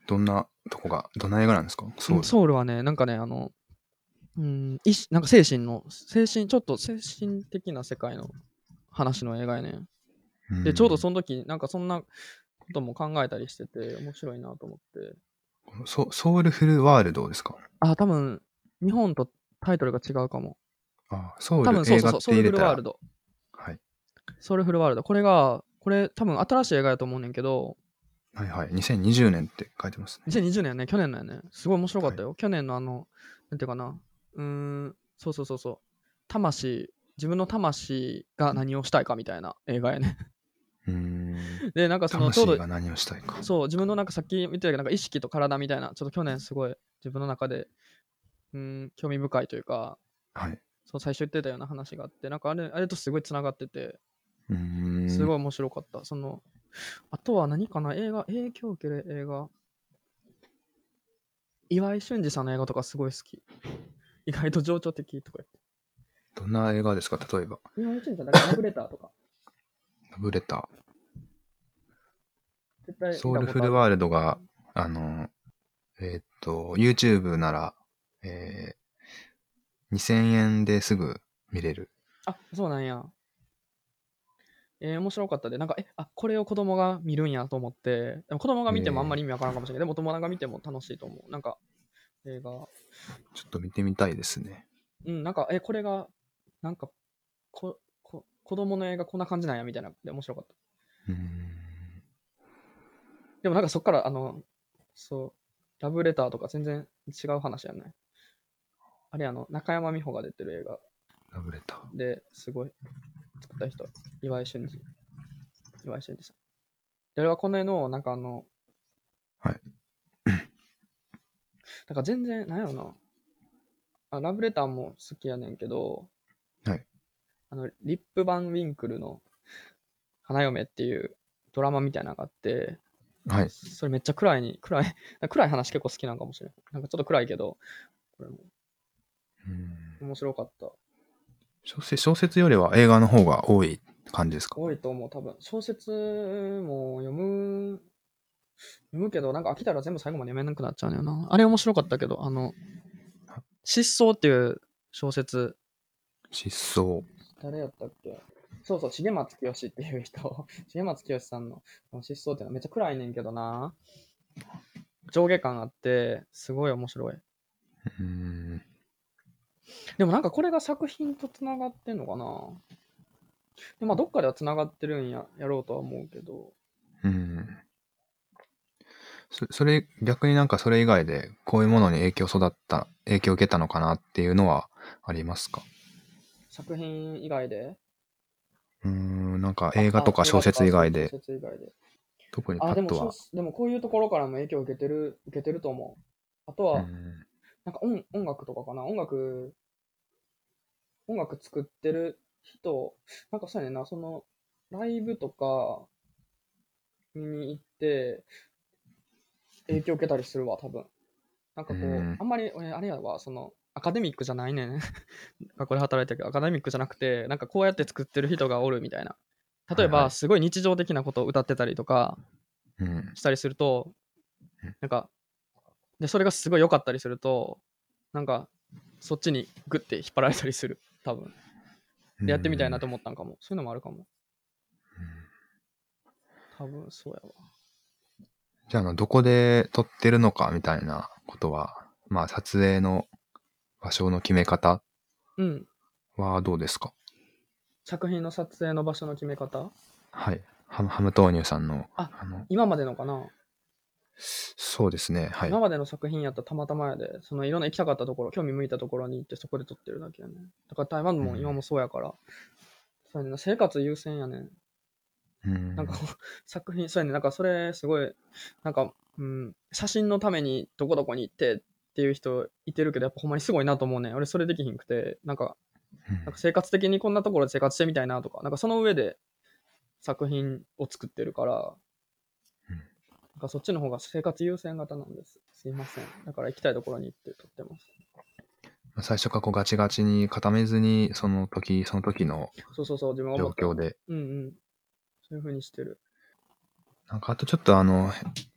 Speaker 2: どんなとこが、どんな映画なんですかソ
Speaker 1: う
Speaker 2: ウ
Speaker 1: ん
Speaker 2: ル。
Speaker 1: ソウルはね、なんかね、あの、うん、一なんか精神の、精神、ちょっと精神的な世界の話の映画やね。
Speaker 2: ん
Speaker 1: で、ちょうどその時、なんかそんなことも考えたりしてて、面白いなと思って。
Speaker 2: ソソウルフルワールドですか
Speaker 1: あ、多分、日本とタイトルが違うかも。
Speaker 2: あソウ
Speaker 1: 多
Speaker 2: ル
Speaker 1: 分、そう
Speaker 2: 映
Speaker 1: そ
Speaker 2: 画
Speaker 1: う
Speaker 2: っ
Speaker 1: そう、
Speaker 2: て
Speaker 1: ソウル
Speaker 2: 入れ
Speaker 1: フル
Speaker 2: た
Speaker 1: ワ
Speaker 2: ら
Speaker 1: ールド。
Speaker 2: はい、
Speaker 1: ソウルフルワールド。これが、これ多分新しい映画やと思うねんけど、
Speaker 2: はいはい。2020年って書いてますね。
Speaker 1: 2020年やね、去年のやね。すごい面白かったよ。去年のあの、なんていうかな。うーん、そうそうそうそう。魂、自分の魂が何をしたいかみたいな映画やね。
Speaker 2: うーん。
Speaker 1: で、なんかその、ちょ
Speaker 2: 魂
Speaker 1: うど
Speaker 2: が何をしたいか。
Speaker 1: そう、自分のなんかさっき見てたけど、なんか意識と体みたいな、ちょっと去年すごい自分の中で、うん、興味深いというか、
Speaker 2: はい。
Speaker 1: そう最初言ってたような話があって、なんかあれあれとすごいつながってて、
Speaker 2: うーん。
Speaker 1: すごい面白かった。その、あとは何かな、映画、影響を受ける映画。岩井俊二さんの映画とかすごい好き。 意外と情緒的とか
Speaker 2: どんな映画ですか例えば。
Speaker 1: 言って。岩井俊二さんだからラブレターとか。
Speaker 2: ラブレタ
Speaker 1: 絶対
Speaker 2: ー。
Speaker 1: 見た
Speaker 2: ソ
Speaker 1: こ
Speaker 2: ウ
Speaker 1: とあ
Speaker 2: ル
Speaker 1: る
Speaker 2: フルワールドが、あの、えーっと、YouTube なら、えー、2000円ですぐ見れる。
Speaker 1: あ、そうなんや。えー、面白かったで、なんか、え、あ、これを子供が見るんやと思って、でも子供が見てもあんまり意味わからんかもしれないけど、でも友達が見ても楽しいと思う。なんか、映画、
Speaker 2: ちょっと見てみたいですね。
Speaker 1: うん、なんか、え、これが、なんか、こ、こ、子供の映画こんな感じなんやみたいな、で、面白かった。
Speaker 2: うーん。
Speaker 1: でもなんかそっから、あの、そう、ラブレターとか全然違う話やんない。あれ、あの、中山美穂が出てる映画
Speaker 2: ラブレター。
Speaker 1: ですごい作った人、岩井俊二。岩井俊二さん。で、あれはこの絵の、なんかあの、
Speaker 2: はい。
Speaker 1: だから全 然、なんやろな。あラブレターも好きやねんけど、
Speaker 2: はい。
Speaker 1: あの、リップ・バン・ウィンクルの花嫁っていうドラマみたいなのがあって、
Speaker 2: はい。
Speaker 1: それめっちゃ暗いに、暗い、 暗い話結構好きなんかもしれん。なんかちょっと暗いけど、これも
Speaker 2: うん
Speaker 1: 面白かった。
Speaker 2: 小説小説よりは映画の方が多い感じですか
Speaker 1: 多いと思う、多分。小説も読む、読むけど、なんか飽きたら全部最後まで読めなくなっちゃうのよな。あれ面白かったけど、あの、失踪っていう小説、
Speaker 2: 失踪。
Speaker 1: 誰やったっけそうそう、重松清っていう人、 重松清さんのこの失踪っていうのはめっちゃ暗いねんけどな。上下感あって、すごい面白い。
Speaker 2: うん。
Speaker 1: でもなんかこれが作品とつながってんのかなでまあどっかではつながってるんややろうとは思うけど。
Speaker 2: うん。そそれ、逆になんかそれ以外で、こういうものに影響育った、影響を受けたのかなっていうのはありますか
Speaker 1: 作品以外で
Speaker 2: うーん、なんか映画とか小説以外
Speaker 1: あ
Speaker 2: で
Speaker 1: 小、説以外で。
Speaker 2: 特にパ
Speaker 1: あ、で
Speaker 2: ッ
Speaker 1: も
Speaker 2: と
Speaker 1: そ
Speaker 2: は
Speaker 1: う。でもこういうところからも影響を受けてる、受けてると思う。あとは、
Speaker 2: うん
Speaker 1: なんか音音楽とかかな音楽、音楽作ってる人、なんかそうやねんな、その、ライブとか、見に行って、影響受けたりするわ、多分。なんかこう、
Speaker 2: うん
Speaker 1: あんまり、俺、あれやわ、その、アカデミックじゃないねん。 学校で働いてるけど、アカデミックじゃなくて、なんかこうやって作ってる人がおるみたいな。例えば、
Speaker 2: はいはい
Speaker 1: すごい日常的なことを歌ってたりとか、
Speaker 2: うん。
Speaker 1: したりすると
Speaker 2: うん、
Speaker 1: なんか、で、それがすごい良かったりすると、なんか、そっちにグッて引っ張られたりする、多分。で、やってみたいなと思ったんかも。そういうのもあるかも。
Speaker 2: うん。
Speaker 1: 多分、そうやわ。
Speaker 2: じゃああの、どこで撮ってるのかみたいなことは、まあ、撮影の場所の決め方
Speaker 1: うん。
Speaker 2: はどうですか
Speaker 1: 作品の撮影の場所の決め方
Speaker 2: はい。ハムハム豆乳さんの、
Speaker 1: あ
Speaker 2: の、
Speaker 1: 今までのかな、
Speaker 2: そうですね。はい。
Speaker 1: 今までの作品やったらたまたまやで、そのいろんな行きたかったところ、興味向いたところに行ってそこで撮ってるだけやね。だから台湾も今もそうやから、そうやねんな生活優先やねん。
Speaker 2: うん
Speaker 1: なんかこう 作品、そうやね、なんかそれすごい、なんか、うん、写真のためにどこどこに行ってっていう人いてるけど、やっぱほんまにすごいなと思うねん。俺それできひんくて、なんか、
Speaker 2: うん
Speaker 1: なんか生活的にこんなところで生活してみたいなとか、なんかその上で作品を作ってるから、
Speaker 2: うん
Speaker 1: なんかそっちの方が生活優先型なんです。すいません。だから行きたいところに行って撮ってます。
Speaker 2: 最初からこうガチガチに固めずに、その時、その時の
Speaker 1: そうそうそう、自分が
Speaker 2: 状
Speaker 1: 思った。
Speaker 2: 況で。
Speaker 1: うんうん。そういう風にしてる。
Speaker 2: なんかあとちょっとあの、へ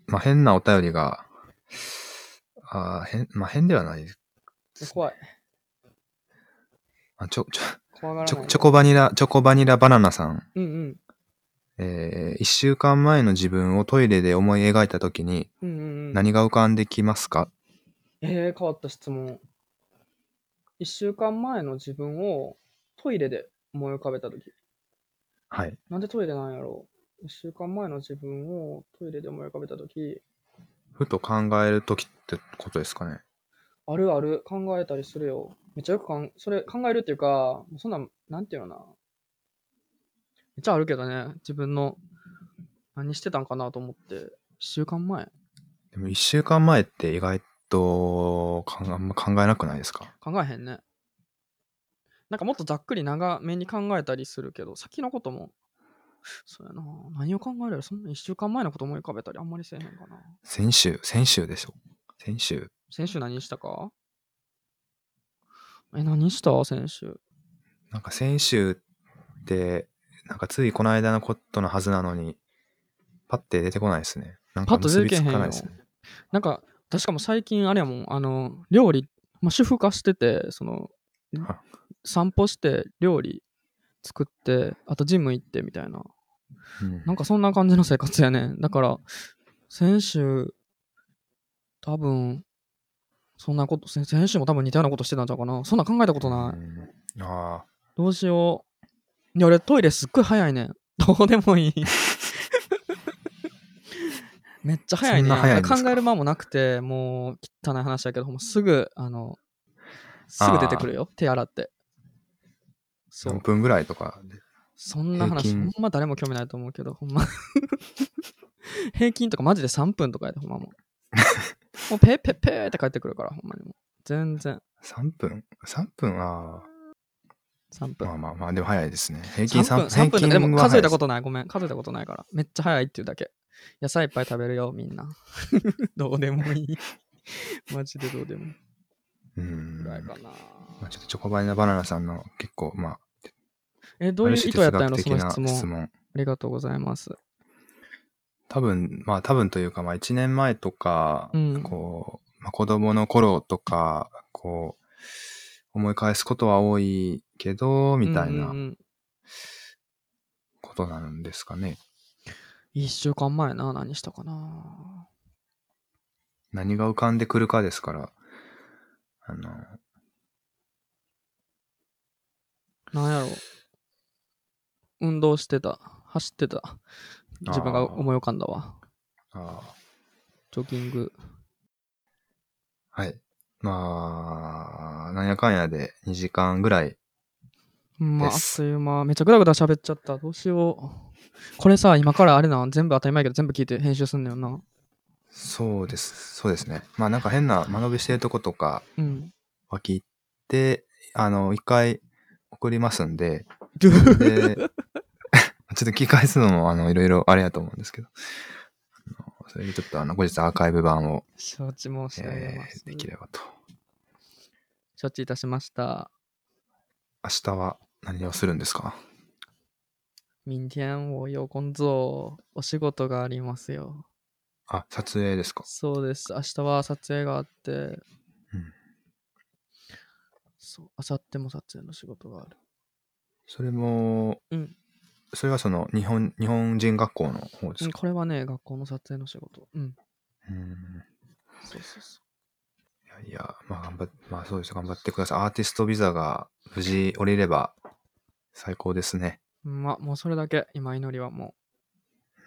Speaker 2: まあ、変なお便りが、あー変、まあ、変ではない。
Speaker 1: 怖い。
Speaker 2: あちょ、ちょ、
Speaker 1: 怖がら
Speaker 2: ち
Speaker 1: な
Speaker 2: ょ、
Speaker 1: い。
Speaker 2: チョコバニラ、チョコバニラバナナさん。
Speaker 1: うんうん。
Speaker 2: えー、一週間前の自分をトイレで思い描いた時に
Speaker 1: うんうんうん。
Speaker 2: 何が浮かんできますか、
Speaker 1: えー、変わった質問。1週間前の自分をトイレで思い浮かべたとき。
Speaker 2: はい。
Speaker 1: なんでトイレなんやろう ?1 週間前の自分をトイレで思い浮かべたとき、
Speaker 2: ふと考える時ってことですかね。
Speaker 1: あるある考えたりするよ。めっちゃよくかん、それ考えるっていうか、もうそんな、なんていうのかな。めっちゃあるけどね、自分の何してたんかなと思って。1週間前
Speaker 2: でも一週間前って意外とかんあんま考えなくないですか
Speaker 1: 考えへんね。なんかもっとざっくり長めに考えたりするけど、先のことも、そうやな。何を考えるよりそんな1週間前のこと思い浮かべたりあんまりせえへんかな。
Speaker 2: 先週、先週でしょ。先週。
Speaker 1: 先週何したかえ、何した先週。
Speaker 2: なんか先週って、なんかついこの間のことのはずなのに、パッて出てこないですね。なん
Speaker 1: パ
Speaker 2: か
Speaker 1: ッと出てけ
Speaker 2: 結び
Speaker 1: へ
Speaker 2: つ
Speaker 1: んよ
Speaker 2: かないですね。
Speaker 1: なんか、確かもう最近あれやもん、あの、料理、まあ、主婦化してて、その
Speaker 2: は、
Speaker 1: 散歩して料理作って、あとジム行ってみたいな。
Speaker 2: うん
Speaker 1: なんかそんな感じの生活やね。だから、先週、多分、そんなこと、先先週も多分似たようなことしてたんちゃうかな。そんな考えたことない。
Speaker 2: うんあ
Speaker 1: どうしよう。いや、俺トイレすっごい早いねん。どうでもい い。めっちゃ早いね
Speaker 2: そんな早いんですか
Speaker 1: 考える間もなくて、もう汚い話やけど、もうすぐ、あの、すぐ出てくるよ。手洗って。
Speaker 2: あ、
Speaker 1: そ
Speaker 2: 4
Speaker 1: う。
Speaker 2: 分ぐらいとかで。
Speaker 1: そんな話、
Speaker 2: 平
Speaker 1: ほ
Speaker 2: 均
Speaker 1: んま誰も興味ないと思うけど、ほんま。平均とかマジで3分とかやで、ほんまもう。もうペーペーペーって帰ってくるから、ほんまにもう。全然。
Speaker 2: 3分 ?3 分あ
Speaker 1: 3
Speaker 2: あ。
Speaker 1: 分。
Speaker 2: まあまあまあ、でも早いですね。平均
Speaker 1: 3
Speaker 2: 3。
Speaker 1: 分3分だけでも数えたこととないごめん数えたことないからめっちゃ早いっていうだけ野菜いっぱい食べるよみんな どうでもい いマジでどうでもいい
Speaker 2: うん。
Speaker 1: ぐらい
Speaker 2: ま
Speaker 1: かな、
Speaker 2: あ、ちょっとチョコバイナバナナさんの結構、まあ、
Speaker 1: えどういう意図やったんやろ
Speaker 2: ある
Speaker 1: その
Speaker 2: 種哲学
Speaker 1: 質
Speaker 2: 的な質
Speaker 1: 問
Speaker 2: 問。
Speaker 1: ありがとうございます
Speaker 2: 多分、まあ多分というか、まあ1年前とか、
Speaker 1: うん
Speaker 2: こう、まあ、子供の頃とか、こう、思い返すことは多いけど、みたい
Speaker 1: うんう
Speaker 2: なんことなんですかね。
Speaker 1: 1週間前な何したかな
Speaker 2: 何が浮かんでくるかですから、あの、
Speaker 1: 何やろう運動してた走ってた自分が思い浮かんだわ
Speaker 2: あ
Speaker 1: ジョギング
Speaker 2: ーはい。まあ、なんやかんやで2時間ぐらい。
Speaker 1: うんまあ、あ
Speaker 2: で
Speaker 1: っ
Speaker 2: す
Speaker 1: という間、めっちゃぐだぐだ喋っちゃった。どうしよう。これさ、今からあれな、全部当たり前やけど、全部聞いて編集すんのよな。
Speaker 2: そうです、そうですね。まあなんか変な間延びしてるとことか
Speaker 1: うん。
Speaker 2: は聞いて、あの、一回送りますんで、
Speaker 1: ドゥ
Speaker 2: で、ち ょっと聞き返すのも、あの、いろいろあれやと思うんですけど、あのそれでちょっとあの、後日アーカイブ版を、
Speaker 1: 承知申し上げ
Speaker 2: え
Speaker 1: ます。
Speaker 2: ーできればと。
Speaker 1: 承知いたしました。
Speaker 2: 明日は何をするんですか
Speaker 1: 明天我有工作。お仕事がありますよ。
Speaker 2: あ、撮影ですか
Speaker 1: そうです。明日は撮影があって、
Speaker 2: うん
Speaker 1: そう、明後日も撮影の仕事がある。
Speaker 2: それも、
Speaker 1: うん
Speaker 2: それはその日本日本人学校の方で
Speaker 1: う
Speaker 2: す
Speaker 1: ん、
Speaker 2: か、
Speaker 1: これはね、学校の撮影の仕事。うん。
Speaker 2: うん、
Speaker 1: そうそうそ
Speaker 2: いやいや、まあ頑張っ、まあそうですよ、頑張ってください。アーティストビザが無事降りれば最高ですね。
Speaker 1: う。うんまあ、もうそれだけ、今祈りはもう。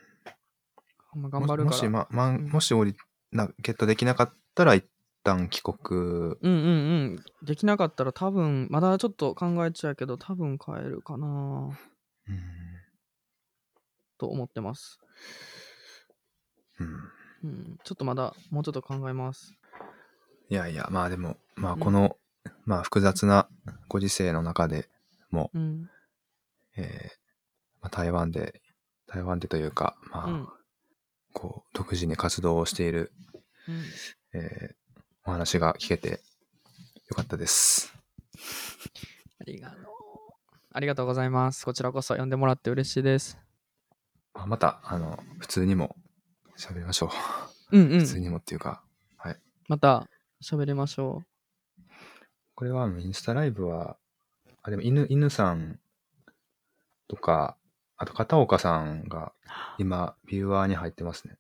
Speaker 1: ほんま頑張る
Speaker 2: も
Speaker 1: から。
Speaker 2: もし、まま
Speaker 1: うん
Speaker 2: もし降りな、ゲットできなかったら一旦帰国。
Speaker 1: うんうんうん。できなかったら多分、まだちょっと考えちゃうけど、多分変えるかな
Speaker 2: うん。
Speaker 1: と思ってます。
Speaker 2: うん、
Speaker 1: うん。ちょっとまだ、もうちょっと考えます。
Speaker 2: いやいや、まあでも、まあ
Speaker 1: うん
Speaker 2: この、まあ複雑なご時世の中でも、
Speaker 1: うん。
Speaker 2: えーまあ、台湾で、台湾でというか、まあ、
Speaker 1: うん。
Speaker 2: こう、独自に活動をしている
Speaker 1: うん、
Speaker 2: えーお話が聞けてよかったです。
Speaker 1: ありがとう。ありがとうございます。こちらこそ呼んでもらって嬉しいです。
Speaker 2: まあまた、あの、普通にも喋りましょ
Speaker 1: うんう
Speaker 2: う。普通
Speaker 1: ん。
Speaker 2: にもっていうか、
Speaker 1: また喋りましょ
Speaker 2: これはあのインスタライブは、あ、でも犬、犬さんとか、あと片岡さんが今、ビューワーに入ってますね。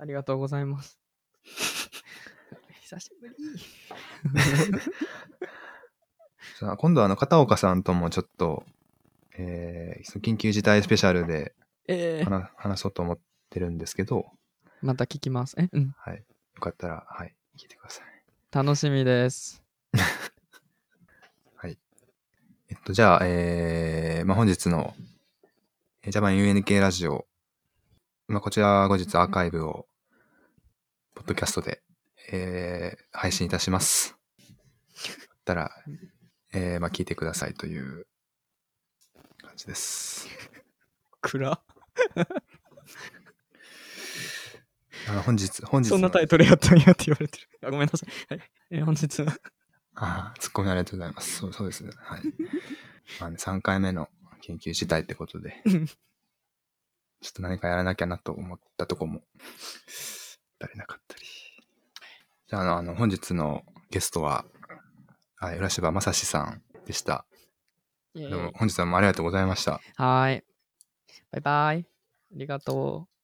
Speaker 1: う。ありがとうございます。 久しぶり。
Speaker 2: さあ、今度はあの、片岡さんともちょっと、えー緊急事態スペシャルで
Speaker 1: えー、
Speaker 2: 話話そうと思ってるんですけど、
Speaker 1: また聞きます。え、うん。
Speaker 2: はい。よかったら、はい、聞いてください。
Speaker 1: 楽しみです。
Speaker 2: えっと、じゃあ、えー、まあ、本日の、えー、ジャパン UNK ラジオ、まあ、こちらは後日アーカイブを、ポッドキャストで、えー、配信いたします。だったら、えー、まあ、聞いてくださいという感じです。
Speaker 1: 暗
Speaker 2: あの、本日、本日の、
Speaker 1: そんなタイトルやったんやって言われてる。あごめんなさい。はい、えー本日は
Speaker 2: あーツッコミありがとうございます。そうそうですね。 はい。まあね、3回目の緊急事態ってことで、
Speaker 1: うん
Speaker 2: ちょっと何かやらなきゃなと思ったとこも、足りなかったり。じゃあ、あの、あの本日のゲストは、はい、浦芝正史さんでした。
Speaker 1: イエーイ
Speaker 2: どうも、本日はもうありがとうございました。
Speaker 1: はーい。バイバイ。ありがとう。